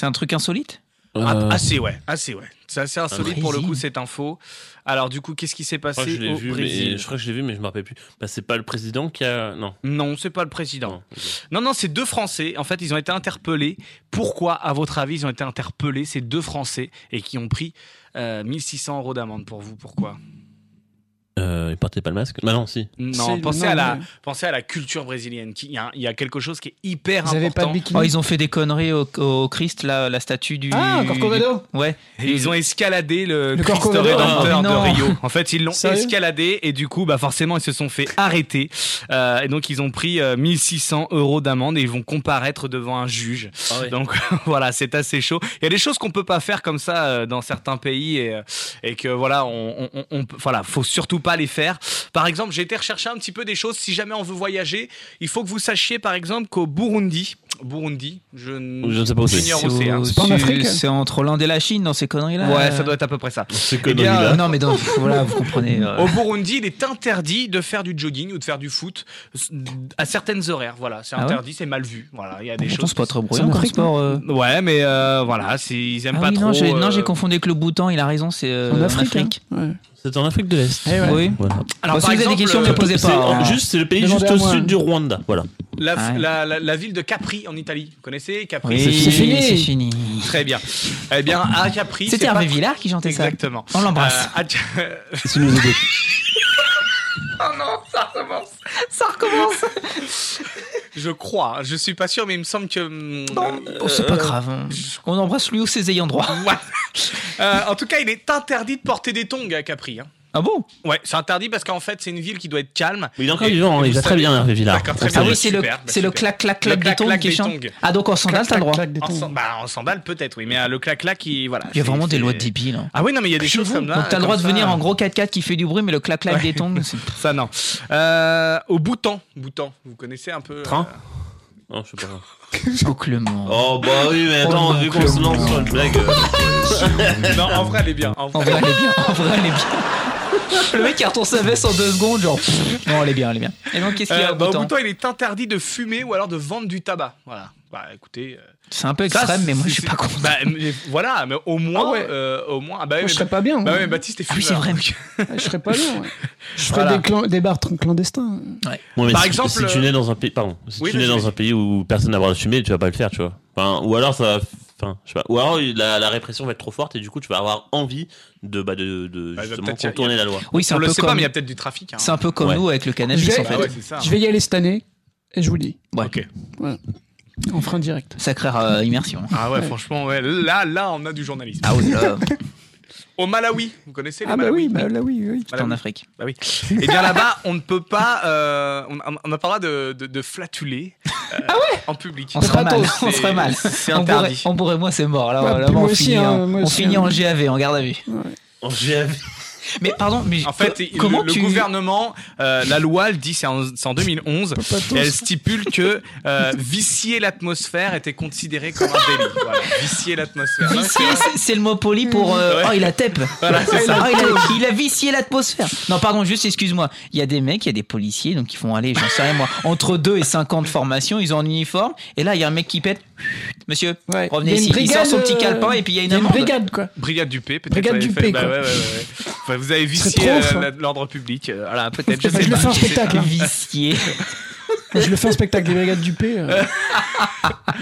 C'est un truc insolite
Ah, Assez ouais, assez ouais. C'est assez insolite pour le
Brésil.
coup cette info. Alors du coup, qu'est-ce qui s'est
Je crois
passé
que je l'ai
au
vu,
Brésil
mais je crois que je l'ai vu, mais je me rappelle plus. Bah, c'est pas le président qui a. Non.
Non, c'est pas le président. Non, non, c'est deux Français. En fait, ils ont été interpellés. Pourquoi, à votre avis, ils ont été interpellés, ces deux Français, et qui ont pris euh, 1600 euros d'amende pour vous Pourquoi
Euh, il portait pas le masque. Bah non, si.
Non, pensez, à la, pensez à la culture brésilienne. qui- Il y, a- il y a quelque chose qui est hyper
Ils avaient
important.
pas de bikini. Oh, ils ont fait des conneries au, au Christ, là, la statue du.
Ah, Corcovado
du- Ouais.
Et ils ont escaladé le,
Le
Christ
Corcovado.
rédempteur
Ah, mais
de
non.
Rio. En fait, ils l'ont
Sérieux
escaladé et du coup, bah forcément, ils se sont fait arrêter. Euh, et donc, ils ont pris euh, 1600 euros d'amende et ils vont comparaître devant un juge.
Ah
Donc voilà, c'est assez chaud. Il y a des choses qu'on peut pas faire comme ça euh, dans certains pays et, euh, et que voilà, on, on, on- on peut- voilà, faut surtout pas les faire. Par exemple, j'ai été rechercher un petit peu des choses. Si jamais on veut voyager, il faut que vous sachiez, par exemple, qu'au Burundi, Burundi, je, n-
Je ne sais pas où c'est.
j'ignore où c'est. hein.
C'est entre l'Inde et la Chine dans ces conneries-là.
Ouais, ça doit être à peu près ça.
C'est
Eh bien, conneries-là.
Non, mais dans, voilà, vous comprenez. euh.
Au Burundi, il est interdit de faire du jogging ou de faire du foot à certaines horaires. Voilà, c'est
Ah ouais
interdit, c'est mal vu. Voilà, il y a des
Pourtant,
choses.
c'est pas très
qui-
bruyant comme sport. euh.
Ouais, mais euh, voilà, c'est- ils aiment pas
Ah oui,
trop.
non, j'ai non, j'ai
euh,
confondu avec le Bhoutan, il a raison, c'est euh, en Afrique.
C'est en Afrique de l'Est.
Eh ouais. Oui.
Alors, par
Bon, si vous avez
exemple,
des questions,
euh,
ne les posez
C'est
pas.
en- juste, c'est le pays
Demandez
juste
à
au
moi.
sud du Rwanda. Voilà.
La,
Ah ouais.
la- la- la ville de Capri en Italie. Vous connaissez Capri
Oui, c'est fini. c'est fini.
Très bien. Eh bien, à Capri.
C'était
c'est pas
Hervé
tr-
Villard qui chantait ça.
Exactement.
On l'embrasse.
Euh, à Ca-
Oh non, ça recommence. Ça recommence.
je crois. Je suis pas sûr, mais il me semble que. hum, euh,
Oh, c'est pas grave. hein. On embrasse lui ou ses ayants droit.
Euh, en tout cas, il est interdit de porter des tongs à Capri. hein.
Ah bon
Ouais, c'est interdit parce qu'en fait, c'est une ville qui doit être calme.
Il est encore vivant, hein, il va très bien, Hervé Villard.
D'accord, très
Ah
bien.
oui,
bah,
c'est le-
super, bah,
c'est le
super.
clac-clac-clac
Le
des tongs
clac-clac
qui
des
chante.
tongs.
Ah, donc en sandales, t'as le droit.
En san- bah, en sandales, peut-être, oui, mais euh, le clac-clac, il. Voilà,
Il y a
c'est-
vraiment des
c'est-
lois de débiles. hein.
Ah oui, non, mais il y a des
Chez
choses
vous.
comme ça.
Donc t'as le
comme
droit de
ça.
venir en gros 4x4 qui fait du bruit, mais le clac-clac
Ouais.
des tongs. c'est-
Ça, non. Euh, au Bhoutan. Bhoutan, vous connaissez un peu.
Train
euh,
Non, Oh, je sais pas.
Clement.
Oh bah oui, mais
Oh,
attends, vu qu'on se lance sur une blague. euh,
non, en vrai, elle est bien. En
En
vrai,
vrai, Ah, elle est bien. En vrai, elle est bien. Le mec, il retourne sa veste en deux secondes, genre. pff, Non, elle est bien, elle est bien. Et donc, qu'est-ce qu'il y a
Euh,
au
bah, Au
bouton
Bhoutan, il est interdit de fumer ou alors de vendre du tabac. Voilà. Bah écoutez. euh,
C'est un peu
Ça,
extrême,
c'est-
mais moi, je
c'est-
suis pas contre.
Bah, mais voilà, mais au moins, euh, au moins. ah bah,
Moi,
oui, mais
je serais
bah-
pas bien,
Bah
ouais.
ouais, Baptiste est
Ah oui,
fumeur,
c'est vrai.
donc.
Je serais pas bien. ouais. Je ferais
Voilà.
des, clan- des bars tr- clandestins.
Ouais, mais
Par
si, tu-
exemple,
si tu nais dans un pays, pardon, si
oui,
tu nais
vas-y,
dans
vas-y.
un pays où personne n'a le droit de fumer, tu vas pas le faire, tu vois. Enfin, ou alors ça, va- enfin, je sais pas. Ou alors la, la répression va être trop forte et du coup tu vas avoir envie de, bah, de, de
il va
justement
peut-être y-
contourner la loi.
Oui, c'est
On
un
le
peu
sait
comme-
pas, mais il y a peut-être du trafic. hein.
C'est un peu comme
Ouais.
nous avec le
Je
cannabis,
vais,
en fait.
Ah ouais, c'est ça.
je vais y aller cette année et je vous le dis.
Ouais.
Voilà. On fera un direct.
Sacrée euh, immersion.
Ah ouais, franchement, ouais. Là, là, on a du journalisme.
Ah oui, là.
Au Malawi, vous connaissez les
Ah bah
Malawi
oui, bah là oui, oui.
T'es en Afrique.
Bah oui. Et bien là-bas, on ne peut pas, euh, on on n'a pas le droit de, de, de flatuler
Ah
euh, en public.
On serait mal.
C'est-
On serait mal.
C'est
On bourrait-
interdit.
On bourrait moi, c'est mort. Là,
Ouais,
là,
puis
on
moi aussi,
finit,
hein,
en-
moi
on
aussi,
finit
hein.
en GAV, en garde à vue.
En GAV.
Mais pardon, mais
En fait,
co-
il-
comment
le,
tu
le gouvernement, euh, la loi, elle dit, c'est en, c'est en 2011, et elle stipule que euh, vicier l'atmosphère était considéré comme un délit. Voilà, vicier l'atmosphère.
Vicier, c'est- c'est le mot poli pour.
Ouais.
euh, Oh, il a tep.
Voilà, c'est
Oh, il,
ça.
a, il a- il a vicié l'atmosphère. Non, pardon, juste excuse-moi. Il y a des mecs, il y a des policiers, donc ils font aller, j'en sais rien moi, entre 2 et 50 formations, ils ont un uniforme, et là, il y a un mec qui pète. Monsieur,
Ouais.
revenez
Il y a
ici.
une
il sort son
brigade,
petit
euh,
calepin, et puis il y a une amende.
brigade quoi.
Brigade du P, peut-être.
Brigade
vous avez
du
fait-
P,
bah
quoi.
ouais, ouais, ouais, ouais. Enfin, vous avez
trop
vicié
ouf,
euh,
hein.
la- l'ordre public. euh, voilà, peut-être. Je,
Bah,
sais
je le
pas,
fais en
je sais
spectacle,
pas.
hein.
Vicié.
Je le fais en spectacle des brigades du P. euh.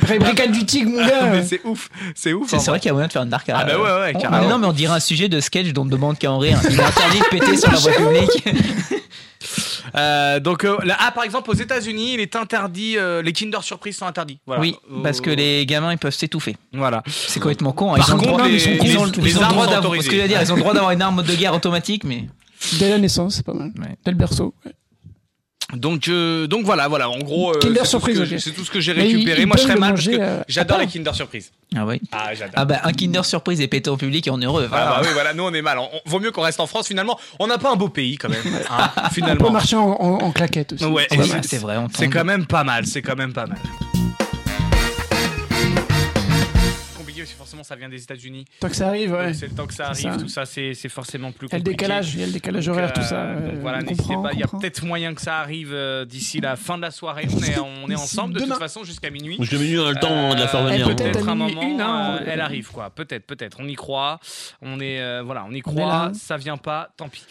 Bri- Brigade du Tigre, mon gars.
Mais c'est ouf, c'est ouf.
C'est
en
c'est vrai qu'il y a moyen de faire une dark
Ah bah ouais, ouais,
On-
carrément.
mais non, mais on dirait un sujet de sketch dont on ne demande qu'à en rire. Il est interdit de péter sur la voie publique.
Euh, donc euh, là, ah, par exemple aux États-Unis, il est interdit, euh, les Kinder Surprise sont interdits. Voilà.
Oui, parce que les gamins, ils peuvent s'étouffer.
Voilà.
C'est complètement con. hein.
Par
Ils ont le
contre,
droit-
les-
ils ont le-
les-
ils
les
ont le
armes
droit
sont
d'avoir.
autorisées.
ce que je veux dire, ils ont le droit d'avoir une arme de guerre automatique, mais.
Dès la naissance, c'est pas mal. Dès le berceau. ouais.
Donc, euh, donc voilà, voilà. En gros, euh,
Kinder
c'est tout ce
Surprise,
que-
ok.
c'est tout ce que j'ai
Mais ils-
récupéré.
ils
Moi,
peuvent
je serais
le
mal parce
manger,
que
euh,
j'adore
à
les
part.
Kinder Surprise.
Ah oui.
Ah, j'adore.
Ah bah un Kinder Surprise est pété au public et on est heureux.
Ah
voilà.
bah oui, voilà, nous on est mal. On- on- vaut mieux qu'on reste en France finalement. On n'a pas un beau pays quand même. hein,
On peut
finalement.
marcher en, en- en claquette aussi.
Ouais,
C'est
et
pas
c'est-
mal.
c'est vrai,
C'est quand même pas mal, c'est quand même pas mal. Compliqué parce que forcément ça vient des États-Unis.
Tant que ça arrive, ouais.
Donc, C'est le temps que ça
C'est
arrive,
ça.
tout ça, c'est c'est forcément plus
Il y a le
compliqué.
décalage, il y a le décalage
Donc,
horaire, tout
euh,
ça,
donc
euh,
voilà,
on
n'hésitez
comprend,
pas.
on
Il y a
comprend.
peut-être moyen que ça arrive euh, d'ici la fin de la soirée. On est, on est ensemble de toute façon jusqu'à minuit.
Je diminue le temps de la faire
Euh,
venir.
Peut-être
hein.
un
minuit
moment,
une, hein,
euh,
on-
elle arrive quoi. Peut-être, peut-être. On y croit. On est, euh, voilà, on
On
y
est
croit.
là.
ça vient pas, tant pis.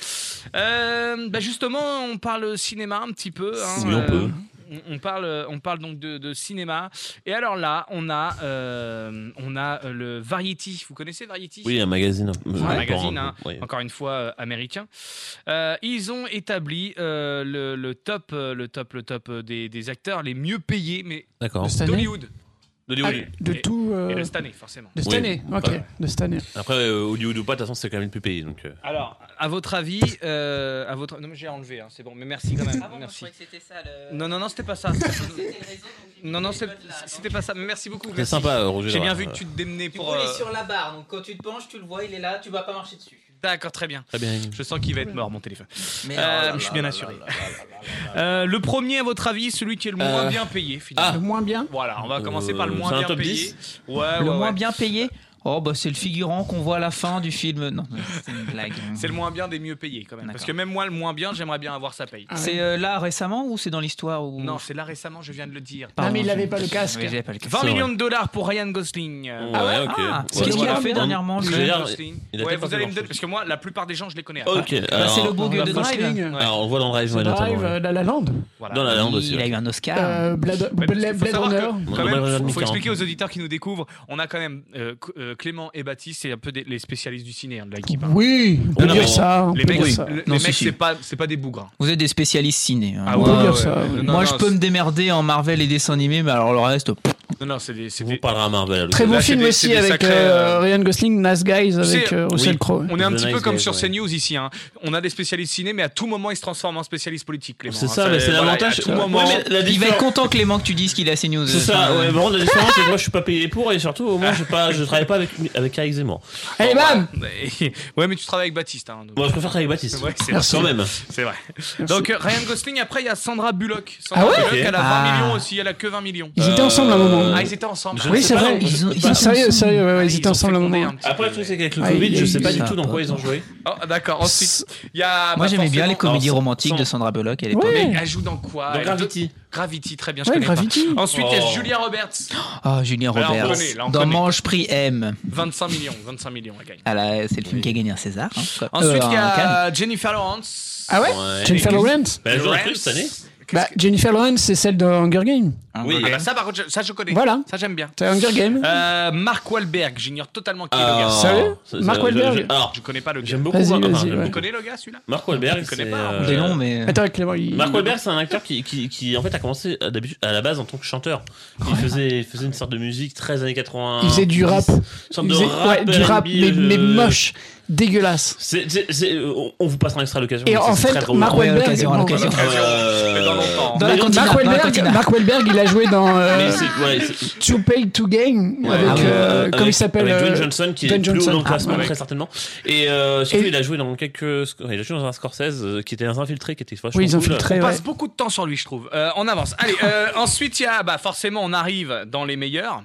Euh, bah justement, on parle cinéma un petit peu. hein,
Oui, on
euh,
peut.
on- On parle, on parle donc de, de cinéma. Et alors là, on a, euh, on a euh, le Variety. Vous connaissez Variety
Oui, un magazine. euh,
un
pour-
magazine, hein,
oui.
encore une fois euh, américain. Euh, ils ont établi euh, le, le top, euh, le top, le top euh, des, des acteurs les mieux payés, mais
D'accord.
Cette année
d'Hollywood. Ah,
D'Hollywood.
De
Et-
tout. euh,
et de cette année, forcément.
De cette
Oui.
année, ok.
Ouais.
De cette année.
Après, euh, Hollywood ou pas, de toute façon, c'est quand même le plus payé. Donc, euh.
Alors, à votre avis, euh, à votre, non mais j'ai enlevé, hein, c'est bon, mais merci quand même. merci. Non non non, c'était pas ça. non non, c'est- c'était pas ça. mais Merci beaucoup.
C'est
merci.
sympa, euh, Roger
J'ai bien
Laura.
vu que tu te démenais
Du
pour.
coup, il
euh,
est sur la barre, donc quand tu te penches, tu le vois, il est là, tu vas pas marcher dessus.
D'accord, très bien.
Très bien.
Je sens qu'il va être mort, mon téléphone.
Mais
Euh,
oh là
je suis
là
bien
là
assuré. Euh, le premier, à votre avis, celui qui est le moins
Euh,
bien payé,
ah.
finalement.
Le moins bien
Voilà, on va commencer par le
Euh,
moins
c'est un
bien
top
payé.
10?
ouais,
le
ouais,
moins
ouais.
bien payé Oh bah c'est le figurant qu'on voit à la fin du film. Non, c'est
ah.
une blague.
C'est le moins bien des mieux payés, quand même. Parce que même moi, le moins bien, j'aimerais bien avoir sa paye.
C'est euh, là récemment ou c'est dans l'histoire ou...
Non, c'est là récemment, je viens de le dire.
Pardon,
mais il
je-
avait pas le casque.
Oui, j'avais pas le casque.
20
C'est vrai.
millions de dollars pour Ryan Gosling. Euh,
Ouais, ok.
ah,
Ouais,
qu'est-ce qu'il a
voilà.
fait dernièrement lui
J'ai
Ryan
l'air- il
Gosling.
a
Ouais,
peut-être pas
vous
fait
allez me
grand-chose.
donner, parce que moi, la plupart des gens, je les connais.
Ok.
Bah,
alors-
c'est le beau gueux de
Gosling,
Drive.
euh,
Alors, on voit dans Drive, ouais, notamment.
Drive,
ouais.
euh, La La Land,
Voilà.
Dans la lande aussi.
Il a
ouais.
eu un Oscar.
Ah.
euh, Blade
Ouais, parce qu'il
Blade
faut savoir que,
Runner.
quand
Ouais,
même,
Blade Runner
faut
40.
expliquer aux auditeurs qui nous découvrent, on a quand même euh, Cl- euh, Clément et Baptiste, c'est un peu des- les spécialistes du ciné hein, de l'équipe. hein.
Oui, on peut
Non, non, mais
dire ça. on
Les
peut
mecs,
dire
le-
ça.
les
Non,
mecs,
si, si.
c'est pas, c'est pas des bougres.
Vous êtes des spécialistes ciné. hein.
Ah
moi,
ouais,
ouais,
dire
ouais.
ça, oui.
Non,
moi,
non,
je peux
c'est-
me démerder en Marvel et dessins animés, mais alors le reste. pff.
Non, non, c'est des. c'est
On
des-
parlera à Marvel. à l'occasion.
Très bon
Là, c'est
film
des-
aussi
c'est des
avec
sacrés,
euh,
euh,
Ryan Gosling, Nice Guys, avec
C'est-
euh, Russell
oui.
Crowe.
On est un
The
petit
Nice
peu comme
Guys,
sur
ouais.
CNews ici. hein. On a des spécialistes ciné, mais à tout moment, ils se transforment en spécialistes politiques, Clément.
C'est
hein.
ça, mais c'est
voilà,
l'avantage.
À
euh,
tout moment.
Ouais, mais la
Il va être
différence-
content Clément que tu dises qu'il a ses news.
C'est ça, ouais, vraiment, la différence, c'est que moi je suis pas payé pour et surtout, au moins, j'ai pas, je travaille pas avec, avec Eric Zemmour. bah,
Allez, Eh, bam
Ouais, mais tu travailles avec Baptiste. hein, donc-
Moi je préfère travailler avec Baptiste.
Ouais, c'est
Quand même.
C'est vrai. Donc euh, Ryan Gosling, après il y a Sandra Bullock. Sandra
Ah ouais
Bullock, elle a 20
Ah.
millions aussi, elle a que 20 millions.
Ils étaient ensemble à un
Euh,
moment.
Ah, ils étaient ensemble.
Je
Oui,
ne sais
c'est
pas, on-
vrai.
Ils ont- ils
Ah,
ont-
Sérieux, sérieux, ouais, ouais,
Ah,
ils étaient
ont
ensemble à un
fécondé
moment.
un petit
Après, le
peu,
truc, c'est qu'avec le
Ah,
Covid,
il-
je sais
il-
pas
il-
du tout
il-
dans quoi ils ont joué.
mais- Oh, d'accord, ensuite. Il y a,
Moi
bah,
j'aimais bien
forcément-
les comédies
Alors,
romantiques
sans-
de Sandra Bullock à l'époque.
Ouais,
Elle joue dans quoi
Dans
Elle-
Gravity.
Gravity, très bien, je
ouais,
connais
Gravity.
pas. Ensuite, il y a
Oh.
Julia Roberts,
Ah, Julien
Là, on
Roberts.
connaît, là, on
Dans
connaît.
Mange Prix M.
25 millions, 25 millions, elle gagne.
Ah là, c'est le film qui a gagné un César. hein.
Ensuite,
Euh,
il y
un Cannes.
a Jennifer Lawrence.
Ah ouais,
Ouais.
Jennifer
Et-
Lawrence
Bah, elle joue dans le truc
Lawrence.
cette année.
bah, Jennifer Lawrence, c'est celle de Hunger Games.
Oui.
Ah bah ça, par contre, je- ça je connais.
Voilà.
Ça j'aime bien.
C'est Hunger Games. Ah.
Euh, Mark Wahlberg, j'ignore totalement qui est le gars.
Sérieux
Ah, ça-
Mark
ça-
Wahlberg
je- je- Alors,
Je connais pas le gars.
j'aime beaucoup.
Vas-y,
Mark- enfin,
vas-y,
j'aime
ouais.
Tu
beaucoup.
connais le gars celui-là
Mark Wahlberg,
Je connais
c'est,
pas,
euh,
Des noms, mais.
Attends, Clément, il...
Mark Wahlberg, c'est un acteur qui, qui, qui, en fait, a commencé à, d'habitude- à la base en tant que chanteur. Il faisait, il faisait une sorte de musique très années 80.
il faisait du rap.
Une sorte
Il
de
faisait-
rap.
ouais, du rap,
R&B,
mais, mais
euh,
moche, dégueulasse.
C'est, c'est, c'est- on, on vous passe un extra à l'occasion.
Et
mais
en
c'est très
fait,
drôle.
Mark
Ouais,
Wahlberg,
l'occasion,
non,
l'occasion.
Euh,
Mais dans longtemps.
Dans la cantina,
Mark
dans la
Wahlberg,
cantina.
Mark Wahlberg, il a joué dans euh,
Mais c'est, ouais, c'est-
To Pay to Gain
Ouais,
avec,
avec,
euh,
euh,
comment
avec-
il s'appelle
avec Dwayne
euh,
Johnson qui
Dwayne
est plus haut dans
Johnson.
le classement
Ah, ouais.
très certainement et euh, surtout
Et-
il a joué dans quelques sc- il a joué dans un Scorsese euh, qui était un infiltré qui était vachement
Oui, ils ont
cool.
filtré.
On
ouais.
passe beaucoup de temps sur lui, je trouve. Euh, on avance. Allez, euh, ensuite, il y a, bah, forcément, on arrive dans les meilleurs.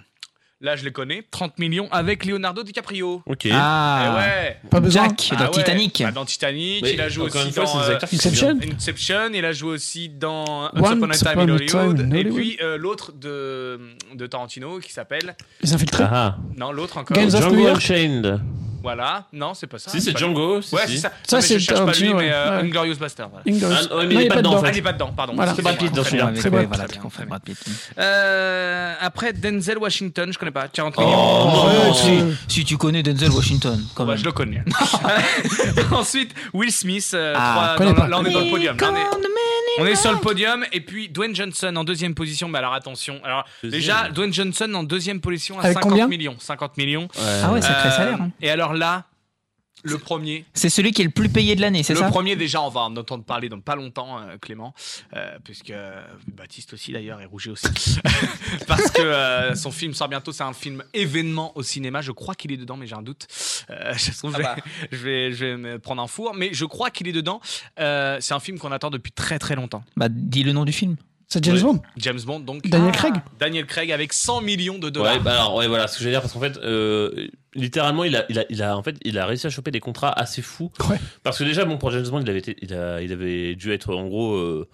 Là, je les connais. 30 millions avec Leonardo DiCaprio.
ok
Eh
Ah,
ouais.
Pas besoin.
Jack
Ah
dans
ouais.
Titanic.
Bah, dans Titanic,
Mais
il a joué
encore
aussi
une fois,
dans
c'est des
euh,
acteurs qui
Inception
Inception, il a joué aussi dans Once
Once
Upon a Time in
Upon a
Hollywood.
Time in
Et
Hollywood.
puis euh, l'autre de, de Tarantino qui s'appelle.
Les infiltrés.
Ah,
Non, l'autre encore.
Gangs of New
Django
York.
Unchained
Voilà. Non, c'est pas ça.
si c'est
pas
Django si,
lui. Ouais,
si.
c'est ça.
Ça,
Non, mais
c'est
je cherche pas lui,
Tarantino,
mais euh,
ouais.
Inglorious Bastard. Voilà.
Inglourious.
Ah, ouais, mais
Non,
il est pas dedans, en
Ah,
fait.
il est pas dedans, pardon.
Voilà.
c'est rapide dans
Très bien,
celui-là
avec-
C'est bon.
voilà,
Très bien,
on fait
très bien.
Brad Pitt.
Euh, après Denzel Washington, je connais pas. 40
oh,
millions.
non.
Ouais,
Si tu connais Denzel Washington, quand
Ouais,
même.
je le connais. Ensuite, Will Smith. euh,
Ah,
trois-
connais
dans-
pas.
là, on est dans le podium. là, on, est, on est sur le podium. Et puis Dwayne Johnson en deuxième position. Mais alors attention. Alors
Deuxième.
déjà, Dwayne Johnson en deuxième position à
Avec
50
combien
millions. 50 millions.
Ah ouais, sacré
Euh,
salaire. hein.
Et alors là, Le premier.
C'est celui qui est le plus payé de l'année, c'est
le
ça
premier, déjà, on va en entendre parler dans pas longtemps, euh, Clément, euh, puisque euh, Baptiste aussi d'ailleurs et Rouget aussi, parce que euh, son film sort bientôt. C'est un film événement au cinéma. Je crois qu'il est dedans, mais j'ai un doute. Euh, je trouve,
Ah
je-
bah.
je, vais, je vais me prendre un four, mais je crois qu'il est dedans. Euh, c'est un film qu'on attend depuis très très longtemps.
Bah, dis le nom du film. Ah.
C'est James Bond.
James Bond, donc. Ah.
Daniel Craig.
Daniel Craig avec 100 millions de dollars.
Ouais, bah alors, ouais, voilà ce que je veux dire, parce qu'en fait, euh, littéralement, il a, il, a, il, a, en fait, il a réussi à choper des contrats assez fous. Parce que déjà, bon, pour James Bond, il avait, été- il a- il avait dû être en gros. euh,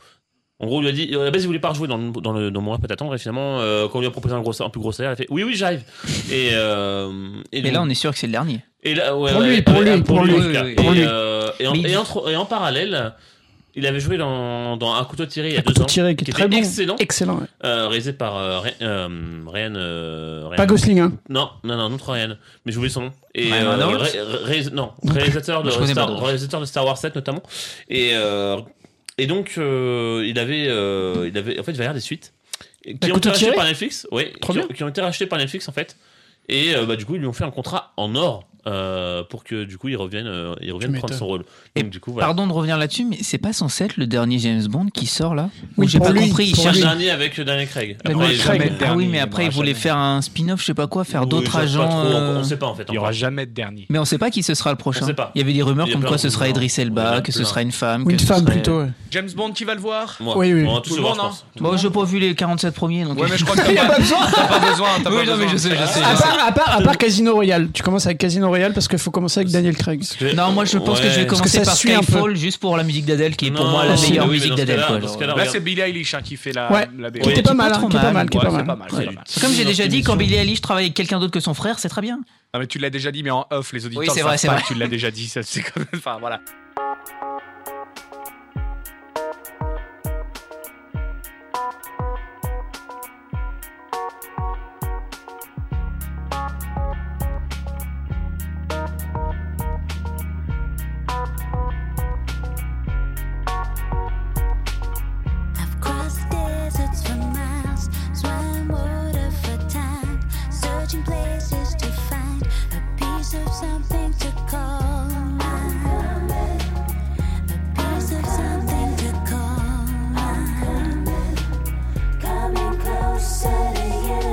en gros, il lui a dit, euh, à la base, il voulait pas rejouer dans, le- dans le dans mon rêve peut t'attendre, et finalement, euh, quand on lui a proposé un, gros, salaire- un plus gros salaire, il a fait oui, oui, j'arrive. Et, euh, et
Mais
donc-
là, on est sûr que c'est le dernier.
et là, ouais,
Pour
ouais,
lui, pour
ouais,
lui,
ouais,
pour lui,
en tout cas.
oui, oui, pour
Et,
lui.
euh, et en-
Mais il-
et entre- et en parallèle, il avait joué dans, dans Un couteau tiré il y a deux
Tout
ans,
tiré, qui est très bon.
excellent,
Excellent. ouais.
euh, réalisé par euh, Ray- euh, Ryan, euh, Ryan-
Pas Gosling, hein.
Non, non, non, un autre Ryan. Mais j'ai oublié son nom. Et,
Ryan
euh,
Reynolds
ré- ré- ré- non, réalisateur de,
Je connais
Star,
pas d'autres.
réalisateur de Star Wars 7 notamment. Et, euh, et donc, euh, il, avait, euh, il avait. En fait, il va y avoir des suites. Qui
D'un
ont
couteau
été rachetées
tiré
par Netflix. Oui,
Trop
qui,
bien.
qui ont été rachetées par Netflix en fait. Et euh, bah, du coup, ils lui ont fait un contrat en or euh, pour que du coup, il revienne, euh, il revienne prendre
m'étonnes.
son rôle.
Et
Donc, du coup, voilà.
Pardon de revenir là-dessus, mais c'est pas censé être le dernier James Bond qui sort là Ou
Oui,
j'ai
pour
pas
lui,
compris. Il
pour
cherche
lui.
un-
Dernier avec Daniel Craig.
Daniel
Après,
Craig.
jamais-
Ah oui,
dernier,
mais
il
après
y en
il
aura
voulait
jamais.
faire un spin-off, je sais pas quoi, faire
Oui, je
d'autres
sais pas
agents.
trop, on-
euh,
on sait pas en fait.
Il n'y aura jamais de dernier.
Mais on sait pas qui ce sera le prochain.
sait pas.
Il y avait des rumeurs
Il y a
comme
plein
quoi
de
ce sera
rumeurs.
Idriss
Il y en
Elba,
a
que ce
plein.
sera une femme.
Ou une
que ce
femme,
serait-
plutôt, ouais.
James Bond, qui va le voir
Moi.
Oui, oui.
On va tous
Tout
le
le
voir, je
monde, hein.
pense.
Bon, j'ai pas vu les 47 premiers, donc.
Ouais, mais je crois que t'as
Il y a
pas-
pas besoin.
T'as pas besoin, t'as
Oui,
pas besoin.
non, mais je sais, je sais.
À part, à, part, à part Casino Royale, tu commences avec Casino Royale parce qu'il faut commencer avec Daniel Craig.
Non, moi je pense que je vais
Parce que
commencer
ça
par
suit un peu.
Skyfall juste pour la musique d'Adèle qui est pour
Non,
moi la
non,
meilleure
mais oui,
musique
mais dans ce
d'Adèle.
cas-là,
quoi,
dans ce
genre.
cas-là,
Là,
regarde.
c'est Billie Eilish hein, qui fait la,
Ouais.
la BO.
Qui était Bah, pas mal, hein,
trop
qui est pas mal, qui est
Ouais,
pas
c'est
mal.
pas mal, c'est pas mal.
Comme j'ai déjà dit, quand Billy Eilish travaille avec quelqu'un d'autre que son frère, c'est très bien.
Non, mais tu l'as déjà dit, mais en off, les auditeurs
Oui, c'est
le
vrai,
savent
c'est
pas
vrai.
que tu l'as déjà dit. Ça, c'est quand même- Enfin, voilà.
Crossed deserts for miles, swam water for time, searching places to find a piece of something to call mine. A piece of something to call mine. Coming closer to you.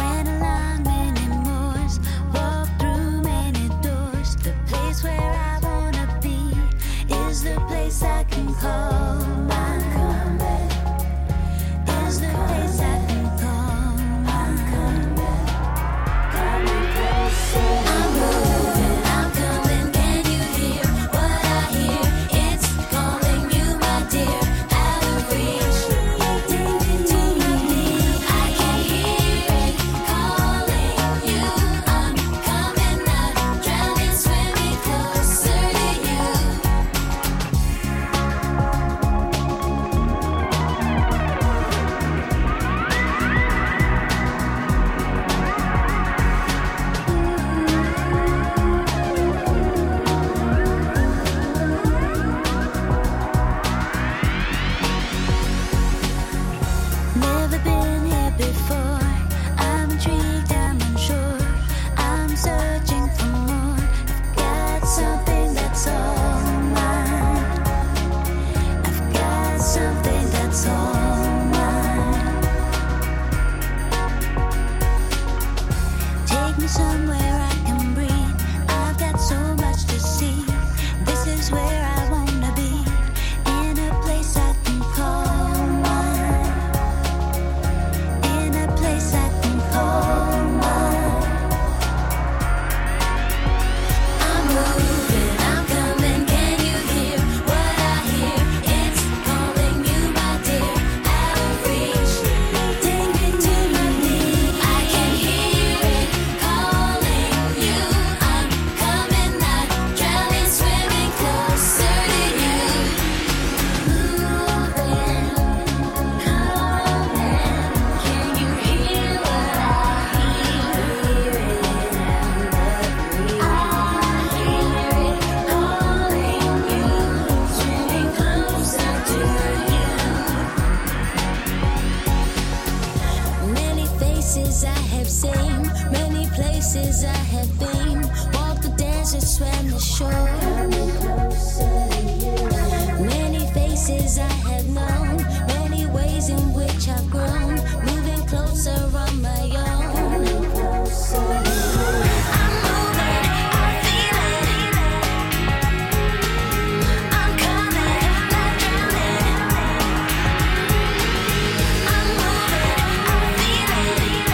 Ran along many moors, walked through many doors. The place where I wanna be is the place I can call mine. Is the place I can call mine. Coming closer. I'm moving. oh, much I've grown, moving closer on my own. I'm moving, I feel it. I'm coming, not drowning. I'm moving, I feel it.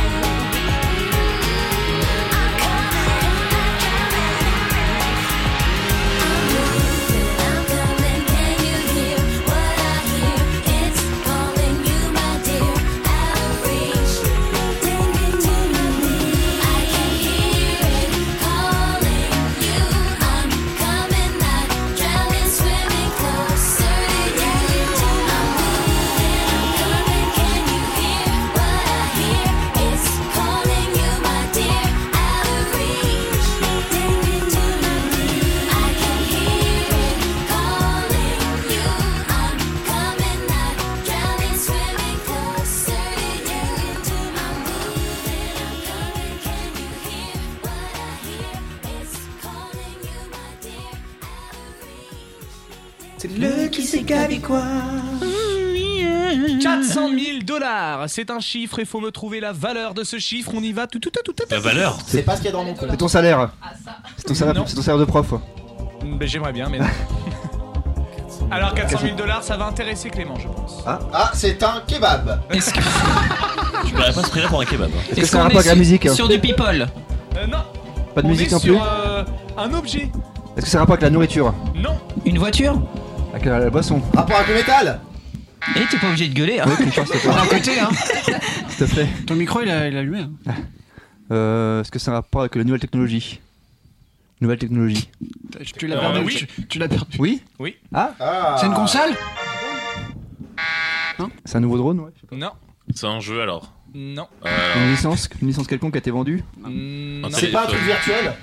I'm coming, not drowning. I'm moving, I'm coming. Can you hear what I hear? It's calling you, my dear. Out of reach, clinging to my knees. I can hear it calling you. I'm coming, not drowning, swimming closer to you. I'm moving, I'm coming. Can you hear what I hear? It's calling you, my dear. Out of reach, clinging to my knees. I can hear it calling you. I'm coming, not drowning, swimming closer to you. I'm moving, I'm coming. Can you hear what I hear? It's calling you, my dear.
C'est le qui s'est québécois.
400 000 dollars, c'est un chiffre, il faut me trouver la valeur de ce chiffre, on y va tout tout tout tout. tout.
La valeur
C'est pas ce qu'il y a dans mon compte.
C'est ton salaire. C'est ton salaire, c'est ton salaire de prof.
Ben, J'aimerais bien, mais non. Alors 400 000 dollars, ça va intéresser Clément, je pense.
Ah, c'est un kebab.
Est-ce que
Je paierais pas ce prix-là pour un kebab. hein.
Est-ce qu'on est sur- Sur du people.
non.
Pas de
On
musique
est
non
sur,
plus
euh, un objet.
Est-ce que c'est rapport avec la nourriture
Non.
Une voiture
Avec la, la boisson
Rapport avec le métal
Et t'es pas obligé de gueuler, hein.
pas.
À côté, hein.
S'il te plaît.
Ton micro, il a, il a allumé. hein.
Euh, Est-ce que c'est un rapport avec la nouvelle technologie Nouvelle technologie.
Tu l'as
Euh,
perdu.
oui.
Tu, tu l'as perdu.
Oui
Oui.
Ah,
C'est une console
C'est un nouveau drone, ouais.
Non.
C'est un jeu alors
Non.
Une licence Une licence quelconque a été vendue
Mm,
Ah,
Mmh.
C'est pas un truc virtuel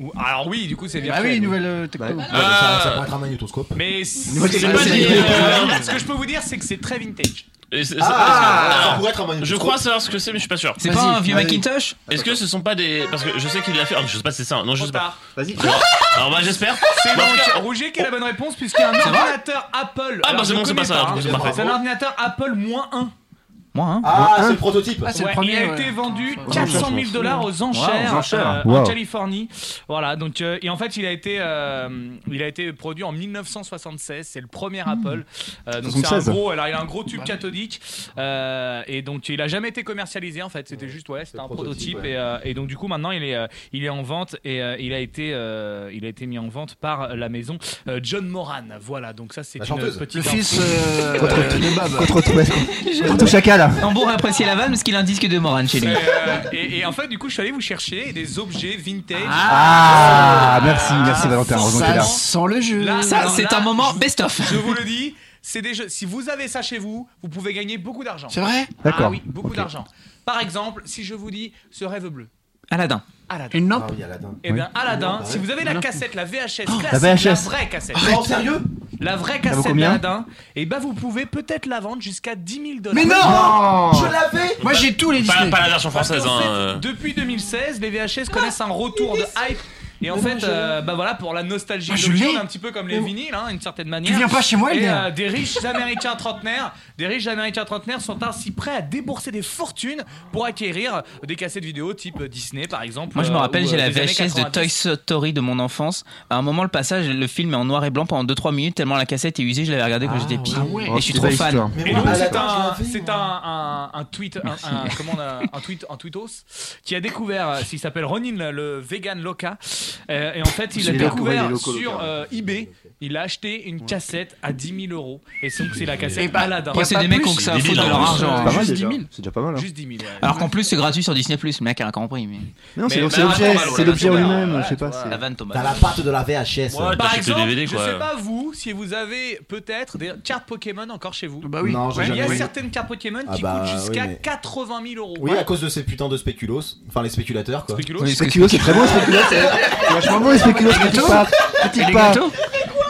Ou- Alors oui, du coup c'est
Bah
virtuel.
oui, nouvelle euh, technologie.
Ça, ça pourrait être un magnétoscope.
Ah. Mais c'est
Nouvelle
c'est pas
technologie.
dit.
Ah.
Ce que je peux vous dire, c'est que c'est très vintage.
Et c'est-
Ah,
c'est-
ah,
alors,
ça pourrait être un magnétoscope.
Je crois savoir ce que c'est, mais je suis pas sûr.
C'est pas Vas-y, un vieux vas-y. Macintosh
Est-ce que ce sont pas des. Parce que je sais qu'il l'a fait. Ah, Je sais pas si c'est ça. Non, je sais pas.
Vas-y.
Alors, bah, j'espère.
C'est
Bah, en tout cas,
donc Rouget qui a la bonne réponse puisqu'il y a un
C'est vrai
ordinateur Apple.
Ah,
Alors,
bah, c'est
je
bon, c'est
connais
pas ça, alors,
hein.
c'est parfait.
C'est un ordinateur Apple moins 1.
Moi, hein.
Ah, c'est le prototype.
Ah,
Ouais,
Il a été
Ah,
vendu 400 000 dollars aux enchères,
Wow, aux enchères.
euh, en
Wow.
Californie. Voilà, donc euh, et en fait il a été euh, il a été produit en 1976. C'est le premier Apple. Euh, donc c'est un
76.
gros. Alors il a un gros tube cathodique euh, et donc il a jamais été commercialisé en fait. C'était juste ouais, c'était un prototype,
prototype,
et, euh, et donc du coup maintenant il est euh, il est en vente et euh, il a été euh, il a été mis en vente par la maison euh, John Moran. Voilà, donc ça c'est
La
une
chanteuse.
petite
Le
info.
fils euh, euh, de Bab.
Contre
chacal.
On pourrait apprécier la vanne parce qu'il a un disque de Moran chez lui.
Et, euh, et, et en fait, du coup, je suis allé vous chercher des objets vintage.
Ah, merci, merci Valentin, heureusement que t'es
Ça
là.
sent
le jeu.
Là,
ça,
alors
c'est
là,
un moment best-of.
Je vous le dis, c'est des jeux. Si vous avez ça chez vous, vous pouvez gagner beaucoup d'argent.
C'est vrai
Ah
D'accord.
oui, beaucoup d'argent. Par exemple, si je vous dis ce rêve bleu.
Aladdin.
Aladdin.
Une lampe
Ah oui, Aladdin.
Eh bien, Aladdin, si vous
Ah,
avez la
Non.
cassette, la VHS classique,
la
la,
VHS.
vraie cassette.
Arrête. Non, Oh, sérieux
La vraie
Ça vaut
cassette
combien
d'Aladdin, eh ben vous pouvez peut-être la vendre jusqu'à 10 000 dollars.
Mais non Non Je
l'avais
Moi, j'ai tous les
Pas-
Disney.
pas la version française,
Parce qu'en
hein,
fait,
euh.
Depuis 2016, les
Ah,
VHS connaissent un retour de hype. Et en fait, euh, bah voilà, pour la nostalgie,
Ah, je
de l'objet,
l'ai.
on est un petit peu comme les
Mais-
vinyles, hein, une certaine manière.
viens pas chez moi,
Et,
Elder.
euh, Des riches américains trentenaires, des riches américains trentenaires sont ainsi prêts à débourser des fortunes pour acquérir des cassettes vidéo type Disney, par exemple.
Moi, je me
euh,
rappelle,
ou,
j'ai
euh,
la
des années
VHS de
90.
Toy Story de mon enfance. À un moment, le passage, le film est en noir et blanc pendant 2-3 minutes, tellement la cassette est usée, je l'avais regardé
Ah
quand j'étais petit.
ouais.
Et je suis
Oh,
trop
c'est
fan.
belle histoire.
Et donc, c'est un, c'est un,
hein.
un- un tweet, un, un- comment on a- un tweet, un tweetos, qui a découvert, euh, s'il s'appelle Ronin, le vegan loca. Euh, et en fait, il
C'est
a
les locaux, ouais,
découvert
les locaux,
sur
loca.
euh, eBay, il a acheté une cassette à 10 000 euros. Et donc, c'est la
Et
cassette
bah,
Aladdin.
ouais, c'est des mecs qui ont que ça à foutre de leur argent.
hein. C'est pas mal
Juste
déjà.
10 000.
C'est déjà pas mal. hein.
Juste 10 000. ouais.
Alors qu'en plus, c'est gratuit sur Disney, le mec a compris. Mais...
Non, c'est c'est l'objet, c'est l'objet en lui-même, je sais pas. c'est-
La vanne, Thomas.
T'as la patte de la VHS.
Ouais,
Par
t'achètes des
exemple,
DVD,
je
quoi.
sais pas vous, si vous avez peut-être des cartes Pokémon encore chez vous.
Bah
oui. Non, j'ai
il y a
jamais eu.
certaines cartes Pokémon
Ah
qui
bah,
coûtent jusqu'à
oui, mais-
80 000 euros.
Oui, à cause de ces putains de spéculos. Enfin, les spéculateurs, quoi.
Spéculos,
Les spéculoos, c'est très bon, les spéculoos. C'est vachement bon, les spéculoos.
Les
Petite
gâteaux
part.
Et les
Petite part.
gâteaux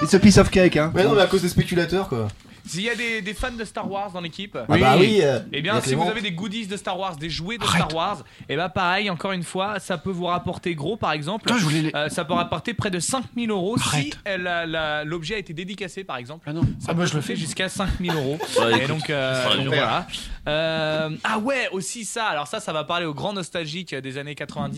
It's a piece of cake, hein.
Mais non, mais à cause des spéculateurs, quoi.
S'il y a des, des fans de Star Wars dans l'équipe,
Ah bah oui, euh,
eh
il y
bien
a
si vous
Clément.
avez des goodies de Star Wars, des jouets de Star Wars, et bah pareil, encore une fois, ça peut vous rapporter gros par exemple. Euh, ça peut rapporter près de 5000 euros si elle a- la- l'objet a été dédicacé par exemple. Ah non,
Ah
ça
bah,
peut
je le
coûter
fais.
jusqu'à 5000 euros.
Bah,
Ouais,
et
écoute,
donc, euh,
ça va
donc
bien.
voilà. Euh, ah ouais, aussi ça, alors ça, ça va parler aux grands nostalgiques des années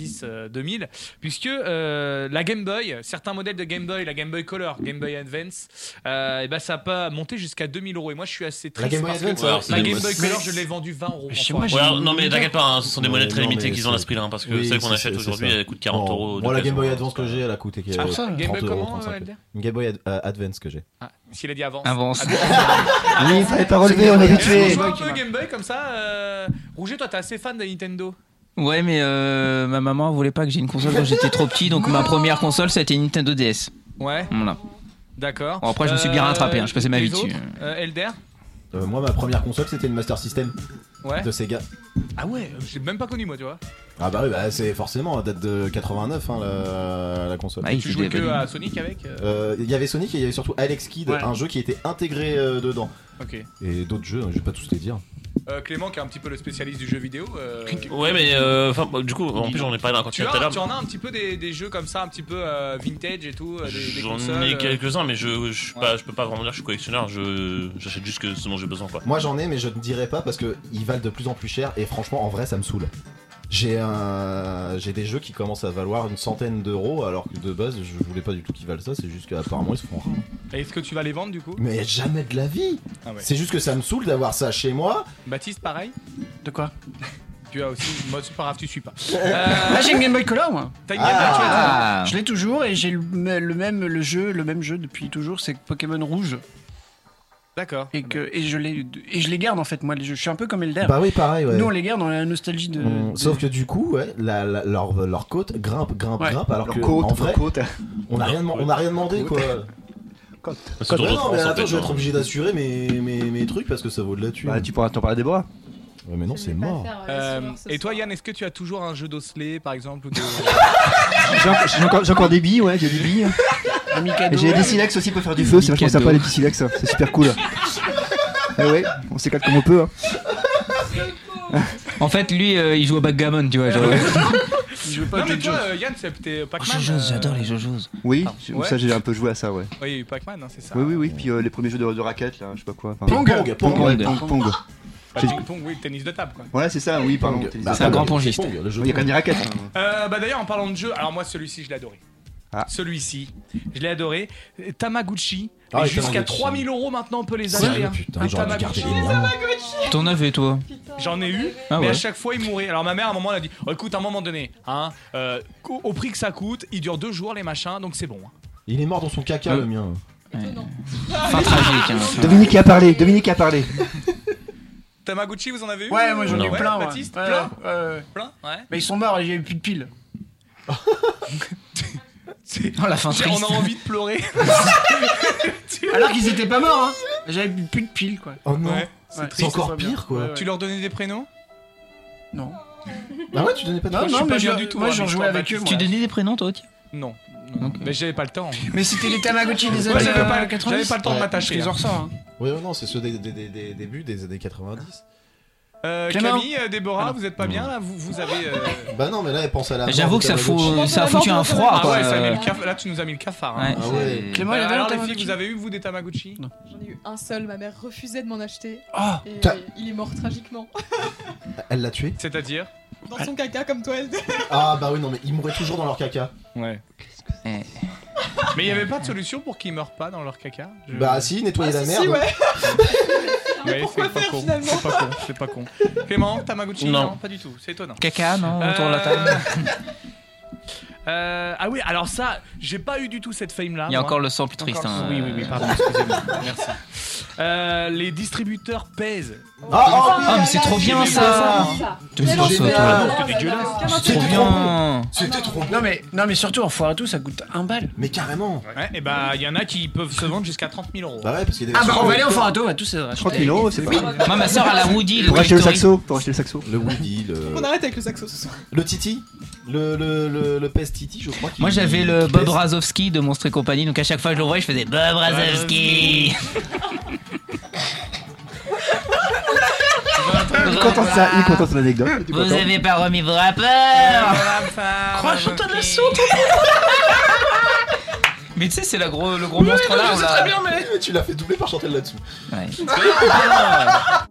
90-2000, puisque euh, la Game Boy, certains modèles de Game Boy, la Game Boy Color, Game Boy Advance, euh, et ben ça peut monter jusqu'à 2000 euros. Et moi, je suis assez triste.
Game Boy
parce que
Advance, ouais, alors, c'est
la
des
Game Boy
boîtes.
Color, je l'ai vendue 20 euros.
Chez
enfin.
moi, j'ai Ouais, alors, non, une mais Game t'inquiète Boy. pas, hein, ce sont des monnaies très limitées qu'ils ont à ce prix-là, hein, parce que celle qu'on
si,
achète
c'est-
aujourd'hui,
c'est ça.
elle coûte 40
Non,
euros
Moi, la
d'occasion.
Game Boy Advance que j'ai, elle a coûté euh,
Ah, ça,
30
Game Boy
euros,
comment,
35
euh, Elder
Une Game Boy Ad- euh, Advance que j'ai.
Parce qu'il a dit avance.
Avance.
Advance. Ah
Oui, ça a été relevé, on est habitué.
Je un peu Game Boy comme ça. euh, Rouget, toi, t'es assez fan de Nintendo.
Ouais, mais euh, ma maman voulait pas que j'ai une console quand j'étais trop petit, donc ma première console ça a été une Nintendo DS.
Ouais.
Voilà.
D'accord.
Bon, après, je me suis bien rattrapé, hein, je passais ma
les
vie dessus.
autres, euh, Elder
Euh, moi, ma première console, c'était une Master System
Ouais.
de Sega.
Ah ouais, j'ai même pas connu moi, tu vois.
Ah bah oui, bah, c'est forcément, date de 89, hein, la, la console.
tu jouais que à Sonic avec euh,
Euh, Il y avait Sonic et il y avait surtout Alex Kidd,
Ouais.
un jeu qui était intégré euh, dedans.
Ok.
Et d'autres jeux, hein, je vais pas tous les dire.
Euh, Clément, qui est un petit peu le spécialiste du jeu vidéo. euh,
Ouais, mais euh, enfin, bah, du coup, en plus, j'en ai parlé encore
tu,
tout à
as-
l'heure.
tu en as un petit peu des, des jeux comme ça, un petit peu euh, vintage et tout. euh, Des, des
J'en
consoles,
ai
euh,
quelques-uns, mais je, je, suis pas, je peux pas vraiment dire que je suis collectionneur. Je, j'achète juste que ce dont j'ai besoin, quoi.
Moi j'en ai, mais je ne dirai pas parce que ils valent de plus en plus cher et franchement, en vrai, ça me saoule. J'ai un... j'ai des jeux qui commencent à valoir une centaine d'euros alors que de base, je voulais pas du tout qu'ils valent ça, c'est juste qu'apparemment ils se font rares.
Et Est-ce que tu vas les vendre du coup
Mais jamais de la vie
Ah ouais.
C'est juste que ça me saoule d'avoir ça chez moi.
Baptiste, pareil
De quoi
Tu as aussi. Moi, c'est pas grave, tu suis pas.
Euh,
Euh,
Ah, j'ai une Game Boy Color, moi.
T'as une Game Boy, tu
Ah.
l'as
Je l'ai toujours et j'ai le, m- le même le jeu, le même jeu depuis toujours, c'est Pokémon Rouge.
D'accord.
Et que et je les et je les garde en fait moi les jeux. Je suis un peu comme Elder.
Bah oui, pareil, ouais.
Nous on les garde dans la nostalgie
Euh,
de.
Mm,
de-
Sauf que du coup, ouais, la- la- leur, leur côte grimpe, grimpe,
Ouais.
grimpe, alors
Leur
que
côte,
en vrai,
leur côte.
on n'a rien, deman- on a rien demandé quoi.
Parce
Quoi,
que
bah
de
non, mais
France, en
attends,
fait,
je vais être
hein.
obligé d'assurer mes, mes, mes trucs parce que ça vaut de la thune.
Bah, tu pourras t'en parler des bras.
Ouais, mais non, c'est mort.
Euh, et toi, Yann, est-ce que tu as toujours un jeu d'osselet par exemple ou de...
J'ai en- j'ai encore, j'ai encore des billes, ouais, j'ai des billes. Et J'ai des silex aussi pour faire du feu, c'est vachement
Mikado.
sympa les petits silex, hein, c'est super cool. Ah ouais, on s'éclate comme on peut. hein.
En fait, lui, euh, il joue au backgammon, tu vois. genre.
Je veux pas non, mais toi, euh, Yann, c'est- t'es Pac-Man. euh,
Jojo, j'adore les jojos.
Oui,
Ah,
j'ai-
ouais.
ça j'ai un peu joué à ça, ouais.
Oui, il y a eu Pac-Man, hein, c'est ça.
Oui, oui, oui, puis euh, les premiers jeux de, de raquettes, là, je sais pas quoi. enfin-
Pong,
Pong,
Pong,
ouais,
Pong.
Pong, Pong.
Bah,
J'ai-
ping-pong, oui, le tennis de table, quoi.
Voilà, c'est ça, oui, pardon.
Pong.
t'es-
Bah, C'est un grand pongiste. Pong, le jeu
Il y a quand même des
Pong.
raquettes. hein.
Euh, bah d'ailleurs en parlant de jeu, alors moi celui-ci je l'ai adoré.
Ah.
Celui-ci, je l'ai adoré. Euh, Tamaguchi,
Ah,
Et
les
jusqu'à
Tamaguchi.
3000 euros maintenant on peut les
Sérieux,
acheter. hein.
putain,
Un
j'aurais dû
Tamaguchi.
garder les miens. T'en avais, toi
J'en ai eu,
Ah
mais à
ouais.
chaque fois il mourait. Alors ma mère à un moment elle a dit Oh, écoute, à un moment donné, hein, euh, au au prix que ça coûte, il dure deux jours les machins donc c'est bon. hein. Ah,
Il est mort dans son caca
Euh.
le mien.
Fin tragique. hein.
Dominique a parlé, Dominique a parlé.
Tamaguchi, vous en avez eu
Ouais, moi j'en ai eu
Ouais,
plein. ouais.
Baptiste,
Ouais,
plein
ouais, ouais.
Plein Ouais.
Mais ils sont morts, et j'ai eu plus de piles.
Oh, la fin
J'ai-
triste.
on a envie
de pleurer.
Alors qu'ils étaient pas morts, hein. J'avais plus de piles, quoi.
Oh non.
Ouais.
C'est
Ouais.
triste, c'est encore
pas bien.
pire, quoi.
Ouais, ouais.
Tu leur donnais des prénoms
Non.
Ah ouais, tu donnais pas de
Non,
prénoms
non,
Je suis
mais
pas
je-
bien du tout,
Moi,
hein,
j'en
mais je
jouais
t'en
avec
bats.
eux.
Tu
moi.
donnais des prénoms, toi, aussi
Non. non, Mais j'avais pas le temps. hein.
Mais c'était les Tamagotchi des
Ouais,
années
j'avais pas-
euh, 90.
j'avais pas le temps de m'attacher,
Je les en
hein.
ressors, hein.
Oui, non, c'est ceux des, des- des- des débuts des années 90.
Euh,
Clément.
Camille, euh, Déborah, vous êtes pas bien là vous, vous avez. euh,
Bah non, mais là, elle pense à la.
J'avoue
mort
que
de
ça fout-
Tamagotchi.
ça a foutu un froid,
Ah
quoi.
ouais, ça a mis le caf- là tu nous as mis le cafard. hein.
Ouais, Ah ouais. c'est-
Clément, il
alors,
avait un
les filles,
Tamagotchi
vous avez eu vous des Tamagotchi
J'en ai eu un seul, ma mère refusait de m'en acheter.
Ah,
et
t'as-
il est mort tragiquement.
Elle l'a tué
C'est-à-dire
Dans son caca comme toi, elle.
Ah bah oui, non, mais ils mouraient toujours dans leur caca.
Ouais. Mais il y avait pas de solution pour qu'ils meurent pas dans leur caca Je-
Bah si, nettoyer
Ah,
la merde.
Ouais, c'est pas con. C'est pas con, c'est pas con. Clément, Tamagotchi
Non.
pas du tout, c'est étonnant.
Caca, non, autour de la
Euh,
table.
euh, ah oui, alors ça, j'ai pas eu du tout cette fame là.
Il y a encore le sang plus triste, hein.
Oui, oui, oui, pardon, excusez-moi. Merci. Euh, les distributeurs pèsent.
Ah, mais c'est trop bien ça Putain, c'est trop bien. C'est trop bien
C'était trop
Non mais, non mais surtout en foire et tout ça coûte un bal. Mais carrément.
Ouais, et bah, il y en a qui peuvent se vendre jusqu'à 30 000 euros.
Bah ouais, parce qu'il y a des Ah bah, versions on va aller au foire à dos, on va tous se racheter.
30 000 euros, c'est pas
Oui.
mal.
Moi, ma sœur, elle a Woody,
Pour
le
acheter le
Victory.
saxo. Pour acheter le saxo.
Le Woody, le.
On arrête avec le saxo ce soir.
Le Titi
Le, le, le, le PES Titi, je crois. qu'il-
Moi j'avais le
il
Bob
pèse.
Razowski de Monstre et compagnie, donc à chaque fois que je le voyais, je faisais Bob Razowski
Il est content de ça, il est content de son anecdote. il est
Vous
content.
avez pas remis vos rappeurs
Crois-toi de la soupe
Mais tu sais, c'est la gros- le gros monstre là. on l'a-
mais tu l'as fait doubler par Chantal Ah, là-dessous.
Ouais.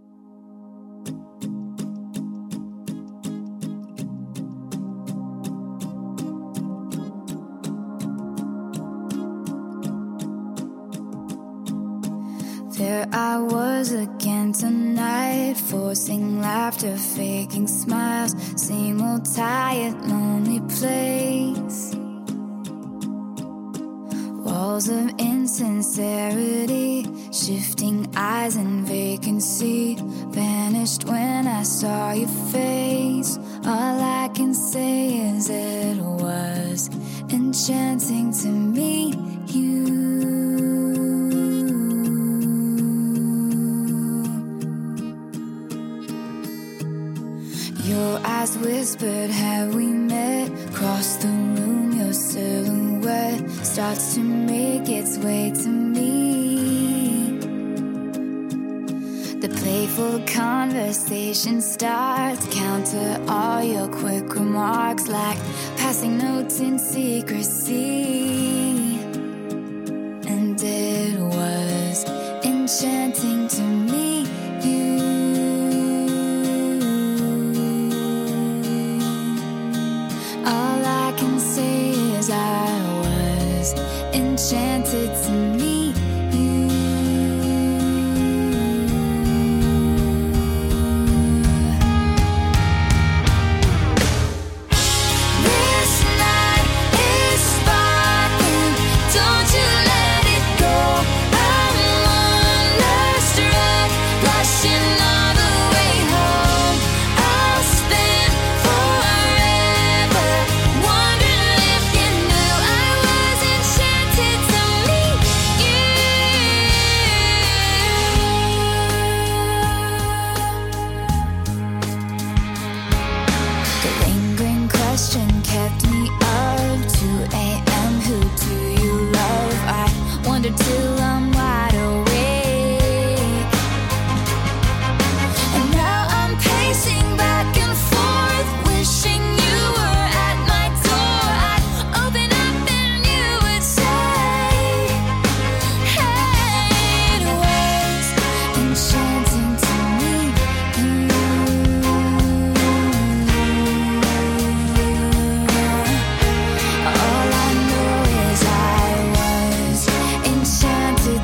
There I was again tonight, forcing laughter, faking smiles, same old tired, lonely place. Walls of insincerity, shifting eyes and vacancy, vanished when I saw your face. All I can say is it was enchanting to meet you. Your eyes whispered, Have we met? Cross the room, your silhouette starts to make its way to me. The playful conversation starts, counter all your quick remarks like passing notes in secrecy. And it was enchanting to meet you. All I can say is I was enchanted to meet you.
This night is sparkling. Don't you let it go. I'm wonderstruck, rushing all the way home. I'll spend forever wondering if you knew I was enchanted to meet you.
The lingering question kept me up. 2 a.m. Who do you love? I wonder till I'm wide awake.
And now I'm pacing back and forth, wishing you were at my door. I'd open up and you would say, Hey, it was enchanting to meet
All I know is I was enchanted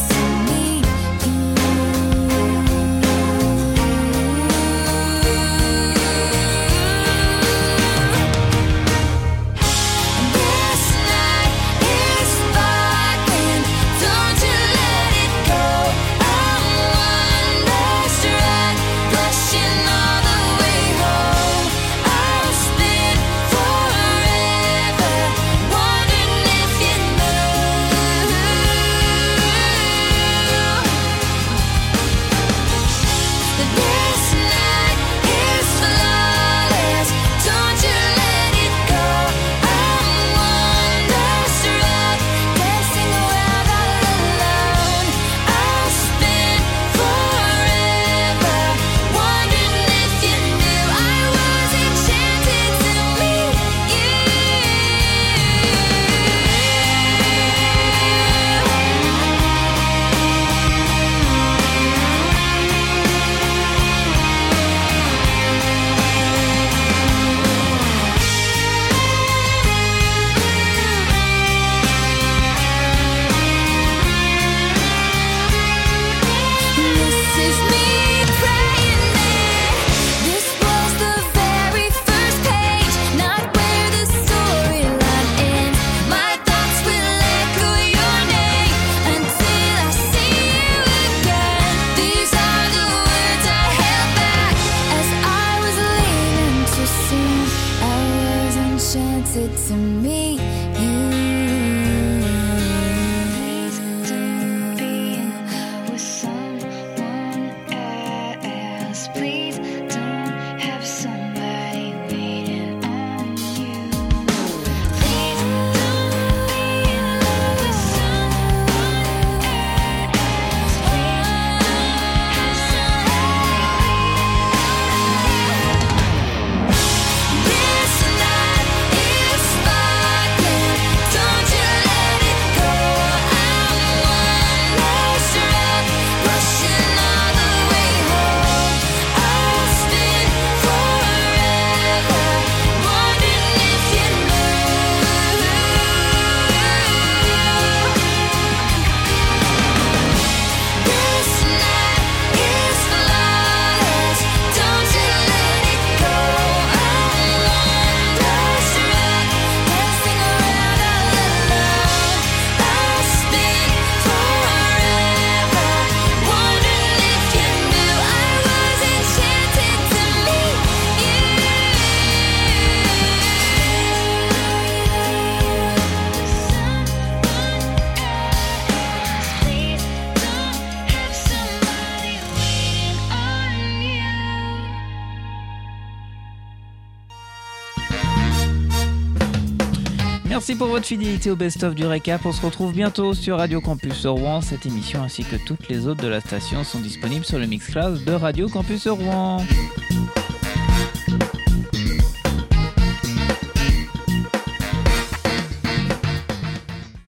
merci pour votre fidélité au best-of du récap. On se retrouve bientôt sur Radio Campus Rouen. Cette émission ainsi que toutes les autres de la station sont disponibles sur le Mixcloud de Radio Campus Rouen.